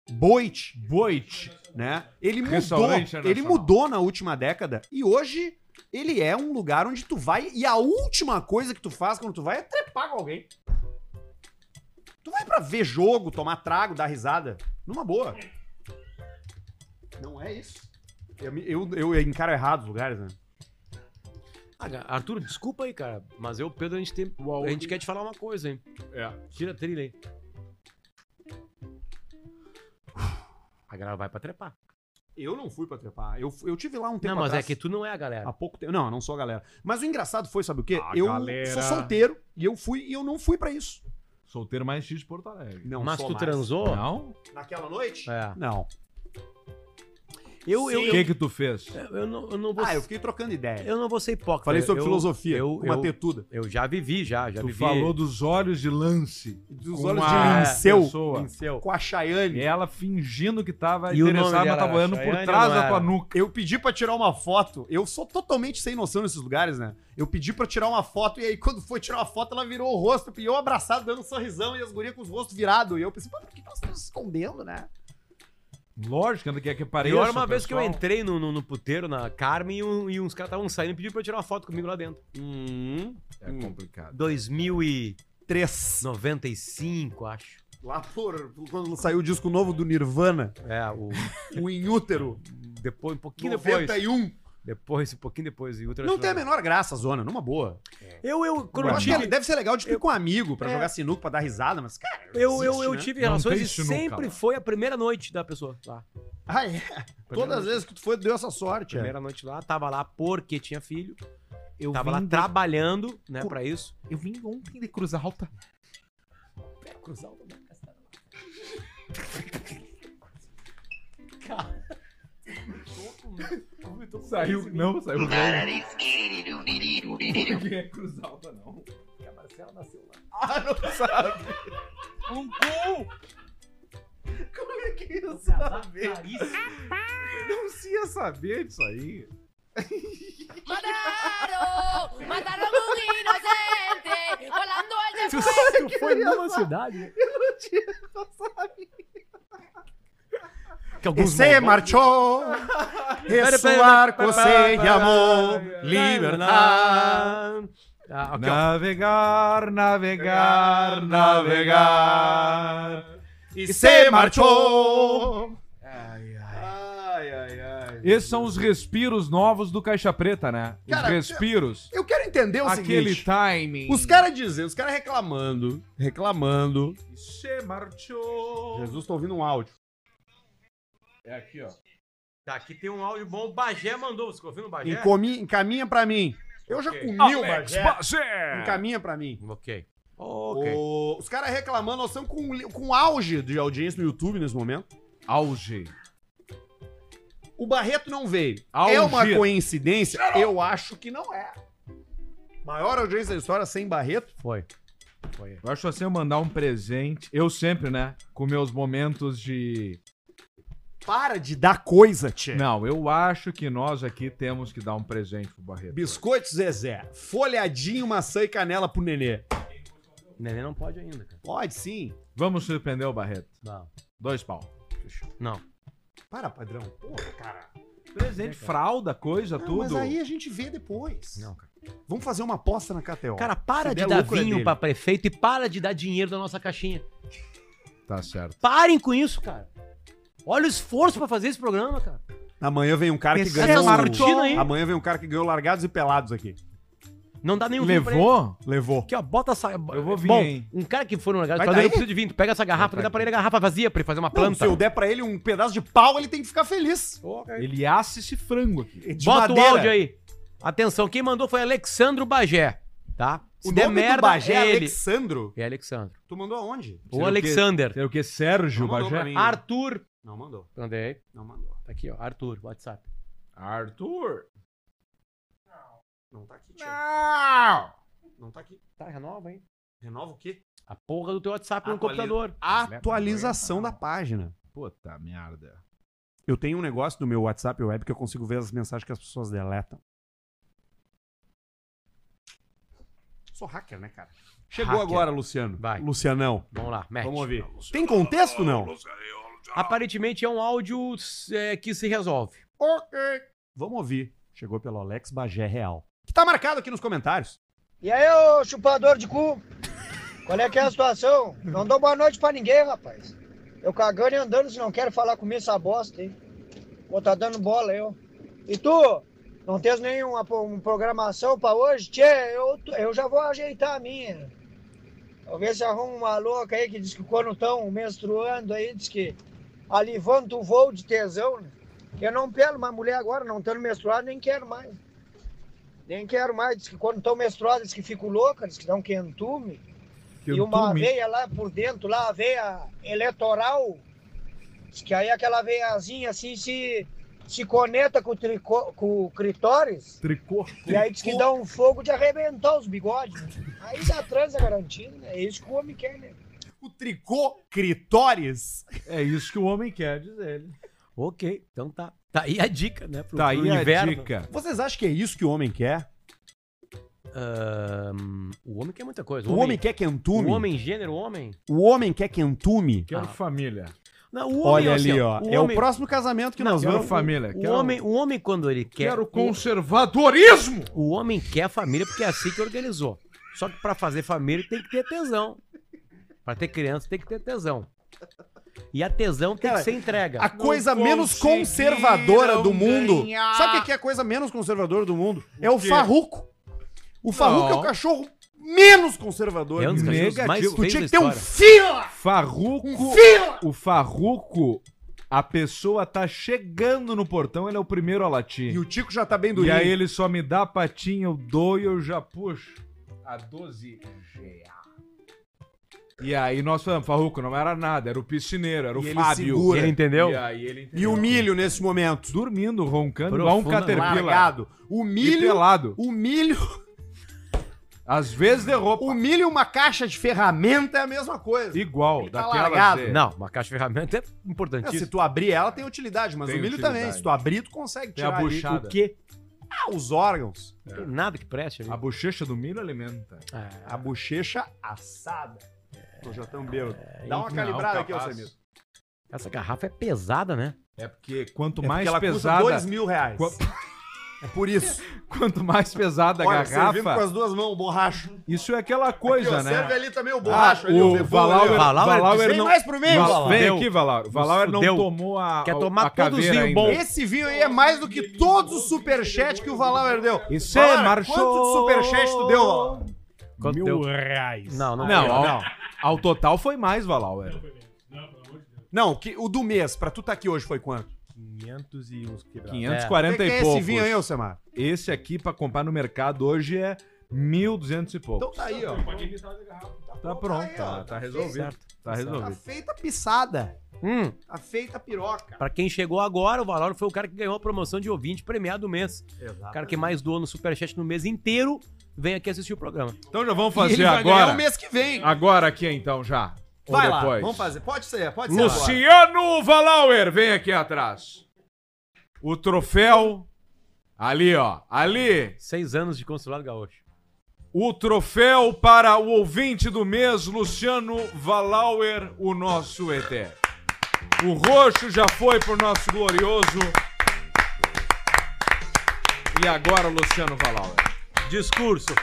A: Boite,
B: Boite.
A: né? Ele mudou,
B: Restaurante internacional.
A: ele mudou na última década e hoje ele é um lugar onde tu vai e a última coisa que tu faz quando tu vai é trepar com alguém. Tu vai pra ver jogo, tomar trago, dar risada, numa boa. Não é isso. Eu, me- eu, eu encaro errado os lugares, né?
C: Ah, Arthur, desculpa aí, cara, mas eu, Pedro, a gente tem. A gente quer te falar uma coisa, hein?
B: É.
C: Tira a trilha aí. A galera vai pra trepar.
A: Eu não fui pra trepar. Eu, eu tive lá um tempo
C: Não, mas
A: atrás.
C: é que tu não é a galera.
A: Há pouco tempo. Não, eu não sou a galera. Mas o engraçado foi, sabe o quê?
B: A
A: eu
B: galera.
A: sou solteiro e eu fui e eu não fui pra isso.
B: Solteiro mais X de Porto Alegre.
A: Não,
C: mas
A: sou
C: tu
A: mais.
C: transou?
B: Não?
A: Naquela noite?
C: É.
A: Não.
C: Eu, eu,
B: O
C: eu,
B: que que tu fez?
C: eu não, eu não vou.
A: Ah, eu
C: eu...
A: fiquei trocando ideia.
C: não vou ser hipócrita.
A: Falei sobre
C: Eu-
A: filosofia,
C: Eu,
A: uma
C: eu,
A: tetuda.
C: eu já vivi, já. Já
B: Tu
C: vivi.
B: falou dos olhos de lance.
A: Dos
B: com
A: olhos
B: a
A: de Linceu
B: pessoa.
C: Pincel.
A: com a Chayane.
B: E ela fingindo que tava
C: E o nome
B: interessada, mas
C: dela
B: tava
C: era
B: olhando por
C: Chayane
B: trás
C: ou
B: da
C: não
B: tua
C: era?
B: nuca.
A: Eu pedi pra tirar uma foto. Eu sou totalmente sem noção nesses lugares, né? Eu pedi pra tirar uma foto e aí quando foi tirar uma foto, ela virou o rosto e eu abraçado, dando um sorrisão e as gurias com os rostos virados. E eu pensei, mas por que nós estamos escondendo, né?
B: Lógico que ela quer que pareça.
C: Pior uma vez que eu
B: pessoal.
C: entrei no, no, no puteiro, na Carmen, e, um- e uns caras estavam saindo e pediram pra eu tirar uma foto comigo lá dentro. Hum,
B: É complicado.
C: 2095,
A: Três.
C: acho.
A: Lá por. Quando saiu o disco novo do Nirvana,
C: É, o.
A: o Inútero,
C: Depois, um pouquinho depois.
A: 91.
C: Depois, um pouquinho depois. E outra
A: Não tem a menor graça, Zona, numa boa.
C: Eu, eu, quando
A: Eu
C: eu
A: acho que
C: tive,
A: ela- deve ser legal de ir com um amigo pra
C: É.
A: jogar sinuca, pra dar risada, mas, cara.
C: eu, eu,
A: existe,
C: eu
A: né?
C: tive
B: Não
C: relações
B: tem
C: e
B: sinuca,
C: sempre
B: lá.
C: foi a primeira noite da pessoa tá? lá.
A: Ah, é. Todas as vezes que tu foi, tu deu essa sorte. é.
C: Primeira noite lá, tava lá porque tinha filho.
D: Eu
C: tava lá
D: vim de-
C: trabalhando, né, pra isso.
D: Eu vim ontem de Cruz Alta.
B: né? Saiu, não, saiu. Você ia saber disso aí.
I: Mataram! Mataram um inocente! Volando el
C: Tu sabe que foi numa cidade?
A: E
C: Que alguns
A: se marchou, ressoar com você e amor, libertar.
C: Ah, aqui, ó.
B: Navegar, navegar, navegar.
A: E se marchou. Ai, ai, ai.
B: Esses são os respiros novos do Caixa Preta, né? Os
A: Cara,
B: respiros.
A: Eu quero entender o
B: Aquele
A: seguinte.
B: timing.
A: Os caras dizem, os caras reclamando, reclamando.
B: Se marchou.
A: Jesus, tô ouvindo um áudio.
B: É aqui, ó.
C: Tá, aqui tem um áudio bom. O Bagé mandou. Você confia no Bagé?
A: Encomi, encaminha pra mim. Eu já
C: É? Ok.
A: comi o Bagé.
B: Bagé.
A: Encaminha pra mim.
C: Ok. Ok.
A: O- os caras reclamando, nós estamos com, li- com auge de audiência no YouTube nesse momento.
B: Auge.
A: O Barreto não veio.
B: Auge.
A: É uma coincidência? Eu acho que não é. Maior audiência da história sem Barreto?
C: Foi.
B: Eu acho assim eu mandar um presente. Eu sempre, né? Com meus momentos de.
A: Para de dar coisa, tchê.
B: Não, eu acho que nós aqui temos que dar um presente pro Barreto.
A: Biscoito Zezé, folhadinho, maçã e canela pro nenê.
C: Neném não pode ainda, cara.
A: Pode sim.
B: Vamos surpreender o Barreto.
C: Não.
B: Dois pau.
A: Para, padrão. Porra, É, cara.
B: Presente, fralda, coisa,
A: Não,
B: tudo.
A: mas aí a gente vê depois.
C: Não, cara.
A: Vamos fazer uma aposta na KTO.
C: Cara, para
A: Se
C: de
A: der
C: dar
A: lucro é
C: vinho
A: dele.
C: pra prefeito e para de dar dinheiro da nossa caixinha.
B: Tá certo.
C: Parem com isso, cara. Olha o esforço pra fazer esse programa, cara.
A: amanhã vem um cara que
C: Essa
A: ganhou.
C: Martina aí.
A: Amanhã vem um cara que ganhou largados e pelados aqui.
C: Não dá nenhum vinho pra ele.
B: Levou?
A: Levou.
C: Aqui, ó, bota essa.
B: Eu vou vir,
C: Bom,
B: hein?
C: um cara que for no lugar,
A: Vai
C: tá
A: daí?
C: dando preciso de vinho, tu pega essa garrafa, dá pra ele a garrafa vazia pra ele fazer uma
A: Não,
C: planta.
A: se eu der pra ele um pedaço de pau, ele tem que ficar feliz.
B: Ele assa esse frango aqui.
A: De
C: Bota
A: madeira.
C: o áudio aí. Atenção, quem mandou foi Alexandro Bagé, tá? Se
A: O
C: der
A: nome
C: merda,
A: do Bagé é
C: é ele.
A: Alexandro.
C: É Alexandro.
A: Tu mandou aonde?
C: Ou Alexander.
B: Sei o que, Sérgio
A: Não mandou pra
B: Bagé?
A: mim.
C: Arthur.
A: Não mandou.
C: Mandei.
A: Não mandou.
C: Tá aqui, ó. Arthur, WhatsApp.
B: Arthur.
A: Não tá aqui, Thiago.
B: Não!
A: Não tá aqui.
C: Tá, renova, hein?
A: Renova o quê?
C: A porra do teu WhatsApp no
A: Atualiza.
C: computador.
A: Atualização da página.
B: Puta merda.
A: Eu tenho um negócio no meu WhatsApp web que eu consigo ver as mensagens que as pessoas deletam. Sou hacker, né, cara? Chegou
C: Hacker.
A: agora, Luciano.
C: Vai.
A: Lucianão.
C: Vamos lá, mete.
A: Vamos ouvir. Tem contexto, não?
C: Aparentemente é um áudio é, que se resolve.
A: Ok. Vamos ouvir. Chegou pelo Alex Bagé Real. Que tá marcado aqui nos comentários.
I: E aí, ô chupador de cu? Qual é que é a situação? Não dou boa noite pra ninguém, rapaz. Eu cagando e andando se não quero falar comigo essa bosta, hein? Vou tá dando bola eu. E tu? Não tens nenhuma pro- um programação pra hoje? Tchê, eu, tu- eu já vou ajeitar a minha. Talvez se arruma uma louca aí que diz que quando estão menstruando aí, diz que alivando o voo de tesão, né? Eu não pego uma mulher agora, não estando menstruado, nem quero mais. Nem quero mais, diz que quando estão menstruadas, diz que fico louca, diz que dá um quentume. E uma veia lá por dentro, lá a veia eleitoral, diz que aí aquela veiazinha assim se, se conecta com o, tricô, com o clitóris,
B: Tricô.
I: e aí diz que dá um fogo de arrebentar os bigodes. né? Aí dá transa garantida, né? é isso que o homem quer, né?
A: O tricô Critores.
B: É isso que o homem quer, diz ele.
C: Ok, então tá. Tá aí a dica, né? Pro,
B: Tá
C: pro
B: aí a
C: inverno.
B: dica.
A: Vocês acham que é isso que o homem quer?
C: Ahn, o homem quer muita coisa.
A: O homem, quer quentume?
C: O homem gênero, o homem.
A: O homem quer quentume?
B: Quero família.
C: Não, o homem
A: Olha
C: assim,
A: ali, ó.
C: O
A: é
C: homem,
A: o próximo casamento que
C: Não,
A: nós
B: Quero
A: vamos.
B: família.
C: o
B: quero,
C: homem, o homem quando ele quer,
B: quero
C: o,
B: conservadorismo.
C: o homem quer família porque é assim que organizou. Só que pra fazer família tem que ter tesão. Pra ter criança tem que ter tesão. E a tesão tem que ser entrega.
A: A coisa menos conservadora do mundo. Sabe o que que é a coisa menos conservadora do mundo? é o
C: quê?
A: farruco. O farruco
C: Não.
A: é o cachorro menos conservador.
C: É um dos cachorros mais
A: Negativo. Tu
C: feios
A: tinha
C: da
A: que ter um
C: história.
A: fila! Um
B: Farruco. O Farruco, a pessoa tá chegando no portão, ele é o primeiro a latir. E
A: o Tico já tá bem
B: E
A: durinho.
B: aí ele só me dá a patinha, eu dou e eu já puxo. A 12 GA. E aí nós falamos, Farruco, não era nada, era o piscineiro, era o
A: E ele
B: Fábio.
A: segura. Ele entendeu?
B: E aí ele entendeu.
A: E o milho nesse momento.
B: Dormindo, roncando, igual um caterpillar.
A: Largado. O
B: E
A: milho.
B: pelado.
A: O milho.
B: Às vezes de roupa.
A: O milho e uma caixa de ferramenta é a mesma coisa.
B: Igual,
A: tá
B: daquela
A: largado.
B: Z.
C: Não, uma caixa de ferramenta é
A: É, se
C: importantíssima.
A: tu abrir ela, tem utilidade, mas
B: Tem
A: o milho
B: utilidade.
A: também. Se tu abrir, tu consegue
B: Tem a
A: tirar ali.
B: buchada.
A: O quê? Ah, os órgãos. É,
C: Não tem nada que preste ali.
B: A bochecha do milho alimenta.
A: A bochecha assada. Tô já tão bêbado. Dá uma
C: enfim.
A: calibrada
B: É, Não,
A: aqui, ô
B: capaz.
A: Samir.
C: Essa garrafa é pesada, né?
B: É porque quanto
A: É
B: mais
A: porque ela
B: pesada.
A: custa dois mil reais.
B: Qua-
A: É por isso.
B: Quanto mais pesada a
A: Olha, servindo com
B: garrafa,
A: as duas mãos, borracho.
B: isso é aquela coisa,
A: Aqui, ó,
B: né?
A: Serve ali também o
B: Ah,
A: borracho. ali,
B: o
A: bebum
B: Valauer,
A: ali, ó.
C: Valauer,
B: Valauer
A: Vem
B: não.
A: mais pro meio,
B: Val-
A: Valauer.
B: Vem
C: Fudeu.
B: aqui, Valauer. Valauer não
C: Fudeu.
B: tomou a.
C: Quer
B: a-
C: tomar
B: a
C: todos os
B: caveira
C: vinhos
B: ainda.
C: bons.
A: Esse vinho aí é mais do que todos os superchats que o Valauer deu.
B: E cê
A: Valauer,
B: marchou.
A: Quanto de superchat tu deu, Valauer?
C: Quanto
F: Mil
C: deu?
F: reais.
C: Não, não,
B: Não,
C: foi.
B: ao, ao total foi mais, Valauer.
A: Não, que- o do mês, pra tu tá aqui hoje, foi quanto?
F: 500 e uns quebrados.
B: 540
A: é
B: e
A: esse
B: poucos.
A: vinho aí, Alcemar?
B: Esse aqui, pra comprar no mercado hoje, é 1.200 e pouco.
A: Então tá aí, ó.
F: Eu paguei metade da garrafa.
A: Então,
B: tá pronto, tá, tá resolvido. Tá
A: Tá
B: resolvido.
A: feita pisada.
C: Hum,
A: Tá feita piroca.
C: pra quem chegou agora, o Valor foi o cara que ganhou a promoção de ouvinte premiado do mês. O cara que mais doou no Superchat no mês inteiro vem aqui assistir o programa.
B: Então já vamos
A: E ele
B: fazer
A: vai ganhar
B: agora.
A: o mês que vem.
B: Agora aqui então já. Ou
A: Vai lá,
B: depois.
A: vamos fazer. Pode ser, pode ser. agora.
B: Luciano Valauer, vem aqui atrás. O troféu. Ali, ó. Ali.
C: Seis anos de consulado gaúcho.
B: O troféu para o ouvinte do mês, Luciano Valauer, o nosso ET. O roxo já foi pro nosso glorioso. E agora, Luciano Valauer.
C: Discurso.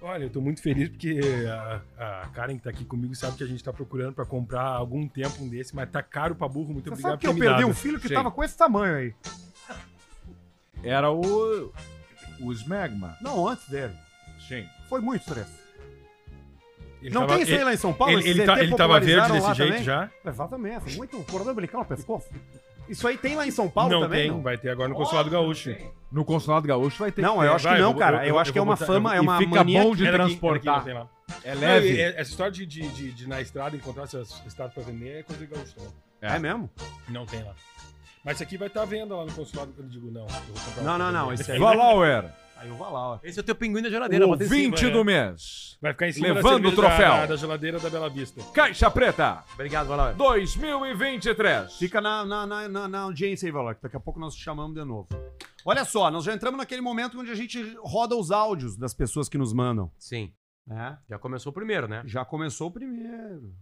F: Olha, eu tô muito feliz porque a, a Karen que tá aqui comigo sabe que a gente tá procurando pra comprar há algum tempo um desse, mas tá caro pra burro. Muito
A: Você
F: obrigado
A: sabe que
F: por
A: eu
F: ter me
A: perdi
F: dado.
A: um filho que
B: Sim.
A: tava com esse tamanho aí.
B: Era o. O Smegma.
A: Não, antes dele.
B: Sim.
A: Foi muito stress.
F: Ele
A: não
F: tava-
A: tem isso aí
F: ele-
A: lá em São Paulo?
F: Ele,
A: Esses
F: ele, tá,
A: ET
F: ele tava verde
A: popularizaram
F: desse
A: lá
F: jeito
A: também?
F: já?
A: Exatamente, assim, muito cordão umbilical no pescoço. Isso aí tem lá em São Paulo
F: não
A: também?
F: tem,
A: não?
F: vai ter agora no Consulado Gaúcho.
B: No Consulado Gaúcho vai ter
A: Não, eu acho
F: Vai,
A: que não,
F: eu-
A: cara.
F: eu-
A: Eu,
F: eu
A: acho que é
F: vou
A: uma
F: botar-
A: fama, é
B: E
A: uma
B: fica
A: mania.
B: bom de
F: Era aqui-
B: transportar.
F: era aqui, não tem lá.
B: É
F: Não, e
B: leve.
F: essa história de, de, de- de na estrada encontrar essas estradas pra vender é coisa de gaúcho também.
A: É mesmo?
F: Não tem lá. Mas isso aqui vai estar tá venda lá no consulado. Eu digo, não. Eu vou comprar
A: Não,
F: um
A: não,
F: pra
A: não.
F: vender.
A: Esse aí.
B: Valauer,
A: Aí eu vou lá, ó.
C: Esse é o teu pinguim da geladeira,
B: o
C: bota em cima.
B: ouvinte
F: é.
B: do mês.
F: Vai ficar em cima
B: Levando
F: cerveja
B: o troféu. Tá.
F: Da, da geladeira da Bela Vista.
B: Caixa Preta,
C: Obrigado, Valor.
B: 2023.
A: Fica na, na, na, na, na audiência aí, Valor, que daqui a pouco nós te chamamos de novo. Olha só, nós já entramos naquele momento onde a gente roda os áudios das pessoas que nos mandam.
C: Sim,
A: Né?
C: já começou o primeiro, né?
A: Já começou o primeiro.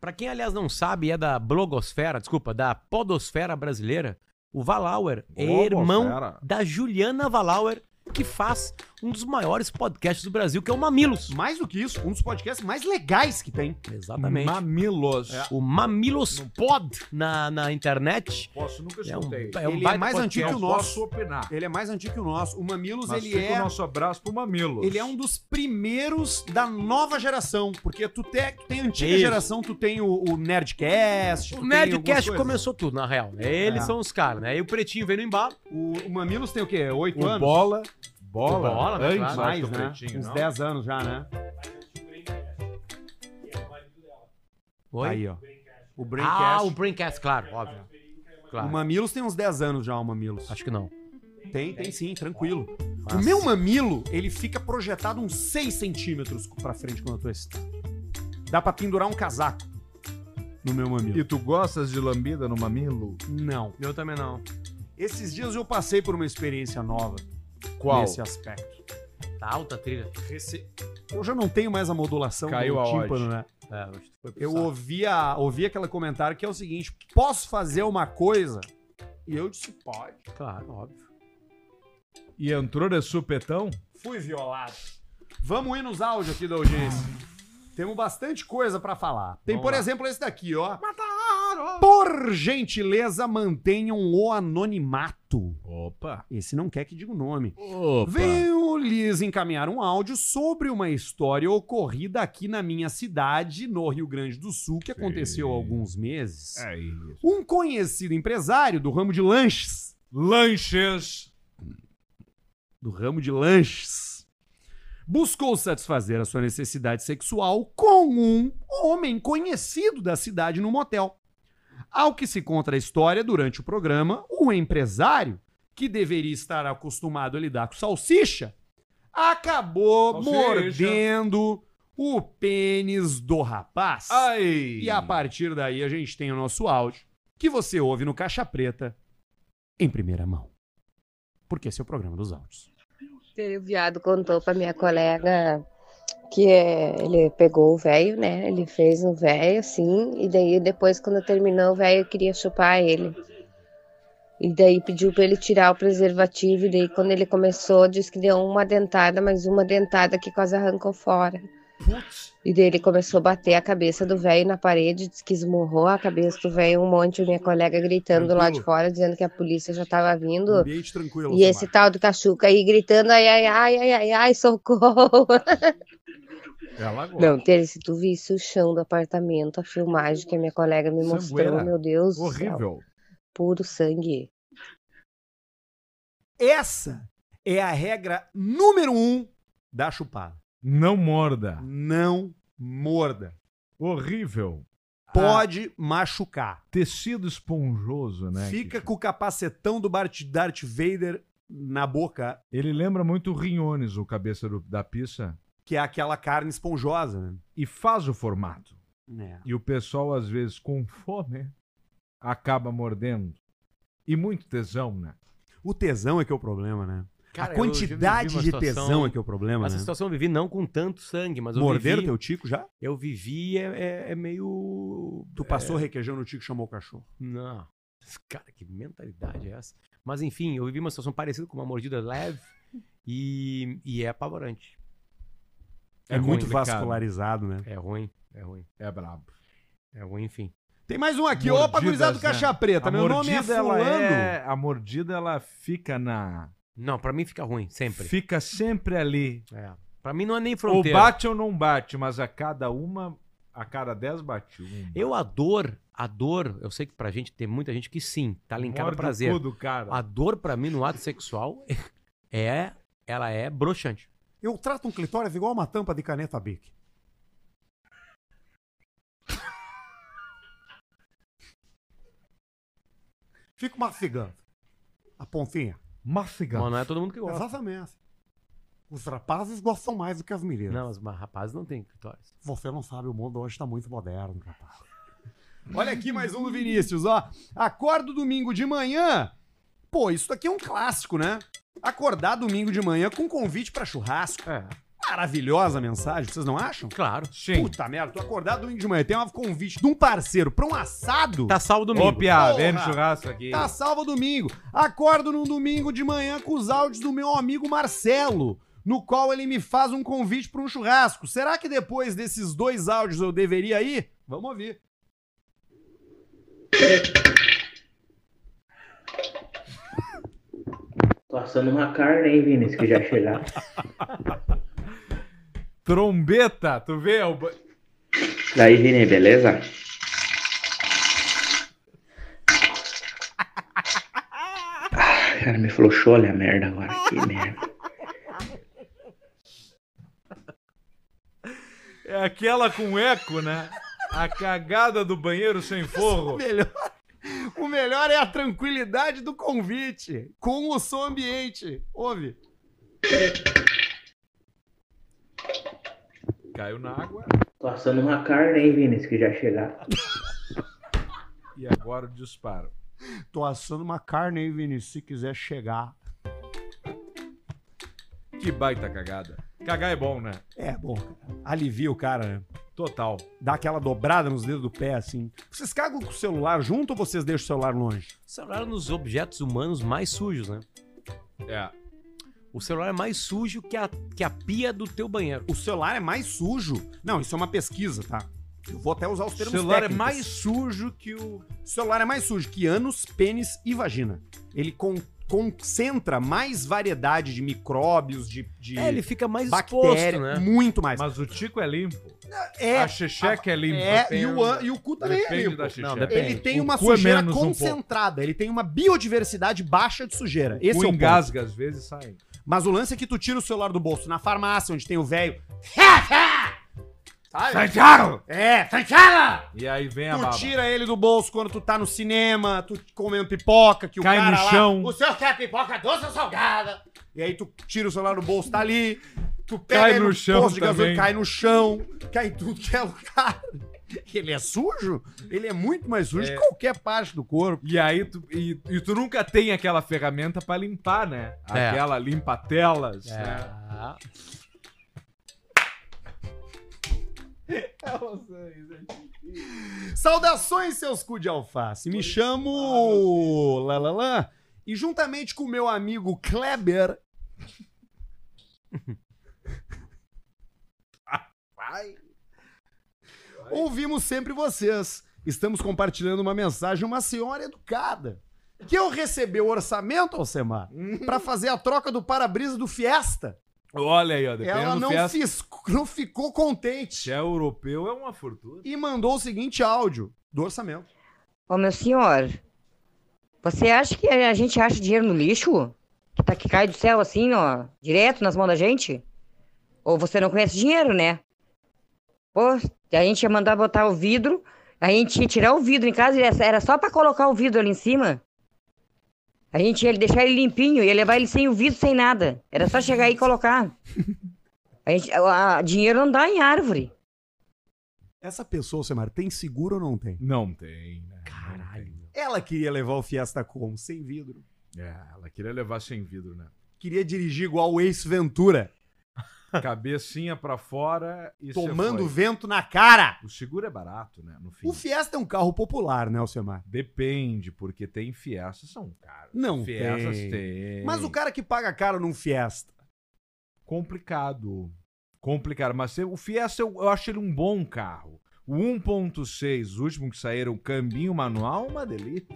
C: Pra quem, aliás, não sabe, é da blogosfera, desculpa, da podosfera brasileira, o Valauer é irmão da Juliana Valauer, que faz um dos maiores podcasts do Brasil, que é o Mamilos.
A: Mais do que isso, um dos podcasts mais legais que tem.
C: Exatamente.
B: Mamilos.
C: O Mamilos Pod na, na internet.
B: Posso, nunca
C: É um,
B: escutei.
C: é um
A: Ele é
C: baita
A: mais
C: podcast.
A: antigo que o
B: Não
A: nosso.
B: posso opinar.
A: Ele é mais antigo que o nosso. O Mamilos,
B: Mas
A: ele
B: fica
A: é.
B: o nosso abraço pro Mamilos.
A: Ele é um dos primeiros da nova geração, porque tu, te, tu tem a antiga
C: Isso.
A: geração, tu tem o, o Nerdcast. tu
C: O
A: tem
C: Nerdcast
A: algumas coisas.
C: começou tudo, na real. Eles
A: É.
C: são os caras, né? E o Pretinho veio no embalo.
A: O, o Mamilos tem o quê? Oito
B: O
A: anos?
B: bola. Bola.
C: O Bola, né,
B: Antes,
C: claro.
B: acho,
A: Mais,
B: do
A: né?
B: Pretinho,
A: Uns
B: não?
A: 10 anos já, né?
C: Oi?
A: Aí, ó. O
C: ah,
A: Braincast.
C: o Braincast, claro, óbvio.
A: o...
C: Claro.
A: Mamilos tem uns 10 anos já, o Mamilos.
C: Acho que não.
A: Tem, tem sim, tranquilo. O meu mamilo, ele fica projetado uns 6 centímetros pra frente quando eu tô excitado. Dá pra pendurar um casaco no meu mamilo.
B: E tu gostas de lambida no mamilo?
A: Não.
C: Eu também não.
A: Esses dias eu passei por uma experiência nova
B: Qual?
A: nesse aspecto.
C: Tá alta a trilha.
A: Eu já não tenho mais a modulação
B: Caiu
A: do
B: a
A: tímpano,
B: odd.
A: né?
C: É, hoje tu foi pro
A: Eu
C: saco.
A: ouvi, a, ouvi aquele comentário que é o seguinte: posso fazer uma coisa? E eu disse, pode.
C: Claro, óbvio.
B: E entrou de supetão?
A: Fui violado. Vamos ir nos áudios aqui da audiência. Temos bastante coisa pra falar. Tem, por exemplo, esse daqui, ó. Por gentileza, mantenham o anonimato.
B: Opa.
A: Esse não quer que diga o nome.
B: Opa.
A: Venho lhes encaminhar um áudio sobre uma história ocorrida aqui na minha cidade, no Rio Grande do Sul, que aconteceu há alguns meses.
B: É isso.
A: Um conhecido empresário do ramo de lanches.
B: Lanches.
A: Do ramo de lanches. Buscou satisfazer a sua necessidade sexual com um homem conhecido da cidade no motel. Ao que se conta a história durante o programa, o empresário, que deveria estar acostumado a lidar com salsicha, acabou
B: Salsicha.
A: mordendo o pênis do rapaz.
B: Ai.
A: E a partir daí a gente tem o nosso áudio, que você ouve no Caixa Preta, em primeira mão. Porque esse é o programa dos áudios.
L: Daí O viado contou pra minha colega que é, ele pegou o velho, né? Ele fez um velho assim, e daí depois, quando terminou, o velho queria chupar ele. E daí pediu pra ele tirar o preservativo, e daí quando ele começou, disse que deu uma dentada, mas uma dentada que quase arrancou fora. E daí ele começou a bater a cabeça do velho na parede, disse que esmurrou a cabeça do velho um monte, minha colega gritando lá de fora, dizendo que a polícia já tava vindo.
A: Um Ambiente tranquilo.
L: E esse tal do Cachuca aí gritando, ai, ai, ai, ai, ai, ai, socorro.
B: Ela agora.
L: Não, Tere, se tu visse o chão do apartamento, a filmagem que a minha colega me
B: Sangueira.
L: mostrou, meu Deus do céu,
B: Horrível.
L: puro sangue.
A: Essa é a regra número um da chupada.
B: Não morda.
A: Não morda.
B: Horrível.
C: Ah.
A: Pode machucar.
B: Tecido esponjoso, né?
A: Fica com o capacetão do Bart- Darth Vader na boca,
B: Ele lembra muito o Rinhones, o cabeça do- da pizza,
A: que é aquela carne esponjosa,
B: e faz o formato.
C: É.
A: né?
B: E o pessoal, às vezes, com fome, acaba mordendo. E muito tesão, né?
A: O tesão é que é o problema, né?
C: Cara,
A: a
C: eu já vivi
A: quantidade
C: uma
A: de
C: situação-
A: tesão é que é o problema,
C: Essa
A: né?
C: situação eu vivi não com tanto sangue, mas eu
A: Morderam
C: vivi...
A: teu tico já?
C: Eu vivi é, é- é meio...
A: Tu passou requeijão no tico e chamou o cachorro.
C: Não. Cara, que mentalidade é essa? Mas enfim, eu vivi uma situação parecida com uma mordida leve e, e é apavorante.
A: É,
B: É
A: muito
B: complicado.
A: vascularizado, né?
C: É ruim, é ruim,
B: É brabo.
C: é ruim, enfim.
A: Tem mais um aqui.
B: Mordidas,
A: Opa, gurizada do
B: né?
A: Caixa Preta.
B: A
A: Meu nome é
B: mordida, ela
A: fulano.
B: é- A mordida, ela fica na...
C: Não, pra mim fica ruim, sempre.
B: Fica sempre ali.
C: É. Pra mim não é nem
B: Ou
C: fronteira.
B: bate ou não bate, mas a cada uma, a cada dez bate uma.
C: Eu, a dor, a dor, eu sei que pra gente tem muita gente que sim, tá linkada ao
B: Morde
C: prazer.
B: tudo, cara.
C: A dor pra mim no ato sexual é, ela é broxante.
G: Eu trato um clitóris igual uma tampa de caneta Bic. Fico mastigando. A pontinha.
B: Mastiga.
C: Mas não é todo mundo que gosta.
G: Exatamente. Os rapazes gostam mais do que as meninas.
C: Não, mas mas rapazes não tem clitóris.
G: Você não sabe, o mundo hoje tá muito moderno, rapaz.
A: Olha aqui mais um do Vinícius, ó. Acordo domingo de manhã. Pô, isso daqui é um clássico, né? Acordar domingo de manhã com convite pra churrasco.
C: É.
A: Maravilhosa a mensagem, vocês não acham?
C: Claro.
B: Sim.
A: Puta merda, tu acordar domingo de manhã, tem um convite de um parceiro pra um assado.
C: Tá salvo domingo.
B: Ô, Piá, vem no
A: Porra.
B: churrasco aqui.
A: Tá salva domingo. Acordo num domingo de manhã com os áudios do meu amigo Marcelo, no qual ele me faz um convite para um churrasco. Será que depois desses dois áudios eu deveria ir? Vamos ouvir.
M: Passando uma carne, hein, Vinícius, que já chegar.
B: Trombeta, tu vê? O... ba-
M: Daí, Vini, beleza? Ah, cara, me flochou, olha a merda agora. Que merda.
B: É aquela com eco, né? A cagada do banheiro sem forro.
A: Melhor. O melhor é a tranquilidade do convite, com o som ambiente. Ouve.
B: Caiu na água
M: Passando uma carne, hein, Vinícius, que já chegar.
B: e agora o disparo.
G: Tô assando uma carne aí, Vinícius, se quiser chegar.
B: Que baita cagada. Cagar é bom, né?
A: É, bom, cara. alivia o cara, né?
B: Total.
A: Dá aquela dobrada nos dedos do pé, assim. Vocês cagam com o celular junto ou vocês
C: é
A: deixam o celular longe?
C: Celular nos objetos humanos mais sujos, né?
B: É.
C: O celular é mais sujo que a, que a pia do teu banheiro.
A: O celular é mais sujo? Não, isso é uma pesquisa, tá? Eu vou até usar os termos
B: celular
A: técnicos.
B: é mais sujo que o.
A: O celular é mais sujo que ânus, pênis e vagina. Ele con- concentra mais variedade de micróbios, de, de
C: É, ele fica mais
A: bactéria,
C: exposto, né?
A: muito mais.
B: Mas o tico é limpo.
A: É,
B: a xexeca é limpa.
A: é e, o, an- e o cu também é
B: Depende
A: limpo.
B: da xixeca.
A: Não,
B: depende.
A: Ele tem
B: O
A: uma
B: cu é
A: sujeira
B: menos um pouco.
A: concentrada, ele tem uma biodiversidade baixa de sujeira. Esse
B: o
A: é o ponto.
B: engasga às vezes e sai.
A: Mas o lance é que tu tira o celular do bolso na farmácia, onde tem o velho. Sabe?
B: Santiago!
A: É, Santiago!
B: E aí vem É a
A: Tu
B: baba.
A: tira ele do bolso quando tu tá no cinema, tu comendo pipoca, que
B: Cai
A: o cara
B: no
A: lá,
B: chão.
A: o senhor quer pipoca doce ou salgada? E aí tu tira o celular do bolso, tá ali, tu pega
B: Cai
A: ele
B: no chão
A: posto de gasolina,
B: também.
A: cai no chão, cai em tudo que é lugar. Ele é sujo? Ele é muito mais sujo que qualquer parte do corpo.
B: E aí tu, e, e tu nunca tem aquela ferramenta pra limpar, né?
C: É.
B: Aquela limpa telas,
C: É.
B: né?
A: Saudações, seus cu de alface. Me
B: é,
A: chamo Lalalã e juntamente com meu amigo Kleber
B: Vai.
A: Ouvimos sempre vocês. Estamos compartilhando uma mensagem de uma senhora educada que eu recebi o orçamento, Alcemar,
B: Hum.
A: pra fazer a troca do para-brisa do Fiesta.
B: Olha aí, ó. Dependendo
A: Ela
B: do
A: não,
B: fiasco,
A: fisco- não ficou contente
B: se é europeu, é uma fortuna.
A: e mandou o seguinte áudio do orçamento.
N: Ô, meu senhor, você acha que a gente acha dinheiro no lixo? Que, tá, que cai do céu assim, ó, direto nas mãos da gente? Ou você não conhece dinheiro, né? Pô, a gente ia mandar botar o vidro, a gente ia tirar o vidro em casa e era- era só pra colocar o vidro ali em cima. A gente ia deixar ele limpinho, ia levar ele sem o vidro, sem nada. Era só chegar aí e colocar. A gente, a- a- dinheiro não dá em árvore.
A: Essa pessoa, Alcemar, tem seguro ou não tem?
B: Não tem, né?
A: Ela queria levar o Fiesta com sem vidro.
B: É, ela queria levar sem vidro, né?
A: Queria dirigir igual o Ace Ventura,
B: Cabecinha pra fora e cê
A: tomando
B: foi.
A: vento na cara.
B: O seguro é barato, né? No fim.
A: O Fiesta é um carro popular, né, Alcemar?
B: Depende, porque tem fiestas são caras.
A: Não
B: Fiestas
A: tem.
B: tem.
A: Mas o cara que paga caro num Fiesta.
B: complicado. Complicado, mas se- o Fiesta eu, eu acho ele um bom carro. O 1.6, o último que saíram, cambinho manual, uma delícia.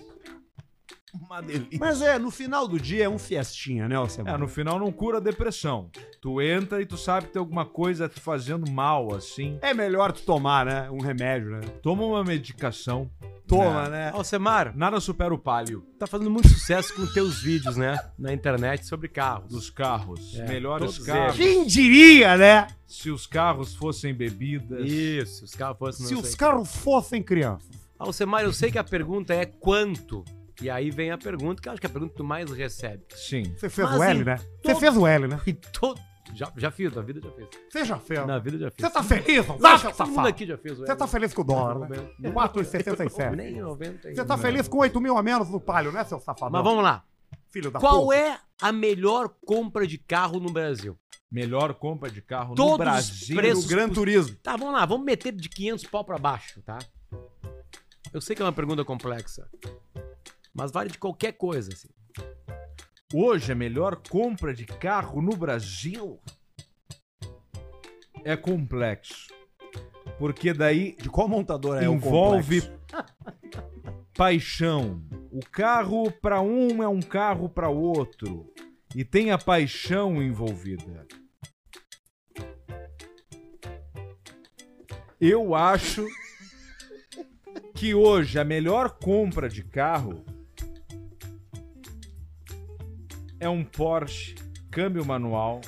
B: Uma delícia.
A: Mas é, no final do dia é um Fiestinha, né,
B: É,
A: Alcemar?
B: no final não cura a depressão. Tu entra e tu sabe que tem alguma coisa te fazendo mal, assim.
A: É melhor tu tomar, né? Um remédio, né?
B: Toma uma medicação.
C: É.
A: Toma,
B: né?
A: né?
C: Alcemar,
B: Nada supera o palio
C: tá fazendo muito sucesso com teus vídeos, né? Na internet sobre carros.
B: dos carros.
C: É,
B: Melhores
C: todos
B: carros.
A: Quem diria, né?
B: Se os carros fossem bebidas.
C: Isso, os carros fossem.
A: Se os carros fossem criança.
C: Alcemar, eu sei que a pergunta é quanto? E aí vem a pergunta, que eu acho que é a pergunta que tu mais recebe.
B: Sim.
A: Você fez
C: Mas
A: o L,
C: em
A: né? Você
C: todo-
A: fez o L, né?
C: E todo. Já, já fiz, na vida já fiz.
A: Você já fez.
C: Na vida já fiz.
A: Você tá feliz, não?
C: Acho
A: Você
C: que todo mundo aqui já fez o
A: Você
C: L.
A: tá feliz com o dólar, né?
C: Não, é. Nem
A: 4,67.
C: 90.
A: Você tá feliz com 8 mil a menos no palho, né, seu safadão?
C: né? Mas vamos lá.
A: Filho
B: Tá
A: da
C: Qual
A: puta.
C: é a melhor compra de carro no Brasil?
B: Melhor compra de carro
C: Todos
B: no
C: os
B: Brasil.
C: preços-
A: O Gran Turismo.
C: Tá, vamos lá, vamos meter de 500 pau pra baixo, tá? Eu sei que é uma pergunta complexa, mas vale de qualquer coisa, assim.
B: Hoje a melhor compra de carro no Brasil é complexo. Porque daí
A: De qual montadora é
B: envolve
A: o complexo?
B: paixão. O carro para um é um carro para outro e tem a paixão envolvida. Eu acho que hoje a melhor compra de carro é um Porsche câmbio manual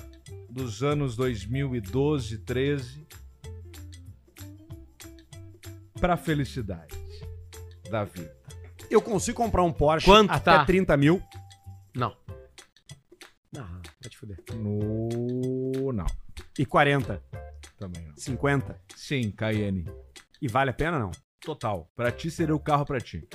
B: dos anos 2012, 13 para felicidade da vida.
A: Eu consigo comprar um Porsche
C: Quanto
A: até
C: tá?
A: 30 mil.
C: Não. Não, vai te fuder.
B: No. Não,
A: E 40,
B: também não.
A: 50.
B: Sim, Cayenne.
A: E vale a pena, não?
B: Total. Pra ti seria o carro pra ti.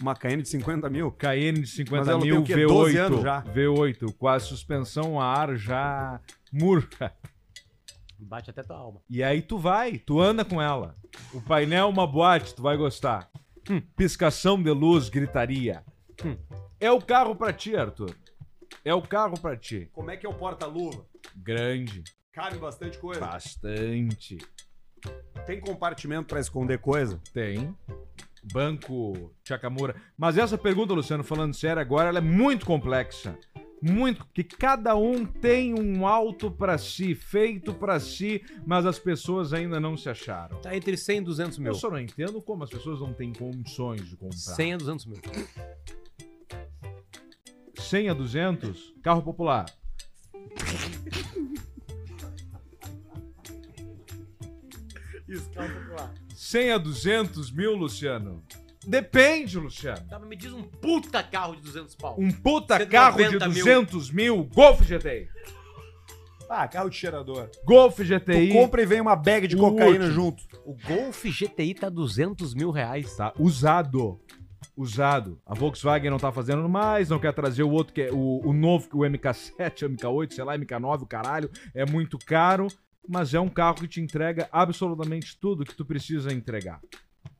A: Uma Cayenne de 50 mil?
B: Cayenne de
A: Mas
B: 50
A: ela tem
B: mil,
A: o quê? 12 anos
B: V8.
A: já.
B: V8, com a suspensão a ar já murcha.
C: Bate até tua alma.
B: E aí tu vai, tu anda com ela. O painel é uma boate, tu vai gostar.
A: Hum.
B: Piscação de luz, gritaria. É o carro pra ti, Arthur. É o carro pra ti.
A: Como é que é o porta-luva?
B: Grande.
A: Cabe bastante coisa.
B: Bastante.
A: Tem compartimento pra esconder coisa?
B: Tem. Banco Chakamura. Mas essa pergunta, Luciano, falando sério agora, ela é muito complexa. Muito, que cada um tem um alto pra si, feito pra si, mas as pessoas ainda não se acharam.
C: Tá entre 100 e 200 mil.
B: Eu só não entendo como as pessoas não têm condições de comprar.
C: 100 a 200 mil. Tá,
B: 100 a 200, carro popular.
F: Isso, calma lá.
B: 100 a 200 mil, Luciano? Depende, Luciano.
C: Tá, mas me diz um puta carro de 200 pau.
B: Um puta carro de
C: 190 mil.
B: 200 mil, Golf GTI.
A: Ah, carro de cheirador.
B: Golf GTI.
A: Tu compra e vem uma bag de
B: O
A: cocaína
B: último.
A: junto.
C: O Golf GTI tá 200 mil reais.
B: Tá usado. Usado. A Volkswagen não tá fazendo mais, não quer trazer o outro, que é o, o novo, que é o MK7, o MK8, sei lá, MK9, o caralho. É muito caro, mas é um carro que te entrega absolutamente tudo que tu precisa entregar.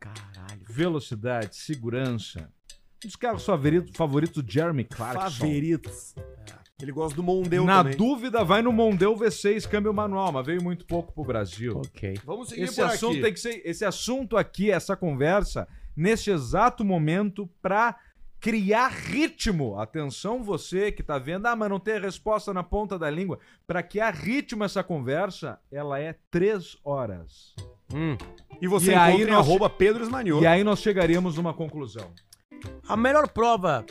C: Caralho.
B: Velocidade, segurança. Um dos carros favoritos favorito do Jeremy Clarkson.
A: Favoritos. É. Ele gosta do Mondeu
B: Na
A: também.
B: dúvida, vai no Mondeo V6 câmbio manual, mas veio muito pouco pro Brasil.
C: Ok.
A: Vamos seguir
B: Esse
A: por
B: assunto
A: aqui.
B: tem que ser, esse assunto aqui, essa conversa, neste exato momento pra criar ritmo. Atenção você que tá vendo, ah, mas não tem resposta na ponta da língua. Pra criar ritmo essa conversa, ela é três horas.
C: Hum.
A: E você
B: E aí
A: encontra em
B: nós-
A: arroba Pedro Esmanioto.
B: E aí nós chegaríamos numa conclusão.
C: A melhor prova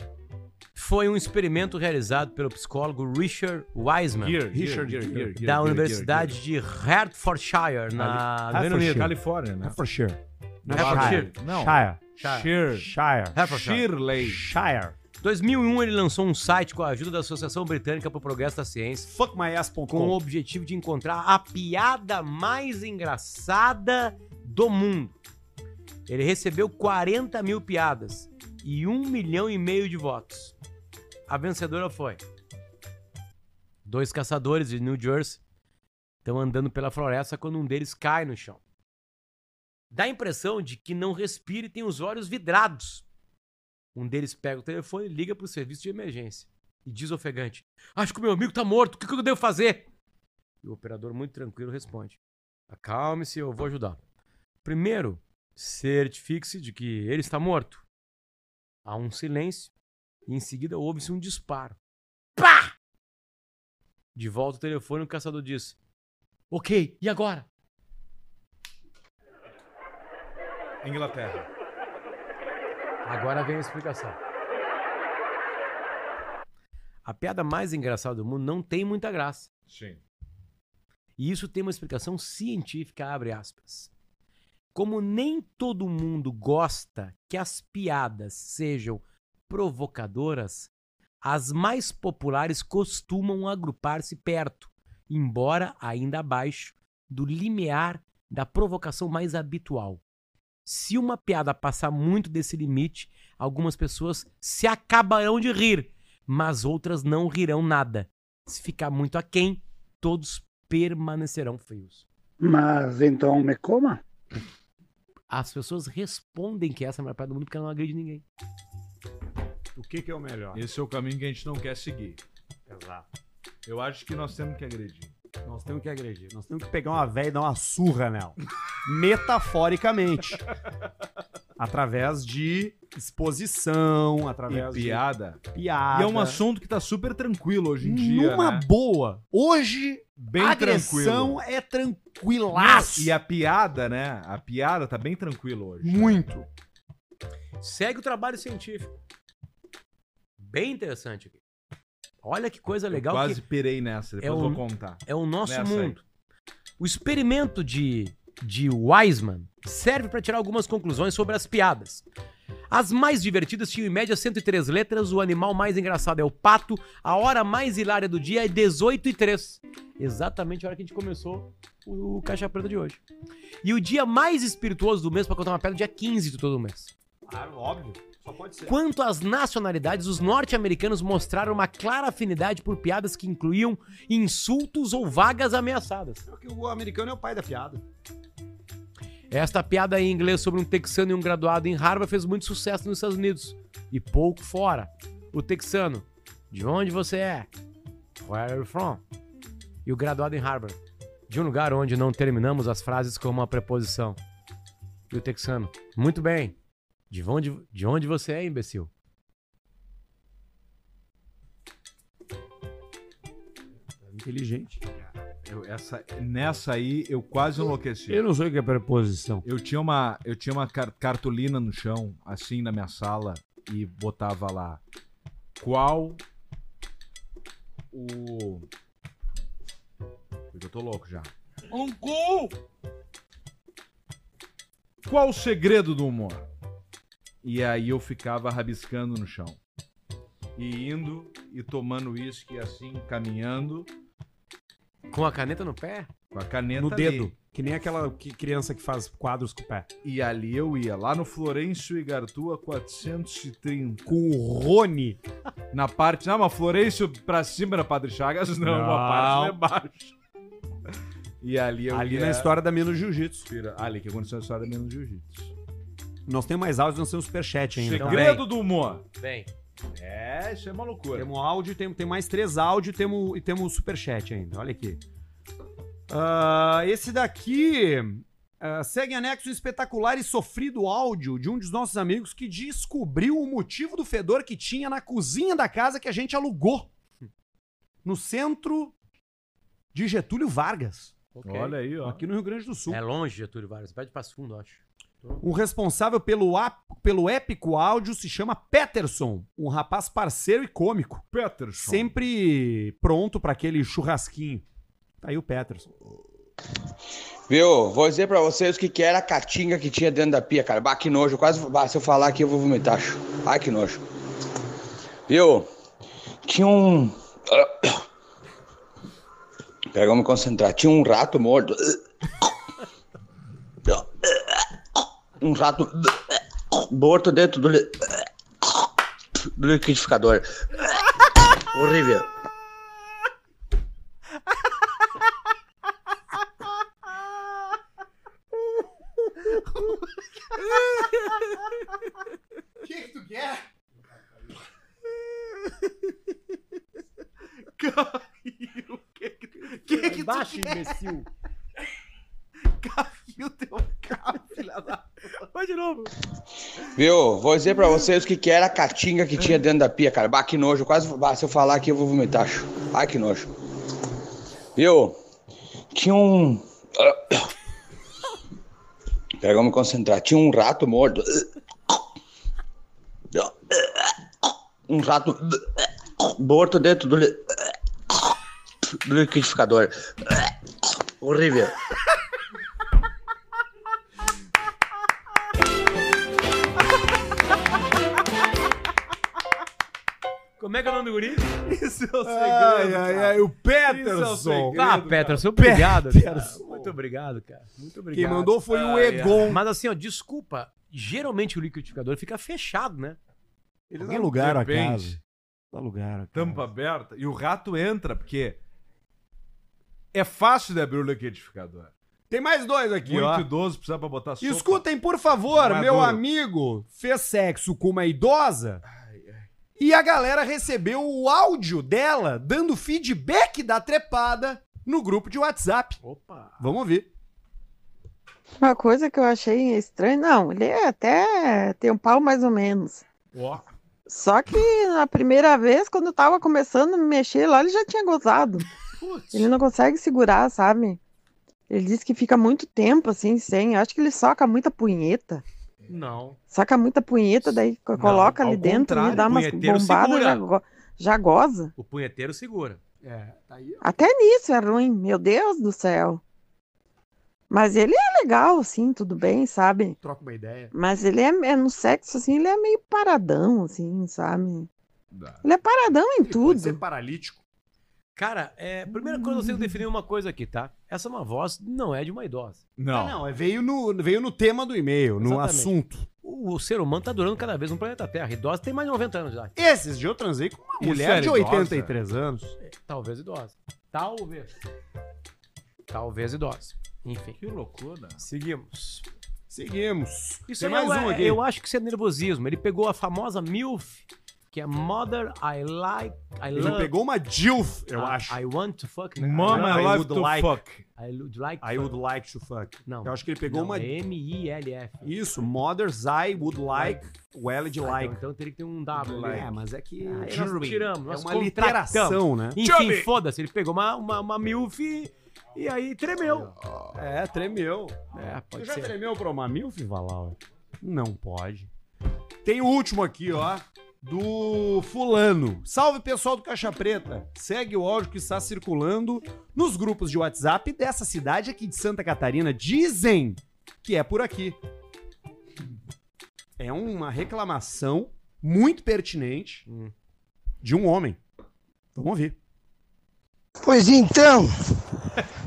C: foi um experimento realizado pelo psicólogo Richard Wiseman,
B: Gear,
A: Richard
B: gear, gear, gear,
C: da
B: gear,
C: Universidade de Hertfordshire, na no Reino
B: gear.
C: Unido.
B: Tá Califórnia, né?
A: Hertfordshire. Não é
C: Hertfordshire.
A: Shire.
B: Não.
C: Shire.
B: Shire.
C: Hertfordshire.
B: Shirley.
A: Shire.
C: 2001 ele lançou um site com a ajuda da Associação Britânica para o Progresso da Ciência, com o
A: Fuckmyass.com.
C: objetivo de encontrar a piada mais engraçada do mundo. Ele recebeu 40 mil piadas e um milhão e meio de votos. A vencedora foi dois caçadores de New Jersey estão andando pela floresta quando um deles cai no chão. Dá a impressão de que não respira e tem os olhos vidrados. Um deles pega o telefone e liga para o serviço de emergência. E diz ofegante: Acho que o meu amigo tá morto, o que, que eu devo fazer? E o operador, muito tranquilo, responde: Acalme-se, eu vou ajudar. Primeiro, certifique-se de que ele está morto. Há um silêncio e em seguida ouve-se um disparo. Pá! De volta ao telefone, o caçador diz: Ok, e agora?
B: Inglaterra.
C: Agora vem a explicação. A piada mais engraçada do mundo não tem muita graça.
B: Sim.
C: E isso tem uma explicação científica, abre aspas. Como nem todo mundo gosta que as piadas sejam provocadoras, as mais populares costumam agrupar-se perto, embora ainda abaixo do limiar da provocação mais habitual. Se uma piada passar muito desse limite, algumas pessoas se acabarão de rir, mas outras não rirão nada. Se ficar muito aquém, todos permanecerão frios.
M: Mas então me coma?
C: As pessoas respondem que essa é a melhor piada do mundo porque ela não agride ninguém.
A: O que, que é o melhor?
B: Esse é o caminho que a gente não quer seguir.
A: Exato.
B: Eu acho que nós temos que agredir.
A: Nós temos que agredir. Nós temos que pegar uma velha e dar uma surra nela. Metaforicamente. através de exposição, através
B: E piada.
A: de piada.
B: E é um assunto que tá super tranquilo hoje em dia.
A: Numa
B: né?
A: boa. Hoje,
B: Bem
A: a agressão
B: tranquilo.
A: é tranquilaço.
B: E é a piada, né? A piada tá bem tranquilo hoje.
A: Muito.
C: Segue o trabalho científico. Bem interessante aqui. Olha que coisa legal
B: Eu
C: que
B: quase pirei nessa, depois
C: É
B: vou
C: um-
B: contar.
C: É o nosso
B: Nessa aí.
C: mundo. O experimento de, de Wiseman serve para tirar algumas conclusões sobre as piadas. As mais divertidas tinham em média 103 letras, o animal mais engraçado é o pato, a hora mais hilária do dia é 18 e 3. Exatamente a hora que a gente começou o, o Caixa Preta de hoje. E o dia mais espirituoso do mês para contar uma piada é dia 15 de todo mês.
A: Claro, óbvio. Só pode ser.
C: Quanto às nacionalidades, os norte-americanos mostraram uma clara afinidade por piadas que incluíam insultos ou vagas ameaçadas.
A: Porque o americano é o pai da piada.
C: Esta piada em inglês sobre um texano e um graduado em Harvard fez muito sucesso nos Estados Unidos e pouco fora. O texano, De onde você é? Where are you from? E o graduado em Harvard. De um lugar onde não terminamos as frases com uma preposição. E o texano. Muito bem. De onde, de onde você é, imbecil?
A: Inteligente.
B: Eu- essa, nessa aí eu quase enlouqueci.
A: Eu não sei o que é preposição.
B: Eu tinha uma, eu tinha uma car- cartolina no chão, assim, na minha sala, e botava lá qual o. Porque eu tô louco já.
O: Um gol!
B: Qual o segredo do humor? E aí eu ficava rabiscando no chão. E indo e tomando uísque assim, caminhando.
C: Com a caneta no pé?
B: Com a caneta
A: No
B: ali.
A: dedo. Que nem aquela que- criança que faz quadros com o pé.
B: E ali eu ia, lá no Florencio Igartua 430.
A: Com o Rony.
B: Na parte. Não, mas Florencio pra cima era Padre Chagas, não,
A: Não.
B: a parte lá embaixo. E ali eu
A: Ali
B: ia-
A: na história da Menos Jiu-Jitsu.
B: Pira- Ali que aconteceu a história da Menos Jiu-Jitsu. é
A: Nós temos mais áudios, nós temos superchat ainda. tá?
B: Segredo do humor.
C: Bem.
B: É, isso é uma loucura.
A: Temos áudio, tem, tem mais três áudios e temos, e temos superchat ainda. Olha aqui. Ah, esse daqui ah, segue anexo um espetacular e sofrido áudio de um dos nossos amigos que descobriu o motivo do fedor que tinha na cozinha da casa que a gente alugou. No centro de Getúlio Vargas.
B: Olha aí, ó.
A: Aqui no Rio Grande do Sul.
C: É longe, Getúlio Vargas. Pede pra fundo, eu acho.
A: O Um responsável pelo, ap- pelo épico áudio se chama Peterson, um rapaz parceiro e cômico.
B: Peterson.
A: Sempre pronto pra aquele churrasquinho. Tá aí o Peterson.
P: Viu? Vou dizer pra vocês o que, que era a caatinga que tinha dentro da pia, cara. Bah, que nojo. Quase, bah, se eu falar aqui eu vou vomitar. acho. Ai, que nojo. Viu? Tinha um. Pega eu me concentrar. Tinha um rato morto. Um rato morto dentro do, li- do liquidificador. Horrível.
O: O que, que tu quer? Caiu, o que que tu que que tu
C: Baixa,
O: quer?
C: imbecil.
O: Caiu teu carro, filha da puta. Vai de novo.
P: Viu? Vou dizer pra vocês o que, que era a caatinga que tinha dentro da pia, cara. Bah, que nojo. Quase, bah, se eu falar aqui eu vou vomitar. acho. Ai, que nojo. Viu? Tinha um. Pega eu me concentrar. Tinha um rato morto. Um rato morto dentro do, li... do liquidificador. Horrível.
C: Como é que é o nome do guri?
B: Isso é o segredo.
A: Ai, ai, ai, o
C: Isso é o
A: Peterson.
C: segredo, Ah, Peterson, obrigado. cara.
A: Peterson.
C: Muito obrigado, cara. Muito obrigado.
A: Quem mandou foi o
C: Ai, ai.
A: Egon.
C: Mas assim, ó, desculpa. Geralmente o liquidificador fica fechado, né?
A: Eles
C: Alguém-
A: alugaram a
B: Depende.
A: casa. Tá Alugaram a casa.
B: Tampa aberta. E o rato entra, porque. É fácil de abrir o liquidificador.
A: Tem mais dois aqui,
B: Muito
A: ó.
B: idoso precisa pra botar sopa.
A: Escutem, por favor,
B: Não é
A: meu
B: duro.
A: amigo fez sexo com uma idosa e a galera recebeu o áudio dela dando feedback da trepada no grupo de WhatsApp.
C: Opa!
A: Vamos ouvir.
J: Uma coisa que eu achei estranha, não, ele é até tem um pau mais ou menos.
F: Ó.
J: Só que na primeira vez, quando eu tava começando a me mexer lá, ele já tinha gozado. Ele não consegue segurar, sabe? Ele diz que fica muito tempo assim, sem. Eu acho que ele soca muita punheta.
C: Não.
J: Soca muita punheta, daí co- coloca
C: ao
J: ali dentro e
C: contrário,
J: dá
C: o
J: umas
C: punheteiro
J: bombadas, né? já,
C: segura.
J: go- já goza.
C: O punheteiro segura.
A: É, tá aí.
J: Até nisso é ruim, meu Deus do céu. Mas ele é legal, sim, tudo bem, sabe?
A: Troca uma ideia.
J: Mas ele é, é no sexo, assim, ele é meio paradão, assim, sabe? Ele é paradão em tudo.
A: paralítico.
C: Cara, é, primeira coisa, eu tenho que definir uma coisa aqui, tá? Essa é uma voz, não é de uma idosa.
A: Não. não, é- veio no, veio no tema do e-mail, no
C: Exatamente.
A: assunto.
C: O, o ser humano tá durando cada vez no planeta Terra. Idosa tem mais de 90 anos já.
A: Esses dias eu transei com uma
C: Isso
A: mulher
C: era
A: de
C: idosa?
A: 83 anos.
C: Talvez idosa. Talvez. Talvez idosa. Enfim.
B: Que loucura.
C: Seguimos.
A: Seguimos.
C: Isso
A: Tem
C: aí
A: mais
C: é, eu,
A: um aqui.
C: Eu acho que isso é nervosismo. Ele pegou a famosa MILF, que que é Mother I Like. I
A: Ele pegou uma DILF, eu
C: I-
A: acho.
C: Ah, I want to fuck. né?
A: Mom, Ah,
B: é
A: I love to fuck.
C: I would like
A: I would like to fuck.
C: Não.
A: Eu acho que ele pegou
C: Não,
A: uma.
C: é M-I-L-F.
A: Isso, Mothers I would like, o L de like.
C: Então teria que ter um W.
A: Like.
C: ali.
A: É, mas é que-
C: Ah, aí
A: Jury.
C: nós tiramos.
A: É
C: nós
A: uma
C: contratamos.
A: literação, né?
C: Enfim,
A: Jury.
C: foda-se. Ele pegou uma, uma, uma milf e, e aí tremeu.
A: É, tremeu.
C: É,
A: Você
C: pode
A: já
C: ser.
A: tremeu pra uma milf, Valau? Não pode. Tem o último aqui, ó. Do fulano. Salve, pessoal do Caixa Preta. Segue o áudio que está circulando nos grupos de WhatsApp dessa cidade aqui de Santa Catarina. Dizem que é por aqui. É uma reclamação muito pertinente
C: Hum.
A: de um homem. Vamos ouvir.
Q: Pois então,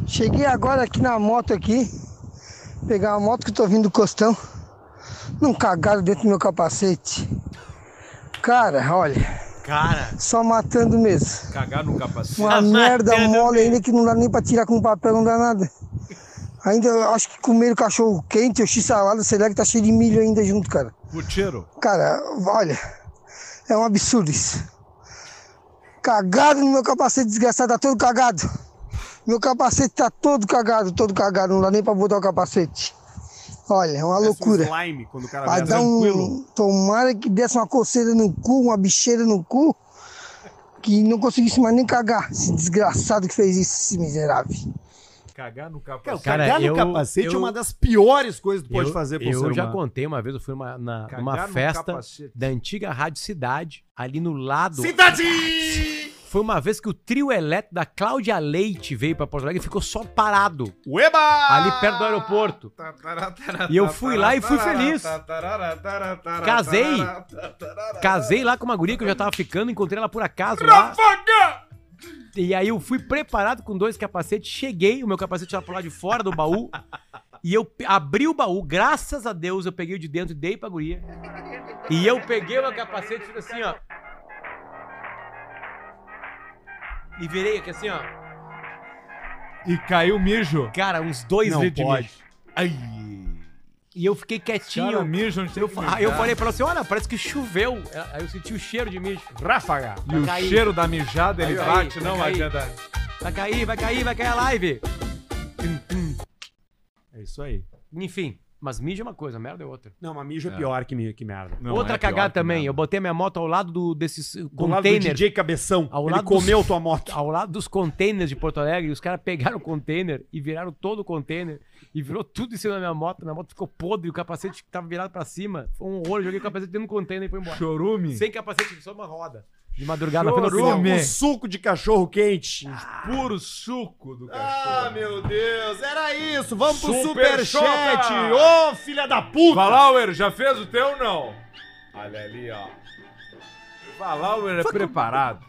Q: cheguei agora aqui na moto aqui, pegar uma moto que eu tô vindo do Costão, não cagaram dentro do meu capacete. Cara, olha,
B: Cara.
Q: só matando mesmo.
B: Cagar no capacete.
Q: Uma merda mole ainda que não dá nem pra tirar com papel, não dá nada. Ainda eu acho que comer cachorro quente ou x-salada, sei lá, que tá cheio de milho ainda junto, cara.
B: Puteiro.
Q: Cara, olha, é um absurdo isso. Cagado no meu capacete, desgraçado, tá todo cagado. Meu capacete tá todo cagado, todo cagado, não dá nem pra botar o capacete. Olha, é uma loucura.
A: um slime quando o cara
Q: Vai
A: vê.
Q: dar um. Tomara que desse uma coceira no cu, uma bicheira no cu, que não conseguisse mais nem cagar. Esse desgraçado que fez isso, esse miserável.
B: Cagar no
A: Cara,
B: capacete.
A: cagar no capacete é uma das piores coisas que pode
C: eu,
A: fazer pro
C: Eu
A: ser
C: já
A: humano.
C: contei uma vez, eu fui numa- na,
A: Cagar
C: é numa
A: no
C: festa
A: capacete.
C: da antiga Rádio Cidade, ali no lado.
A: Cidade!
C: Foi uma vez que o trio elétrico da Cláudia Leite veio pra Porto Alegre e ficou só parado.
A: Ueba!
C: Ali perto do aeroporto.
B: Tá,
C: E eu fui lá e fui feliz. Casei. Casei lá com uma guria que eu já tava ficando, encontrei ela por acaso lá. E aí eu fui preparado com dois capacetes, cheguei, o meu capacete era pro lado de fora do baú. E eu pe- abri o baú, graças a Deus, eu peguei o de dentro e dei pra guria. E eu peguei o meu capacete e fiz assim, ó. E virei aqui assim, ó.
B: tá. E caiu mijo.
C: Cara, uns dois
B: Não
C: litros de
B: pode.
C: mijo. Ai. E eu fiquei quietinho.
A: um-
B: Cara, mijo onde tem
C: eu,
B: que
C: fa-
B: mijar.
C: aí eu falei pra ela assim, olha, parece que choveu. Aí eu senti o cheiro de mijo.
A: Ráfaga.
B: E o cheiro da mijada, ele
C: Vai cair,
B: bate,
C: vai
B: não
C: cair.
B: adianta.
C: Vai cair, vai cair, vai cair a live.
A: É isso aí.
C: Enfim, mas mijo é uma coisa, merda é outra.
A: Não, mas mijo é pior que, mi- que merda.
B: é
C: outra cagada também, eu botei a minha moto ao lado do, desses uh,
A: lado do
C: containers.
A: DJ Cabeção.
C: Ao
A: Ele
C: lado
A: comeu
C: dos,
A: tua moto.
C: Ao lado dos containers de Porto Alegre, os caras pegaram o container e viraram todo o container e virou tudo em cima da minha moto. Minha moto ficou podre, o capacete tava virado pra cima. Foi um horror, eu joguei o capacete dentro do container e foi embora.
B: Chorume.
C: Sem capacete, só uma roda. De madrugada, assim,
A: Chorume. O
C: um
A: suco de cachorro quente.
B: Puro suco do
A: Ah, meu Deus, era isso. Vamos pro
B: Super
A: superchat.
B: Xota.
A: Ô, filha da puta.
B: Valauer, já fez o teu ou não? Olha ali, ó. Valauer é preparado.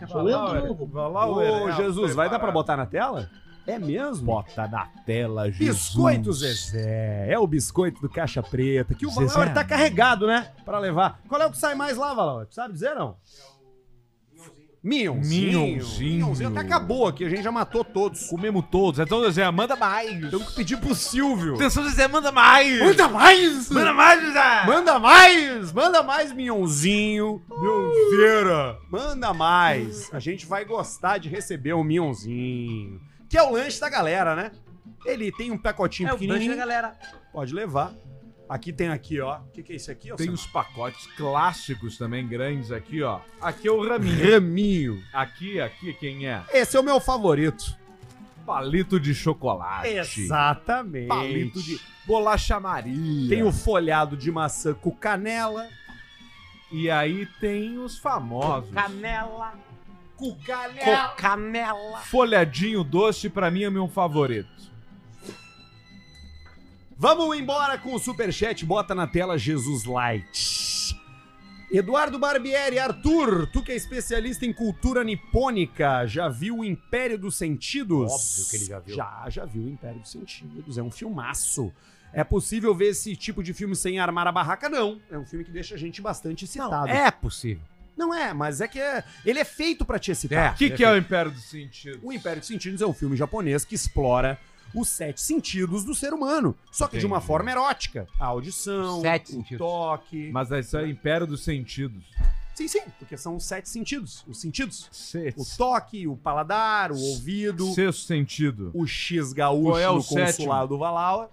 C: é
B: Valauer, Valauer
A: Ô,
B: é
A: Jesus, vai dar pra
B: preparado.
A: botar na tela? É mesmo?
B: Bota na tela,
A: Biscoito Zezé. É o biscoito do Caixa Preta. Que o
B: Zezé.
A: Valauer tá carregado, né, pra levar. Qual é o que sai mais lá, Valauer? Tu sabe dizer, não? Minhãozinho.
B: Minhãozinho.
A: Minhãozinho até acabou aqui, a gente já matou todos.
B: Comemos todos. Então, Zezé, manda mais.
A: Temos que pedir pro Silvio.
B: Atenção, Zezé, Então, manda mais.
A: Manda mais!
B: Manda mais, Zezé.
A: Manda mais! Manda mais, Minhãozinho! Minhãozeira! Manda mais! A gente vai gostar de receber o Minhãozinho. Que é o lanche da galera, né? Ele tem um pacotinho
J: então.
C: É o
A: pequenininho.
C: lanche da galera.
A: Pode levar. Aqui tem aqui, ó. O que, que é isso aqui? ó,
B: Tem
A: Sam?
B: os pacotes clássicos também, grandes aqui, ó. Aqui é o Raminho.
A: Raminho.
B: Aqui, aqui, quem é?
A: Esse é o meu favorito.
B: Palito de chocolate.
A: Exatamente.
B: Palito de bolacha Maria.
A: Tem o folhado de maçã com canela.
B: E aí tem os famosos.
C: Canela.
A: Com canela.
C: Com canela.
B: Folhadinho doce, pra mim, é meu favorito.
A: Vamos embora com o superchat. Bota na tela Jesus Light. Eduardo Barbieri, Arthur, tu que é especialista em cultura nipônica, já viu o Império dos Sentidos?
C: Óbvio que ele já viu.
A: Já, já viu o Império dos Sentidos. É um filmaço. É possível ver esse tipo de filme sem armar a barraca? Não. É um filme que deixa a gente bastante excitado.
C: É possível.
A: Não é, mas é que é- ele é feito pra te excitar.
C: é
A: é
B: O que, que é o é Império dos Sentidos?
A: O Império dos Sentidos é um filme japonês que explora os sete sentidos do ser humano. Só que de uma forma erótica. A audição,
B: Sete
A: o
B: sentidos.
A: toque.
B: Mas isso é império dos sentidos.
A: Sim, sim, porque são os sete sentidos. Os sentidos. O toque, o paladar, o ouvido.
B: Sexto sentido.
A: O X gaúcho
B: Qual é o
A: no consulado
B: sétimo?
A: Valauer.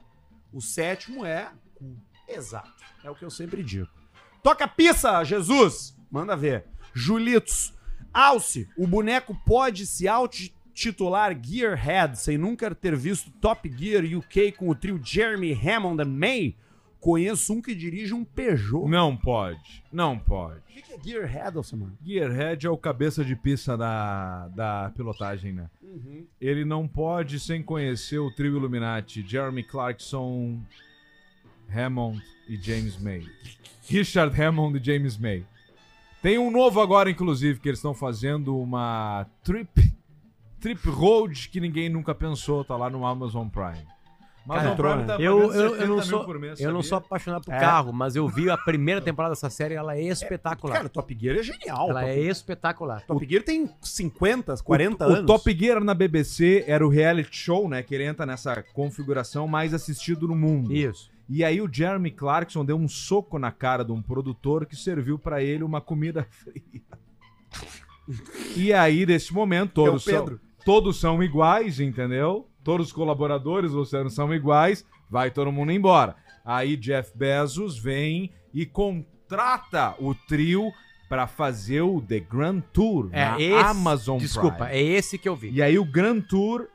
A: O sétimo é. cu. Exato. É o que eu sempre digo. Toca pizza, Jesus! Manda ver. Julitos. Alce, o boneco pode se autotitular Gearhead sem nunca ter visto Top Gear UK com o trio Jeremy Hammond and May? Conheço um que dirige um Peugeot.
B: Não pode. Não pode.
A: O que que é Gearhead, Alcimar?
B: Gearhead é o cabeça de pista da, da pilotagem, né?
A: Uhum.
B: Ele não pode sem conhecer o trio Illuminati, Jeremy Clarkson, Hammond e James May. Richard Hammond e James May. Tem um novo agora, inclusive, que eles estão fazendo uma trip trip road que ninguém nunca pensou, tá lá no Amazon Prime. Mas
C: Cara,
B: o Prime tá
C: eu,
B: pagando
C: eu, eu,
B: 70
C: não
B: mil
C: sou,
B: por mês,
C: eu não
B: sabia?
C: sou apaixonado por
B: É.
C: carro, mas eu vi a primeira temporada dessa série, ela é espetacular.
A: Cara, Top Gear é genial.
C: Ela
A: Top
C: é
A: Gear.
C: espetacular.
A: Top Gear tem 50, 40
B: o,
A: anos.
B: O Top Gear na BBC era o reality show, né? Que ele entra nessa configuração mais assistido no mundo.
C: Isso.
B: E aí o Jeremy Clarkson deu um soco na cara de um produtor que serviu pra ele uma comida fria. e aí, nesse momento, todos,
A: É o
B: são,
A: Pedro.
B: todos são iguais, entendeu? Todos os colaboradores, você não são iguais, vai todo mundo embora. Aí Jeff Bezos vem e contrata o trio pra fazer o The Grand Tour
C: É,
B: na
C: esse-
B: Amazon
C: desculpa,
B: Prime.
C: é esse que eu vi.
B: E aí o Grand Tour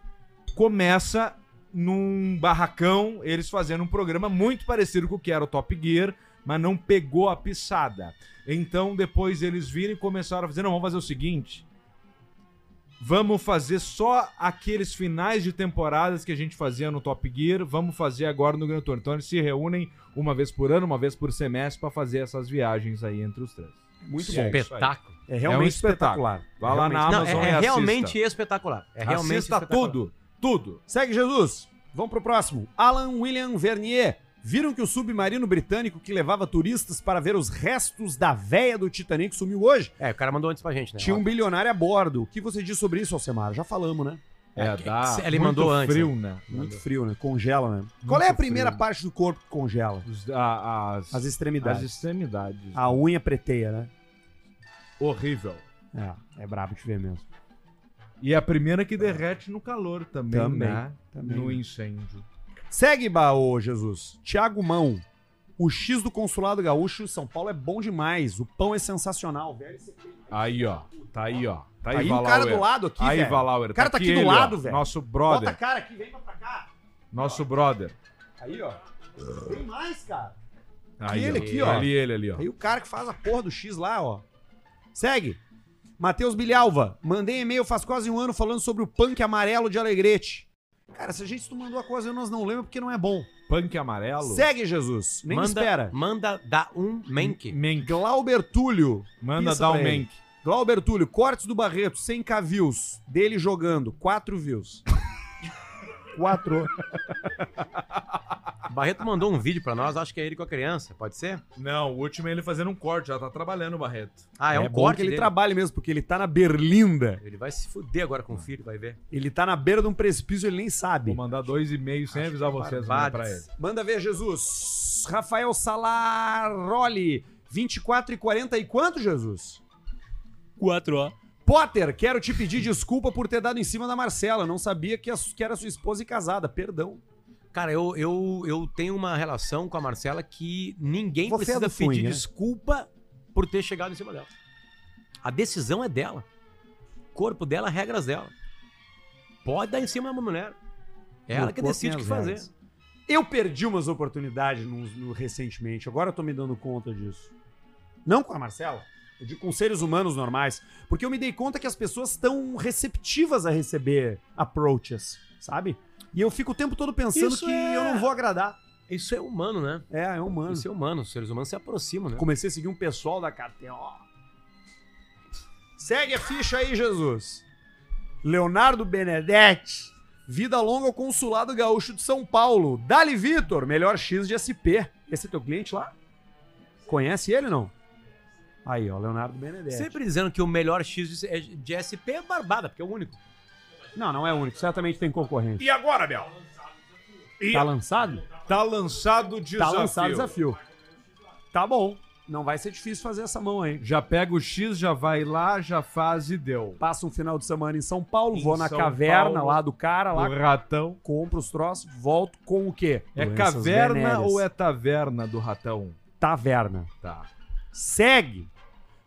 B: começa num barracão, eles fazendo um programa muito parecido com o que era o Top Gear, mas não pegou a pisada. Então depois eles viram e começaram a fazer, não, vamos fazer o seguinte, vamos fazer só aqueles finais de temporadas que a gente fazia no Top Gear, vamos fazer agora no Grand Tour. Então eles se reúnem uma vez por ano, uma vez por semestre pra fazer essas viagens aí entre os três.
A: Muito
B: E é
A: bom.
B: isso aí.
C: Espetáculo.
A: É realmente
B: um espetacular.
A: espetacular.
B: Vai lá na
A: Realmente. Não,
B: Amazon
A: é-
B: e
A: é
B: assista.
C: Realmente espetacular. É realmente
B: Assista
C: espetacular.
B: tudo, tudo.
A: Segue, Jesus. Vamos pro próximo. Alan William Vernier. Viram que o submarino britânico que levava turistas para ver os restos da véia do Titanic sumiu hoje?
C: É, o cara mandou antes pra gente, né?
A: Tinha um bilionário a bordo. O que você diz sobre isso, Alcemar? Já falamos, né?
B: É, dá
C: Ele
B: muito
C: mandou antes,
B: frio,
C: né?
B: né?
A: Muito frio, né? Congela, né? Qual é a primeira parte do corpo que congela?
B: Os- a- as,
A: As extremidades.
B: As extremidades. Ah,
A: A unha preteia, né?
B: Horrível.
A: É, é brabo de ver mesmo.
B: E a primeira que derrete no calor também,
A: Também,
B: né?
A: também.
B: No incêndio.
A: Segue, Baô, Jesus. Tiago Mão. O X do Consulado Gaúcho em São Paulo é bom demais. O pão é sensacional, velho.
B: Aí, ó. Tá aí, ó. Tá aí,
A: Tá aí um
B: Valauer.
A: cara do lado aqui,
B: Aí,
A: velho.
B: Valauer.
A: O cara tá aqui do
B: ele,
A: lado,
B: ó.
A: velho.
B: Nosso
A: Bota a
B: brother.
A: cara aqui, vem pra cá.
B: Nosso brother.
A: Aí, ó. Tem mais, cara.
B: Aí,
A: ele
B: ó.
A: aqui, ó.
B: Ali, ele ali, ó.
A: Aí o cara que faz a porra do X lá, ó. Segue. Matheus Bilhalva, mandei e-mail faz quase um ano falando sobre o punk amarelo de Alegrete. Cara, se a gente não mandou a coisa, nós não lembra porque não é bom.
B: Punk amarelo.
A: Segue, Jesus. Nem
C: manda,
A: espera.
C: Manda dar um menk.
B: Menk.
A: Glauber Túlio.
B: Manda
A: Pisa
B: dar um
A: pra ele.
B: menk.
A: Glauber Túlio, cortes do Barreto, 100k views. Dele jogando, 4 views. 4.
C: Barreto mandou um vídeo pra nós, acho que é ele com a criança, pode ser?
B: Não, o último é ele fazendo um corte, já tá trabalhando o Barreto.
C: Ah, é, um
A: bom
C: corte
A: que ele
C: dele.
A: trabalha mesmo, porque ele tá na Berlinda.
C: Ele vai se fuder agora com o filho, vai ver.
A: Ele tá na beira de um precipício, ele nem sabe.
B: Vou mandar dois e-mails sem avisar vocês né, pra ele.
A: Manda ver, Jesus. Rafael Salaroli, 24 e 40 e quanto, Jesus?
E: 4 ó.
A: Potter, quero te pedir desculpa por ter dado em cima da Marcela. Não sabia que, a su- que era sua esposa e casada. Perdão.
C: Cara, eu, eu, eu tenho uma relação com a Marcela que ninguém
A: Você é
C: precisa
A: do Cunha,
C: pedir
A: né?
C: desculpa por ter chegado em cima dela. A decisão é dela. Corpo dela, regras dela. Pode dar em cima da mulher. É ela
A: Meu
C: que
A: corpo,
C: decide o que
A: minhas
C: fazer.
A: regras. Eu perdi umas oportunidades no, no- recentemente. Agora eu tô me dando conta disso. Não com a Marcela. Eu digo com seres humanos normais. Porque eu me dei conta que as pessoas estão receptivas a receber approaches, sabe? E eu fico o tempo todo pensando
C: Isso
A: que
C: é-
A: eu não vou agradar.
C: Isso é humano, né?
A: É, é humano.
C: Isso é humano. Os seres humanos se aproximam,
B: É.
C: né?
A: Comecei a seguir um pessoal da KTO. Segue a ficha aí, Jesus. Leonardo Benedetti. Vida longa ao Consulado Gaúcho de São Paulo. Dali Vitor, melhor X de SP. Esse é teu cliente lá? Conhece ele não? Aí, ó, Leonardo Benedetti.
C: Sempre dizendo que o melhor X de, é de SP é barbada, porque é o único.
A: Não, não é único. Certamente tem concorrente.
B: agora, Bel?
A: Tá lançado?
B: Tá lançado o
A: Tá lançado o desafio. Tá bom. Não vai ser difícil fazer essa mão aí.
B: Já pega o X, já vai lá, já faz e deu.
A: Passa um final de semana em São Paulo,
B: Em
A: vou na
B: São
A: caverna
B: Paulo,
A: lá do cara, lá.
B: do ratão.
A: Compro os troços, volto com o quê?
B: É
A: Doenças
B: caverna
A: venéreas.
B: ou é taverna do ratão?
A: Taverna.
B: Tá.
A: Segue.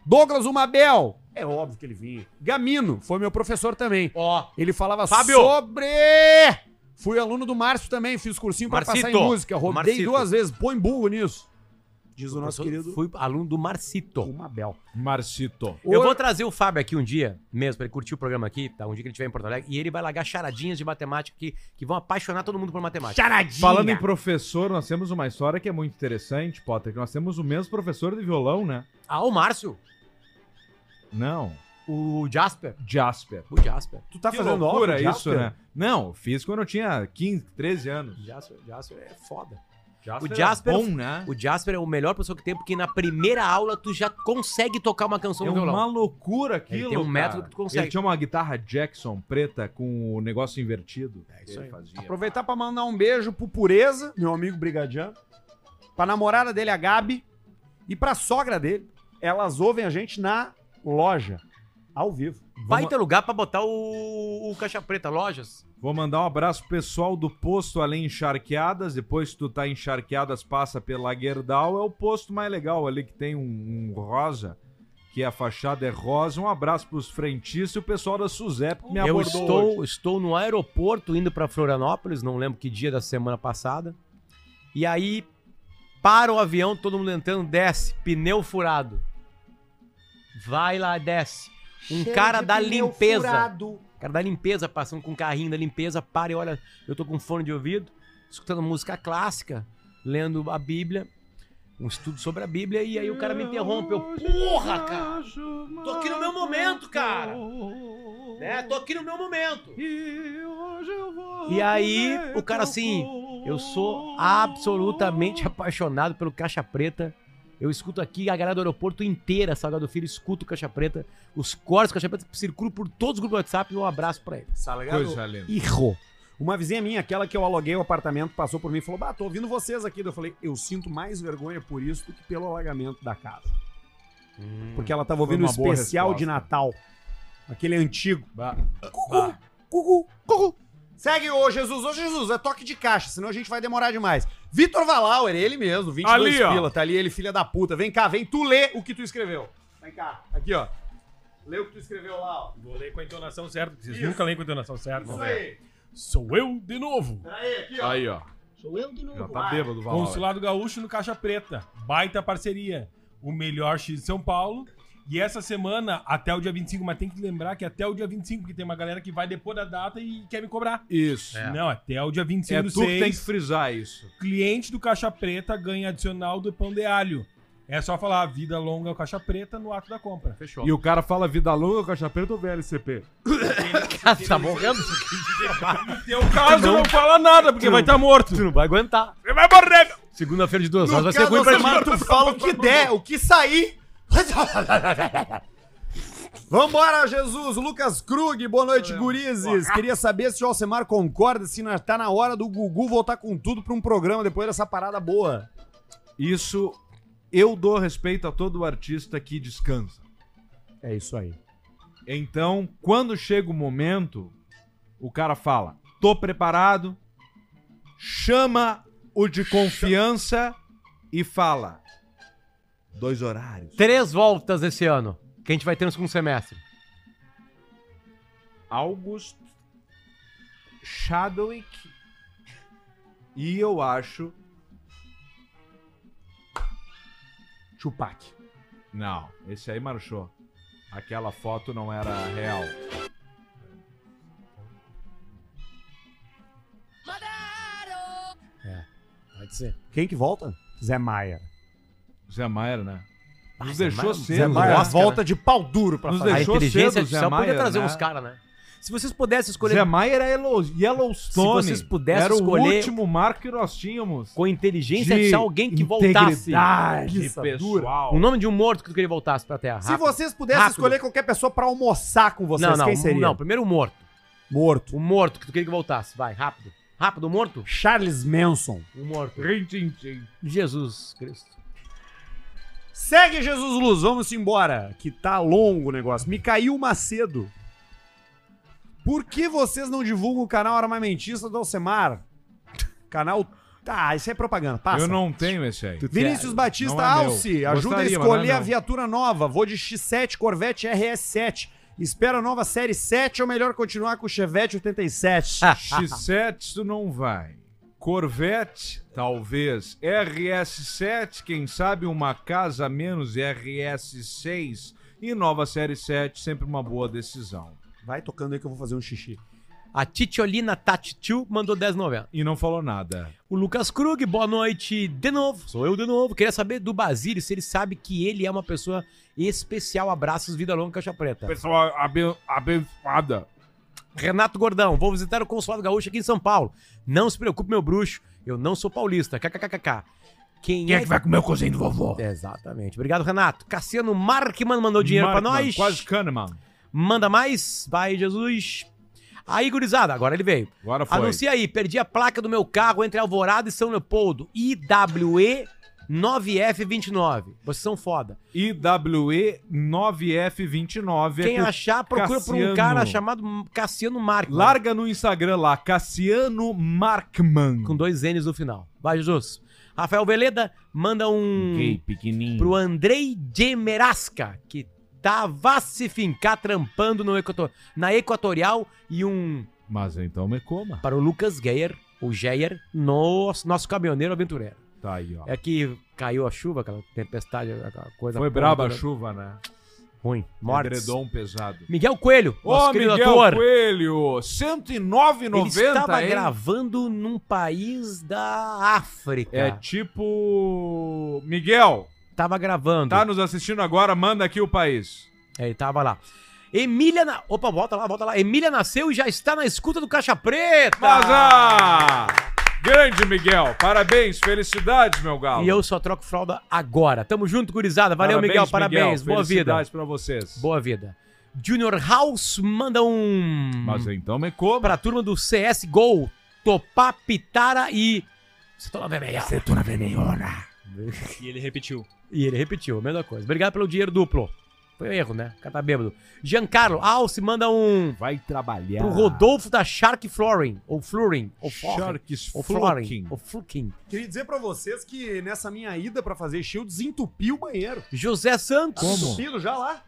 A: Douglas Umabel. É óbvio que ele vinha. Gamino, foi meu professor também. Ó. Ele falava
R: Fábio.
A: sobre. Fui aluno do Márcio também, fiz cursinho pra
C: Marcito.
A: passar em música. Rodei
C: Marcito.
A: duas vezes, põe burro nisso. Diz o nosso
C: Professor,
A: querido.
C: Fui aluno do Marcito.
A: Uma bel.
B: Marcito.
C: Eu vou trazer o Fábio aqui um dia mesmo, pra ele curtir o programa aqui, tá? Um dia que ele estiver em Porto Alegre, e ele vai largar charadinhas de matemática que, que vão apaixonar todo mundo por matemática.
B: Falando em professor, nós temos uma história que é muito interessante, Potter, que nós temos o mesmo professor de violão, né?
C: Ah, o Márcio?
B: Não.
C: O Jasper?
B: Jasper.
C: O Jasper.
A: Tu
B: Tá fazendo loucura
C: aula,
B: isso,
C: Jasper?
B: né? Não, fiz quando eu tinha 15, 13 anos.
C: Jasper, Jasper é foda.
B: Jasper
C: o Jasper,
B: é bom, né?
C: o Jasper é o melhor professor que tem, porque na primeira aula tu já consegue tocar uma canção
B: É
C: no violão.
B: uma loucura aquilo,
C: Ele tem um
B: cara.
C: método que tu consegue.
B: Ele tinha uma guitarra Jackson preta com o negócio invertido. É
A: Isso aí.
B: fazia.
A: Aproveitar pra mandar um beijo pro Pureza, meu amigo Brigadiano, pra namorada dele, a Gabi, e pra sogra dele. Elas ouvem a gente na loja, ao vivo.
C: Vai ter lugar pra botar o, o Caixa Preta, lojas?
B: Vou mandar um abraço pro pessoal do posto Além Encharqueadas. Depois que tu tá em encharqueadas, passa pela Gerdau. É o posto mais legal ali que tem um, um rosa, que a fachada é rosa. Um abraço pros frentistas e o pessoal da Suzep que me
C: eu
B: abordou
C: estou,
B: hoje.
C: estou no aeroporto indo para Florianópolis, não lembro que dia da semana passada. E aí para o avião, todo mundo entrando, desce, pneu furado. Vai lá, desce. Um
A: Cheio
C: cara
A: de
C: da
A: pneu
C: limpeza. Um
A: furado.
C: Cara da limpeza passando com um carrinho da limpeza, para e olha, eu tô com um fone de ouvido, escutando música clássica, lendo a Bíblia, um estudo sobre a Bíblia e aí o cara me interrompe, eu, porra, Ah, cara. Tô aqui no meu momento, cara. Né? Tô aqui no meu momento. E aí, o cara assim, eu sou absolutamente apaixonado pelo Caixa Preta. Eu escuto aqui a galera do aeroporto inteira, Salgado Filho, escuto o Caixa Preta. Os cortes do Caixa Preta circulam por todos os grupos do WhatsApp e um abraço pra ele.
A: Salgado
B: Coisa linda.
A: Irro. Uma vizinha minha, aquela que eu aluguei o apartamento, passou por mim e falou: Bah, tô ouvindo vocês aqui. Daí Eu falei: Eu sinto mais vergonha por isso do que pelo alagamento da casa. Porque ela tava
B: Hum, foi
A: ouvindo o
B: uma boa
A: especial
B: resposta.
A: de Natal. Aquele antigo.
B: Bah.
A: Cucu, cucu. Segue, ô Jesus, ô Jesus, é toque de caixa, senão a gente vai demorar demais. Vitor Valauer, ele mesmo, 22
B: Ali, ó.
A: pila, tá ali ele, filha da puta. Vem cá, vem tu lê o que tu escreveu. Vem cá, aqui, ó. Lê o que tu escreveu lá, ó.
F: Vou ler com a entonação certa, porque vocês
A: Isso.
F: nunca leem com a entonação certa.
A: Isso
F: Vamos
A: aí.
F: ver. Sou eu de novo.
A: Peraí, aqui, ó.
B: Aí, ó.
F: Sou eu de novo.
B: Já tá bêbado, Valauer.
F: Consulado Gaúcho no Caixa Preta. Baita parceria. O melhor X de São Paulo. E essa semana, até o dia 25, mas tem que lembrar que é até o dia 25, porque tem uma galera que vai depois da data e quer me cobrar.
B: Isso.
C: É.
F: Não, até o dia 25
B: É
F: do
B: tu que tem que
F: 6,
B: frisar isso.
F: cliente do Caixa Preta ganha adicional do pão de alho. É só falar vida longa ao Caixa Preta no ato da compra. Fechou.
B: E o cara fala vida longa, caixa preta ou VLCP?
C: Cara, tá morrendo?
F: No teu caso, não, fala nada, porque
C: tu
F: vai
C: não-
F: estar morto.
C: Tu não vai aguentar.
F: Você vai morrer, meu.
C: Segunda-feira de duas horas vai
A: No
C: ser
A: caso,
C: ruim pra
A: semana
C: ti.
A: tu fala o que der, o que sair. Vambora, Jesus! Lucas Krug, boa noite, gurizes! Queria saber se o Alcemar concorda se não tá na hora do Gugu voltar com tudo pra um programa depois dessa parada boa.
B: Isso eu dou respeito a todo artista que descansa.
A: É isso aí.
B: Então, quando chega o momento, o cara fala: "Tô preparado". Chama o de confiança e fala: "Dois horários".
C: Três voltas esse ano, que a gente vai ter no segundo semestre.
B: August Chadwick e eu acho
A: Tupac.
B: Não, esse aí marchou. Aquela foto não era real.
C: É, pode ser.
A: Quem que volta? Zé Maia.
B: Zé Maia, né? Nos
C: Zé
B: deixou
C: Maia-
B: cedo.
C: Zé Maia
B: Oscar,
A: volta
B: né?
A: de pau duro pra
B: Nos
A: fazer.
C: A
B: deixou
C: inteligência
B: cedo, Zé
C: artificial podia
B: Maia,
C: trazer
B: né?
C: uns caras, né? Se vocês pudessem escolher...
B: Zé Maia era Yellow- Yellowstone.
C: Se vocês pudessem
B: era o
C: escolher-
B: último marco que nós tínhamos.
C: Com inteligência
B: De
C: artificial, alguém que voltasse.
B: integridade,
C: Isso,
B: pessoal.
C: O nome de um morto que tu queria voltasse pra Terra.
A: Se vocês pudessem escolher qualquer pessoa pra almoçar com vocês,
C: não, não,
A: quem seria?
C: Não, primeiro o morto.
A: Morto.
C: O morto que tu queria que voltasse. Vai, rápido. Rápido, morto?
A: Charles Manson.
C: O morto.
A: Jesus Cristo. Segue Jesus Luz, vamos embora, que tá longo o negócio. Micael Macedo. Por que vocês não divulgam o canal armamentista do Alcemar? Canal. Tá, isso é propaganda, passa.
B: Eu não tenho esse aí.
A: Vinícius Batista
B: Não é meu.
A: Alce,
B: Gostaria,
A: ajuda a
B: mas não é
A: escolher a
B: meu.
A: viatura nova. Vou de X7 Corvette RS7. Espera a nova série 7 ou melhor continuar com o Chevette 87?
C: Ah.
B: X7 tu não vai. Corvette, talvez. RS7, quem sabe uma casa a menos RS6. E nova série 7, sempre uma boa decisão.
A: Vai tocando aí que eu vou fazer um xixi.
C: A Titiolina Tatitiu mandou 10,90.
B: E não falou nada.
C: O Lucas Krug, boa noite de novo. Sou eu de novo. Queria saber do Basílio se ele sabe que ele é uma pessoa especial. Abraços, vida longa, caixa preta.
B: Pessoal aben- abençoada.
C: Renato Gordão, vou visitar o Consulado Gaúcho aqui em São Paulo. Não se preocupe, meu bruxo. Eu não sou paulista. KKKKK. Quem,
B: Quem é que vai comer o cozinho do vovô?
C: Exatamente. Obrigado, Renato. Cassiano Markman mandou dinheiro pra
B: Markman,
C: nós.
B: Quase Kahneman.
C: Manda mais. Vai, Jesus. Aí, gurizada, agora ele veio.
B: Agora foi.
C: Anuncia aí, perdi a placa do meu carro entre Alvorada e São Leopoldo. IWE 9F29. Vocês são foda.
B: IWE 9F29. é
C: Quem
B: pro
C: achar, procura por um
B: Cassiano.
C: cara chamado Cassiano Markman.
B: Larga no Instagram lá, Cassiano Markman.
C: Com dois N's no final. Vai, Jesus. Rafael Veleda manda um
B: pequenininho.
C: pro Andrei de Merasca, que tava se fincar trampando no Equator- na Equatorial e um
B: Mas então me coma.
C: para o Lucas Geyer, o Geyer, nosso, nosso caminhoneiro aventureiro.
B: Tá aí, ó.
C: É que caiu a chuva, aquela tempestade, aquela coisa.
B: Foi
C: porra
B: braba a
C: toda.
B: chuva, né?
C: Ruim. Mortes.
B: Edredom pesado.
C: Miguel Coelho, nosso
B: Ô,
C: querido
B: Miguel
C: ator.
B: Coelho, 109,90,
C: Ele estava
B: hein?
C: gravando num país da África.
B: É tipo... Miguel,
C: Tava gravando.
B: tá nos assistindo agora? Manda aqui o país.
C: É, ele tava lá. Emília. Na... Opa, volta lá, volta lá. Emília nasceu e já está na escuta do Caixa Preta.
B: Mas, ah, grande Miguel, parabéns, felicidades, meu galo.
C: E eu só troco fralda agora. Tamo junto, gurizada. Valeu,
B: Parabéns,
C: Miguel. Parabéns. Boa vida.
B: Felicidades pra vocês.
C: Boa vida. Junior House manda um.
B: Mas então me coma.
C: Pra turma do CSGO. Topá, Pitara e. Setora Vermelha. Setora Vermelhona.
E: E ele repetiu.
C: E ele repetiu, a mesma coisa. Obrigado pelo dinheiro duplo. Foi um erro, né? O cara tá bêbado. Giancarlo, Alce manda um.
B: Vai trabalhar.
C: Pro Rodolfo da Shark Flooring. Ou Flooring. Ou
B: Sharks
C: Ou Flooring.
B: Flooring.
C: Ou Fluking.
A: Queria dizer pra vocês que nessa minha ida pra fazer xixi, eu desentupi o banheiro.
C: José Santos.
A: Entupido já lá.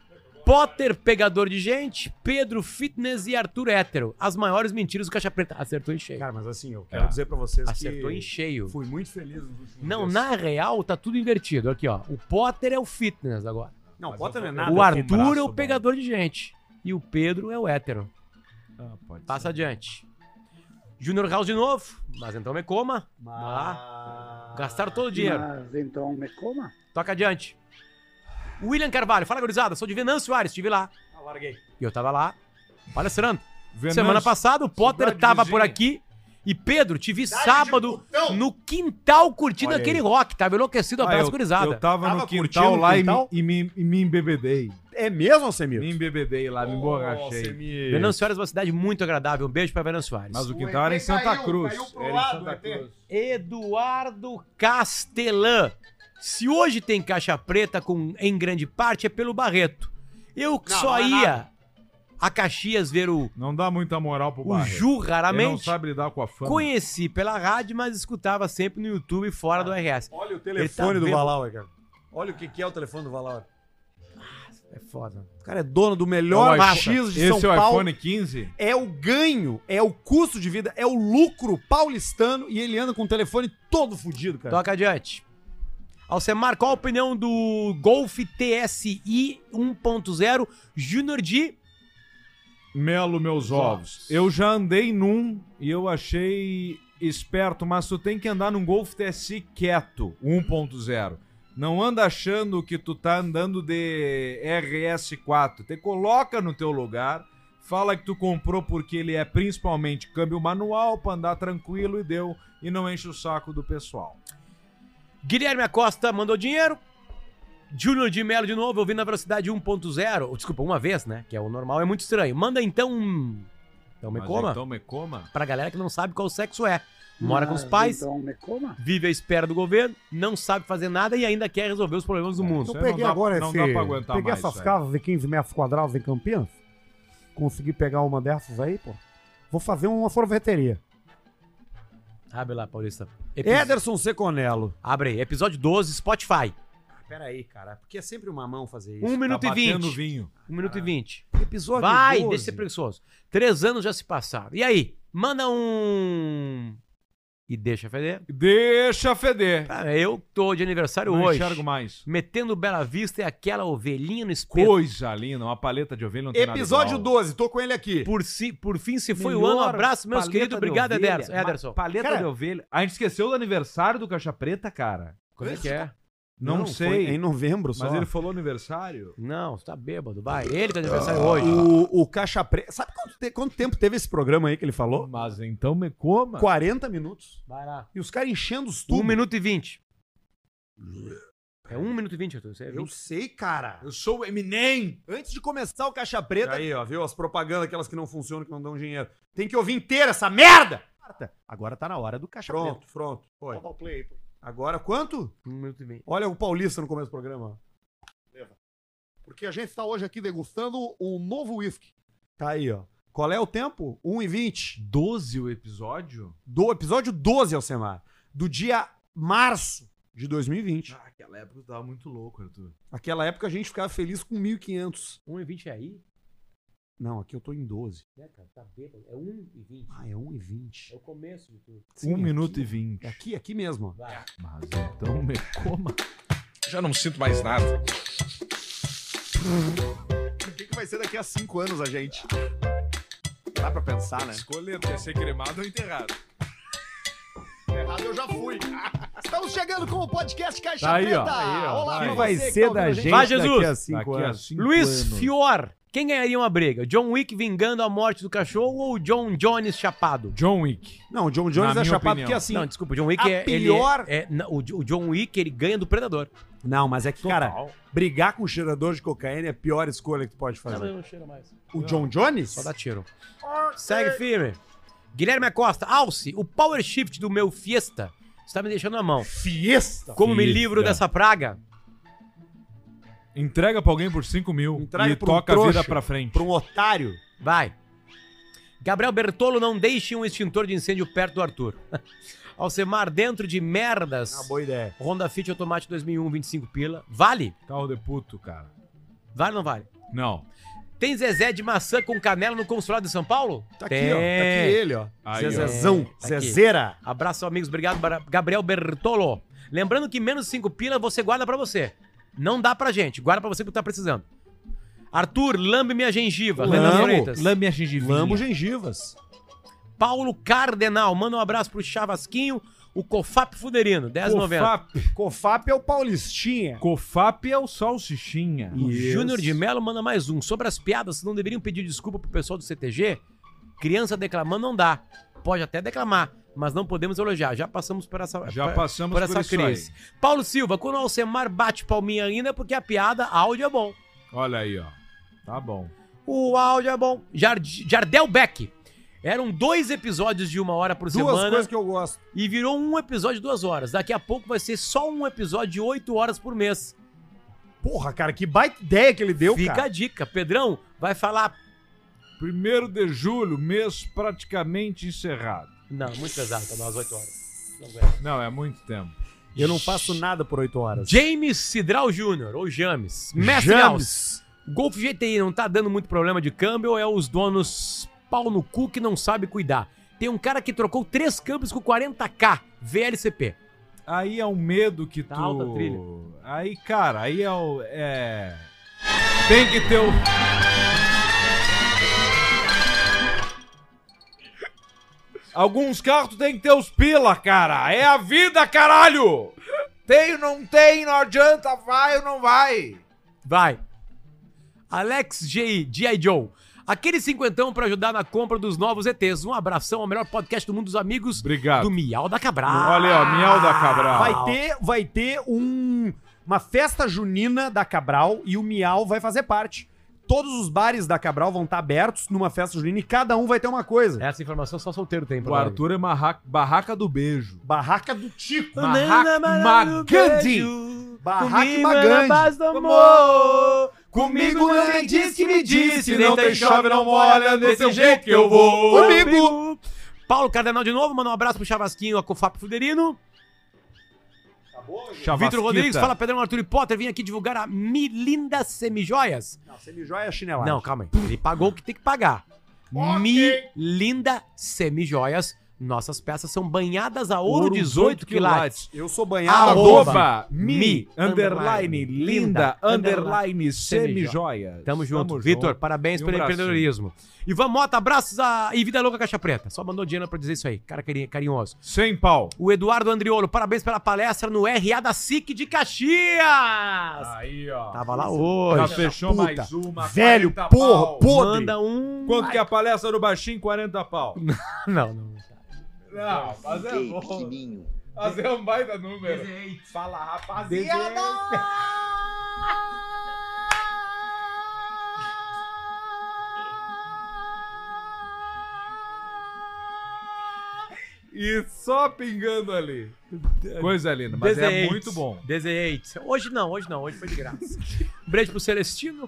C: Potter, pegador de gente. Pedro Fitness e Arthur Hétero. As maiores mentiras do Caixa Preta. Acertou em cheio.
A: Cara, mas assim, eu
B: É.
A: quero dizer pra vocês
C: Acertou
A: que
C: em cheio.
A: fui muito feliz nos últimos
C: Não,
A: dias.
C: na real, tá tudo invertido. Aqui, ó. O Potter é o fitness agora.
A: Não, bota não é nada.
C: o
A: eu tenho
C: Arthur
A: braço
C: é o
A: bom.
C: pegador de gente. E o Pedro é o hétero.
B: Ah, pode
C: Passa adiante. Junior House de novo. Mas então me coma. Ah, Gastaram todo o dinheiro.
R: Mas então me coma.
C: Toca adiante. William Carvalho. Fala, gurizada. Sou de Venâncio Aires. Estive lá.
A: Ah, larguei.
C: E eu tava lá palestrando.
B: Venâncio,
C: Semana passada, o Potter
B: cidade
C: tava
B: vizinha.
C: por aqui. E Pedro, te vi sábado no quintal curtindo
B: Olha aí.
C: aquele rock. Tava enlouquecido,
B: Ah,
C: abraço,
B: eu,
C: gurizada.
B: eu tava,
C: Tava
B: no
C: curtindo
B: quintal
C: o
B: lá e
C: quintal?
B: me- E, me, e me embebedei.
A: É mesmo, Alcemir?
B: Me embebedei lá, me emborrachei.
C: Venâncio Aires é uma cidade muito agradável. Um beijo pra Venâncio Aires.
B: Mas o quintal era em Santa Cruz. Era em Santa Cruz.
C: Eduardo Castelã. Se hoje tem caixa preta com em grande parte é pelo Barreto. Eu que
B: Não,
C: só
B: não é
C: ia
B: nada.
C: a Caxias ver o
B: Não dá muita moral pro
C: O
B: Barreto.
C: Ju
B: Ele
C: raramente
B: não sabe lidar com a fama.
C: conheci pela rádio, mas escutava sempre no YouTube
B: Ah,
C: fora do RS.
A: Olha o
C: Ele tá
A: telefone do
C: bêbado.
A: Valauer, cara. Olha o que, que é o telefone do Valauer.
C: É foda.
A: O cara é dono do melhor
B: É o iPhone-
A: X de
B: Esse
A: São
B: é o
A: Paulo.
B: iPhone 15?
A: É o ganho, é o custo de vida, é o lucro paulistano e ele anda com o telefone todo fudido, cara.
C: Toca Então, adiante. Alcemar, qual a opinião do Golf TSI 1.0 Junior de
B: Melo meus ovos. Eu já andei num e eu achei esperto, mas tu tem que andar num Golf TSI quieto, 1.0. Não anda achando que tu tá andando de RS4. Te coloca no teu lugar, fala que tu comprou porque ele é principalmente câmbio manual pra andar tranquilo e deu e não enche o saco do pessoal.
C: Guilherme Acosta mandou dinheiro. Júnior de Melo de novo, eu vi na velocidade 1.0. ou, Desculpa, uma vez, né? Que é o normal, é muito estranho. Manda então um Então me coma.
B: Então me coma.
C: Pra galera que não sabe qual sexo é. Mora com os
R: Mas
C: pais,
R: Então me coma.
C: vive à espera do governo, não sabe fazer nada e ainda quer resolver os problemas do mundo.
R: Eu Isso aí peguei não dá- agora
C: não
R: não
C: dá
R: esse-
C: pra
R: dá
C: aguentar
R: Peguei
C: mais.
R: essas
C: velho.
R: casas de 15 metros quadrados em Campinas. Consegui pegar uma dessas aí, pô. Vou fazer uma sorveteria.
C: Abre lá, Paulista.
A: Ederson Seconello.
C: Abre aí, episódio 12, Spotify.
A: Peraí, cara, porque é sempre uma mão fazer isso.
C: Um
B: tá
C: minuto e vinte. Um minuto
B: Ah.
C: e vinte. Episódio Vai,
A: 12.
C: deixa de ser preguiçoso. Três anos já se passaram. E aí? Manda um... E deixa feder.
B: Deixa feder.
C: Cara, eu tô de aniversário
B: É. Não
C: hoje.
B: enxergo mais.
C: Metendo Bela Vista e aquela ovelhinha no espeto.
B: Coisa linda, uma paleta de ovelha não tem
C: Episódio
B: nada
A: 12, tô com ele aqui.
C: Por, si, por fim, se foi o ano, abraço, meus queridos. Obrigado, Ederson. É, Ederson.
B: Paleta de ovelha. É, A gente esqueceu do aniversário do Caixa Preta, cara.
C: Quando é que
B: tá-
C: é?
B: Não,
C: Não,
B: sei.
C: foi em novembro
B: Mas
C: só.
B: ele falou aniversário?
C: Não, tá bêbado, vai. Ele tá de aniversário
B: Ah.
A: Ah.
C: hoje.
A: O, o Caixa Preta. Sabe quanto, te- quanto tempo teve esse programa aí que ele falou?
B: Mas então me coma.
A: 40 minutos.
C: Vai lá.
A: E os caras enchendo os tubos.
C: 1 minuto e 20. É 1 minuto e 20, Arthur. Você é
A: Eu
C: 20.
A: sei, cara.
B: Eu sou o Eminem.
A: Antes de começar o Caixa Preta. Aí, ó, viu? As propagandas, aquelas que não funcionam, que não dão dinheiro. Tem que ouvir inteira essa merda! Agora tá na hora do Caixa Preta. Tá Pronto, pronto. Foi. Agora quanto?
C: 1 minuto e 20.
A: Olha o Paulista no começo do programa. Porque a gente está hoje aqui degustando um novo uísque. Tá aí, ó. Qual é o tempo? 1 e 20.
B: 12 o episódio?
A: Do episódio 12, Alcemar. Do dia março de 2020.
B: Ah, Aquela época eu tava muito louco, Arthur.
A: Naquela época a gente ficava feliz com 1.500.
C: 1 e 20 é aí?
A: Não, aqui eu tô em 12.
C: É, cara, tá bêbado. É 1 e 20.
A: Ah, é 1 e 20.
C: É o começo de tudo.
A: Sim,
B: um
A: aqui.
B: minuto e vinte.
A: É Aqui, aqui mesmo. ó.
B: Mas então me coma.
H: Já não sinto mais nada.
A: O que, que vai ser daqui a 5 anos a gente? Dá pra pensar, né?
B: Escolher, quer ser cremado ou enterrado.
A: Errado eu já fui. Estamos chegando com o podcast Caixa
B: Tá aí,
A: Preta.
B: ó. Aí, ó.
A: Olá,
B: Vai.
A: pra
B: Vai
A: você que
B: ser
A: tá
B: da
A: ouvindo a
B: gente
C: Vai,
B: daqui
C: Jesus!
B: a cinco Daqui a anos. cinco
C: Luiz
B: anos.
C: Fior. Quem ganharia uma briga? John Wick vingando a morte do cachorro ou John Jones chapado?
B: John Wick.
A: Não, o John Jones
B: Na
A: é
B: minha
A: chapado
B: opinião.
A: porque assim.
C: Não, desculpa, o John Wick
A: a
C: é. ele
A: pior.
C: é- é- na- o, o John Wick ele ganha do Predador.
A: Não, mas é que, cara, brigar com um cheirador de cocaína é a pior escolha que tu pode fazer.
C: cheira mais.
A: O John Jones?
C: Só dá tiro. Segue firme. Guilherme Acosta, Alce, o power shift do meu Fiesta está me deixando na mão.
A: Fiesta?
C: Como me
B: Fiesta.
C: livro dessa praga?
B: Entrega pra alguém por 5 mil
C: Entrega
B: e
C: pra um
B: toca a vida
C: trouxa,
B: pra frente.
A: Pra um otário.
C: Vai. Gabriel Bertolo, não deixe um extintor de incêndio perto do Arthur. Alcemar, dentro de merdas. Uma
A: É boa ideia.
C: Honda Fit Automático 2001, 25 pila. Vale?
B: Carro de puto, cara.
C: Vale ou não vale?
B: Não.
C: Tem Zezé de maçã com canela no consulado de São Paulo?
A: Tá aqui,
C: Tem.
A: ó. Tá aqui ele, ó.
B: Aí, ó.
A: Zezezão.
C: Tá aqui.
A: Zezeira.
C: Abraço, amigos. Obrigado, Bara- Gabriel Bertolo. Lembrando que menos 5 pila você guarda pra você. Não dá pra gente. Guarda pra você que tá precisando. Arthur, lambe minha gengiva. Renan Freitas.
B: Lame a gengivinha.
A: Lambo gengivas.
C: Paulo Cardenal. Manda um abraço pro Chavasquinho, o Cofap Fuderino, 10,90.
B: Cofap.
A: Cofap é o Paulistinha.
B: Cofap é o salsichinha.
C: O Júnior de Melo manda mais um. Sobre as piadas, não deveriam pedir desculpa pro pessoal do CTG? Criança declamando não dá. Pode até declamar, mas não podemos elogiar. Já passamos por essa,
B: Já
C: por-
B: passamos
C: É, por
B: por
C: essa
B: isso
C: crise. Paulo Silva, quando o Alcemar bate palminha ainda, é porque a piada, áudio é bom.
B: Olha aí, ó. Tá bom.
C: O áudio é bom. Jard- Jardel Beck. Eram dois episódios de uma hora por
A: Duas
C: semana.
A: coisas que eu gosto.
C: E virou um episódio de duas horas. Daqui a pouco vai ser só um episódio de oito horas por mês.
A: Porra, cara, que baita ideia que ele deu,
C: Fica a
A: cara.
C: dica. Pedrão vai falar.
B: Primeiro de julho, mês praticamente encerrado.
C: Não, muito pesado pra nós, oito horas. Não aguento.
B: Não, é muito tempo.
A: Eu não faço nada por oito horas.
C: James Cidral Júnior, ou James. Mestre
A: James.
C: Alves. Golf GTI não tá dando muito problema de câmbio, ou é os donos pau no cu que não sabe cuidar. Tem um cara que trocou três câmbios com 40k VLCP.
B: Aí é um medo que tu.
C: Tá alta a trilha.
B: Aí, cara, aí é o. É. Tem que ter o. Alguns carros tu tem que ter os pila, cara. É a vida, caralho! Tem, não tem, não adianta, vai ou não vai.
C: Vai. Alex G. G.I. Joe. Aquele cinquentão pra ajudar na compra dos novos ETs. Um abração ao melhor podcast do mundo dos amigos
B: Obrigado.
C: do Miau da Cabral.
B: Olha, ó, miau da Cabral.
A: Vai ter, vai ter um, uma festa junina da Cabral e o Miau vai fazer parte. Todos os bares da Cabral vão estar abertos numa festa junina e cada um vai ter uma coisa.
C: Essa informação só solteiro tem, né?
B: O Arthur é marra- barraca do beijo.
A: Barraca do Tico.
B: Barraca Magandi.
A: Barraca e
O: Comigo é na
A: Magante.
O: base do amor. Comigo não tem diz que me disse, não tem chove, não molha, desse jeito que eu vou.
C: Comigo! Paulo Cardenal de novo, manda um abraço pro Chavasquinho, a Cofap Fuderino. Vitor Rodrigues, fala Pedrão Arthur e Potter, vim aqui divulgar a Milinda Semijoias.
A: Não, semijoia é
O: Tá
A: chinelada.
C: Não, calma aí. Ele pagou o que tem que pagar. Milinda Semijoias. Nossas peças são banhadas a ouro, 18 quilates.
A: Eu sou
C: Ah,
A: banhado.
B: Arroba, mi, underline, linda, underline, semijoia.
C: Tamo junto. Vitor, parabéns
B: E um
C: pelo
B: bracinho.
C: empreendedorismo. Ivan Mota, abraços a... e Vida Louca Caixa Preta. Só mandou dinheiro pra dizer isso aí. Cara cari- carinhoso.
B: Sem pau.
C: O Eduardo Andriolo, parabéns pela palestra no RA da SIC de Caxias.
B: Aí, ó.
C: Tava lá hoje.
B: Já fechou
C: Tá Puta.
B: mais uma.
C: Velho,
B: 40
C: porra,
B: pau.
C: podre. Manda um.
B: Quanto que é a palestra do baixinho? 40 pau.
C: Não, não.
B: Não, mas é bom. Mas é um baita número. Fala,
O: Rapaziada!
B: E só pingando ali. Coisa linda, mas é
C: Desenhei.
B: muito bom.
C: Desenhei. Hoje não, hoje não, hoje foi de graça. um beijo pro Celestino,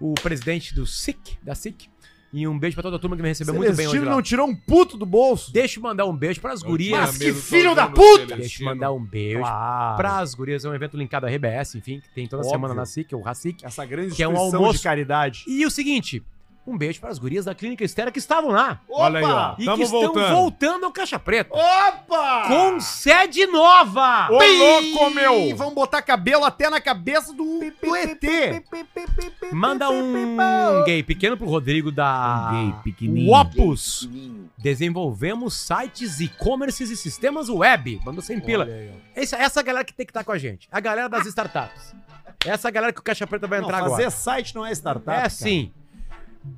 C: o presidente do SIC, da SIC. E um beijo pra toda a turma que me recebeu muito bem
A: Celestino
C: hoje.
A: não tirou um puto do bolso.
C: Deixa eu mandar um beijo
B: É
C: pras gurias.
A: Mas que filho da
B: né?
A: puta!
C: Deixa eu mandar um beijo
A: Claro.
C: pras gurias. É um evento linkado à RBS, enfim, que tem toda
A: Ah, né? Óbvio.
C: semana na SIC, o RACIC.
A: Essa grande
C: que é um
A: instituição
C: almoço.
A: de caridade.
C: E o seguinte, um beijo pras gurias da Clínica Estera que estavam lá.
A: Olha aí, ó.
C: E
A: Tamo
C: que estão
A: voltando.
C: voltando. ao Caixa Preta.
A: Opa!
C: Com sede nova!
A: Ô, louco,
C: meu!
A: Vamos botar cabelo até na cabeça do, do ET.
C: Manda um gay pequeno pro Rodrigo da
A: Um
B: pequenininho.
C: Opus. Desenvolvemos sites, e-commerces e sistemas web. Mandou sem pila. Essa, essa galera que tem que estar com a gente. A galera das startups. Essa galera que o Caixa Preta vai
A: Não,
C: entrar
A: fazer
C: agora.
A: site não é startup.
C: É
A: cara.
C: sim.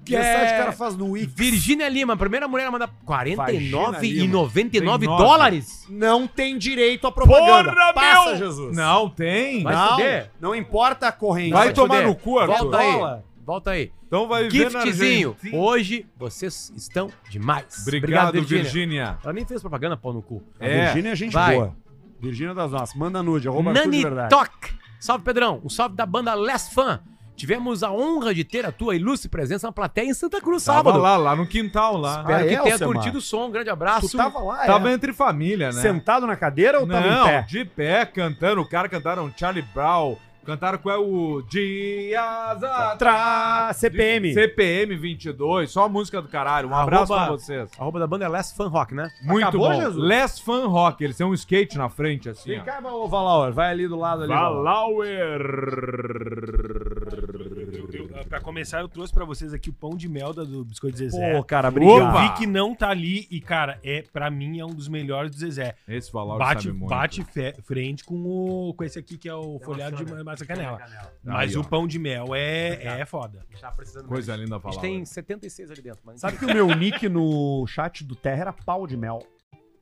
A: Que site o cara
C: É
A: faz no Wix?
C: Virgínia Lima, primeira mulher a mandar
A: Vagina
C: 49,99
A: Lima.
C: dólares.
A: Não tem direito à propaganda.
C: Porra,
A: Passa,
C: meu!
A: Jesus.
B: Não tem.
A: Não,
C: Vai fuder.
A: não importa a corrente.
B: Vai
A: te
B: tomar
A: fuder.
B: no cu, Arthur.
C: Volta aí.
A: Dólar.
C: Volta aí.
B: Então vai ver na
C: Giftzinho.
B: Argentina.
C: Hoje vocês estão demais.
B: Obrigado, Virgínia.
C: Ela nem fez propaganda, pau no cu.
A: A Virgínia é gente
C: Vai.
A: boa. Virgínia é das nossas. Manda nude, arroba Arthur de
C: Nani
A: verdade.
C: Toc. Salve, Pedrão. Um salve da banda Les Fan. Tivemos a honra de ter a tua ilustre presença na plateia em Santa Cruz
B: Tava
C: sábado.
B: lá, lá no quintal lá.
C: Espero
A: Ah,
C: que
A: é,
C: tenha
A: Alcemar?
C: curtido o som. Um grande abraço.
A: Tu tava lá, é?
B: Tava entre família, né?
A: Sentado na cadeira ou tava
B: Não,
A: em pé?
B: de pé, cantando. O cara cantaram Charlie Brown. Cantaram qual é o Dias
A: Tra- CPM.
B: CPM 22. Só a música do caralho. Um abraço pra vocês.
C: Arroba da banda é Les Fan Rock, né?
B: Muito
A: Acabou,
B: bom.
A: Jesus?
B: Les Fan Rock. Eles têm um skate na frente, assim.
A: Vem cá, ô Valauer. Vai ali do lado ali.
F: Eu- eu- Pra começar, eu trouxe pra vocês aqui o pão de melda do Biscoito Zezé.
A: Pô, cara, obrigado.
F: Eu vi que não tá ali e, cara, é, pra mim é um dos melhores do Zezé.
B: Esse Valauer
F: Bate,
B: sabe muito.
F: bate fe- frente com, o, com esse aqui que é o folhado de ma- massa canela. Mas
B: Aí,
F: o
B: ó.
F: pão de mel é, é foda.
C: Tá precisando
B: Coisa linda
C: A gente
B: falar.
C: tem 76 ali dentro. Mas...
A: Sabe que o meu nick no chat do Terra era pau de mel.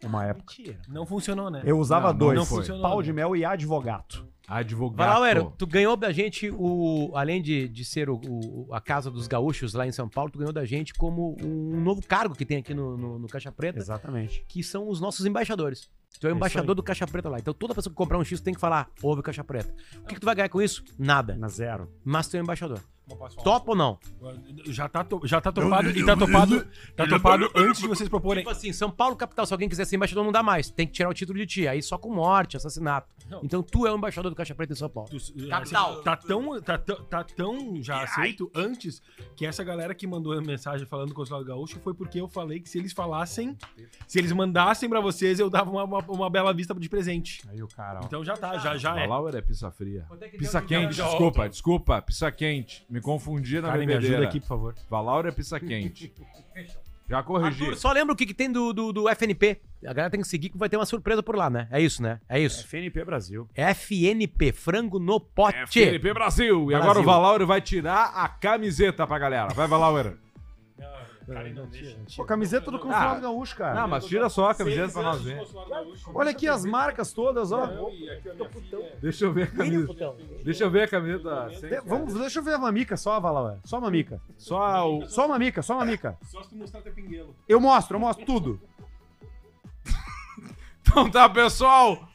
A: Uma época.
C: é Mentira.
F: Não funcionou, né?
A: Eu usava
B: Não, não
A: dois.
B: foi.
A: pau de mel e advogado.
B: Advogado.
C: Vai lá, Uero, tu ganhou da gente o. Além de, de ser o, o- a Casa dos Gaúchos lá em São Paulo, tu ganhou da gente como um novo cargo que tem aqui no, no- no Caixa Preta,
A: Exatamente.
C: que são os nossos embaixadores. Tu é o
A: isso
C: embaixador
A: aí.
C: do Caixa Preta lá. Então toda pessoa que comprar um X tem que falar, ouve o Caixa Preta. O que, que tu vai ganhar com isso? Nada.
A: Na zero.
C: Mas tu é o embaixador.
F: Mas posso falar?
C: Topa ou não?
F: Já tá, to- já tá topado e tá topado, tá topado antes de vocês proporem.
C: Tipo assim, São Paulo capital, se alguém quiser ser embaixador, não dá mais. Tem que tirar o título de ti. Aí só com morte, assassinato. Então tu é o embaixador do Caixa Preta em São Paulo.
F: Tu-
C: Capital.
F: Tá tão, tá, tão- tá tão já aceito antes que essa galera que mandou a mensagem falando do Consulado Gaúcho foi porque eu falei que se eles falassem, se eles mandassem pra vocês, eu dava uma, uma, uma bela vista de presente.
A: Aí o cara, ó.
F: Então já tá, já,
C: Ah,
F: já é.
B: Valauer é pizza fria.
C: é que
B: Pizza
C: deu de
B: quente,
F: grana?
B: desculpa, desculpa. Pizza quente. Ah, Me confundi na
F: Cara, me
B: bebedeira.
F: ajuda aqui, por favor.
B: Valauer é pizza quente. Já corrigi.
C: Arthur, só lembra o que, que tem do, do, do FNP. A galera tem que seguir que vai ter uma surpresa por lá, né? É isso, né? É isso. É
A: FNP Brasil.
C: FNP, frango no pote.
A: É
B: FNP Brasil. E agora o Valauer vai tirar a camiseta pra galera. Vai, Valauer.
F: Cara, não deixa.
A: Pô, camiseta do Consulado Gaúcho, cara.
B: Ah. Não, mas tira só a camiseta pra nós ver.
A: Olha aqui as marcas todas, ó.
F: é
B: Deixa eu ver a camisa. Deixa eu ver a camisa.
A: De- vamos, deixa eu ver a mamica só, Valaué. Só a mamica.
B: Só o...
A: Só a mamica, só a mamica.
F: Só se tu mostrar teu pinguelo.
A: Eu mostro, eu mostro tudo.
B: Então tá, pessoal.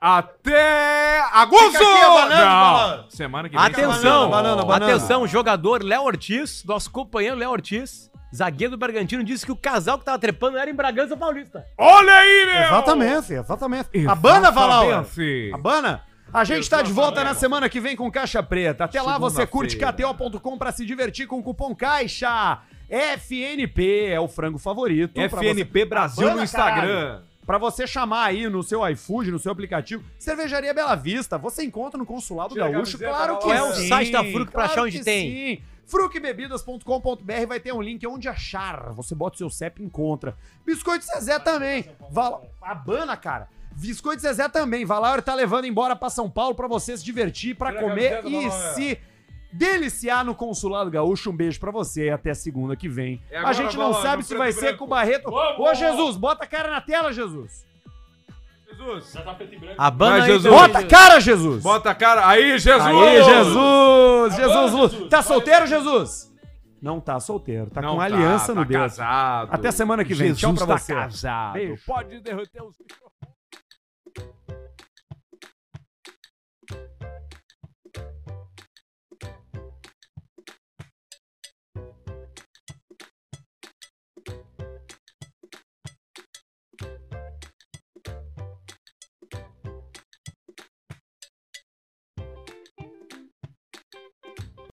B: Até agosto!
C: Fica aqui a banana,
B: Não,
C: banana.
B: Semana que vem.
C: Atenção,
B: banana, banana.
C: atenção, jogador Léo Ortiz, nosso companheiro Léo Ortiz, zagueiro do Bragantino, disse que o casal que tava trepando era em Bragança Paulista.
B: Olha aí,
C: É
B: meu!
A: Exatamente, exatamente. A banda, Valaué.
B: Exatamente. assim.
A: A banda. A gente tá de volta na semana que vem com Caixa Preta. Até lá você curte KTO.com pra se divertir com o cupom Caixa. FNP é o frango favorito. Então, pra
B: FNP
A: você-
B: Brasil
A: Abana,
B: no Instagram.
A: caralho. Pra você chamar aí no seu iFood, no seu aplicativo, Cervejaria Bela Vista, você encontra no Consulado
C: Tira a
A: Gaúcho,
C: camiseta,
A: claro
C: vai
A: que
C: lá. Qual é o site da Fruc pra achar onde
A: que
C: tem?
A: Sim. Frucbebidas.com.br vai ter um link onde achar. Você bota o seu CEP e encontra. Biscoito Zezé também. Val... Abana, cara. Biscoito Zezé também. Valaur tá levando embora pra São Paulo pra você se divertir, pra
B: Tira a
A: comer
B: camiseta,
A: e
B: Valaur.
A: se deliciar no Consulado Gaúcho. Um beijo pra você até segunda que vem.
B: É agora,
A: a gente não
B: Valaur,
A: sabe
B: no
A: se
B: preto
A: vai
B: e
A: ser
B: branco.
A: com o Barreto.
B: Vamos!
A: Ô, Jesus, bota a cara na tela, Jesus.
B: Jesus. Já tá preto e branco.
A: Abana
B: Vai,
A: aí
B: Jesus.
A: também, Bota a cara, Jesus.
B: Bota a cara. Aí, Jesus!
A: Aí, Jesus! Jesus, Luz. Tá solteiro, Jesus? Não tá solteiro. Tá
B: Não
A: com
B: tá,
A: aliança
B: tá
A: no dedo.
B: casado.
A: Até semana que vem. Tchau
B: Jesus
A: pra
B: tá
A: você.
B: casado.
A: Beijo.
B: Pode derroter os...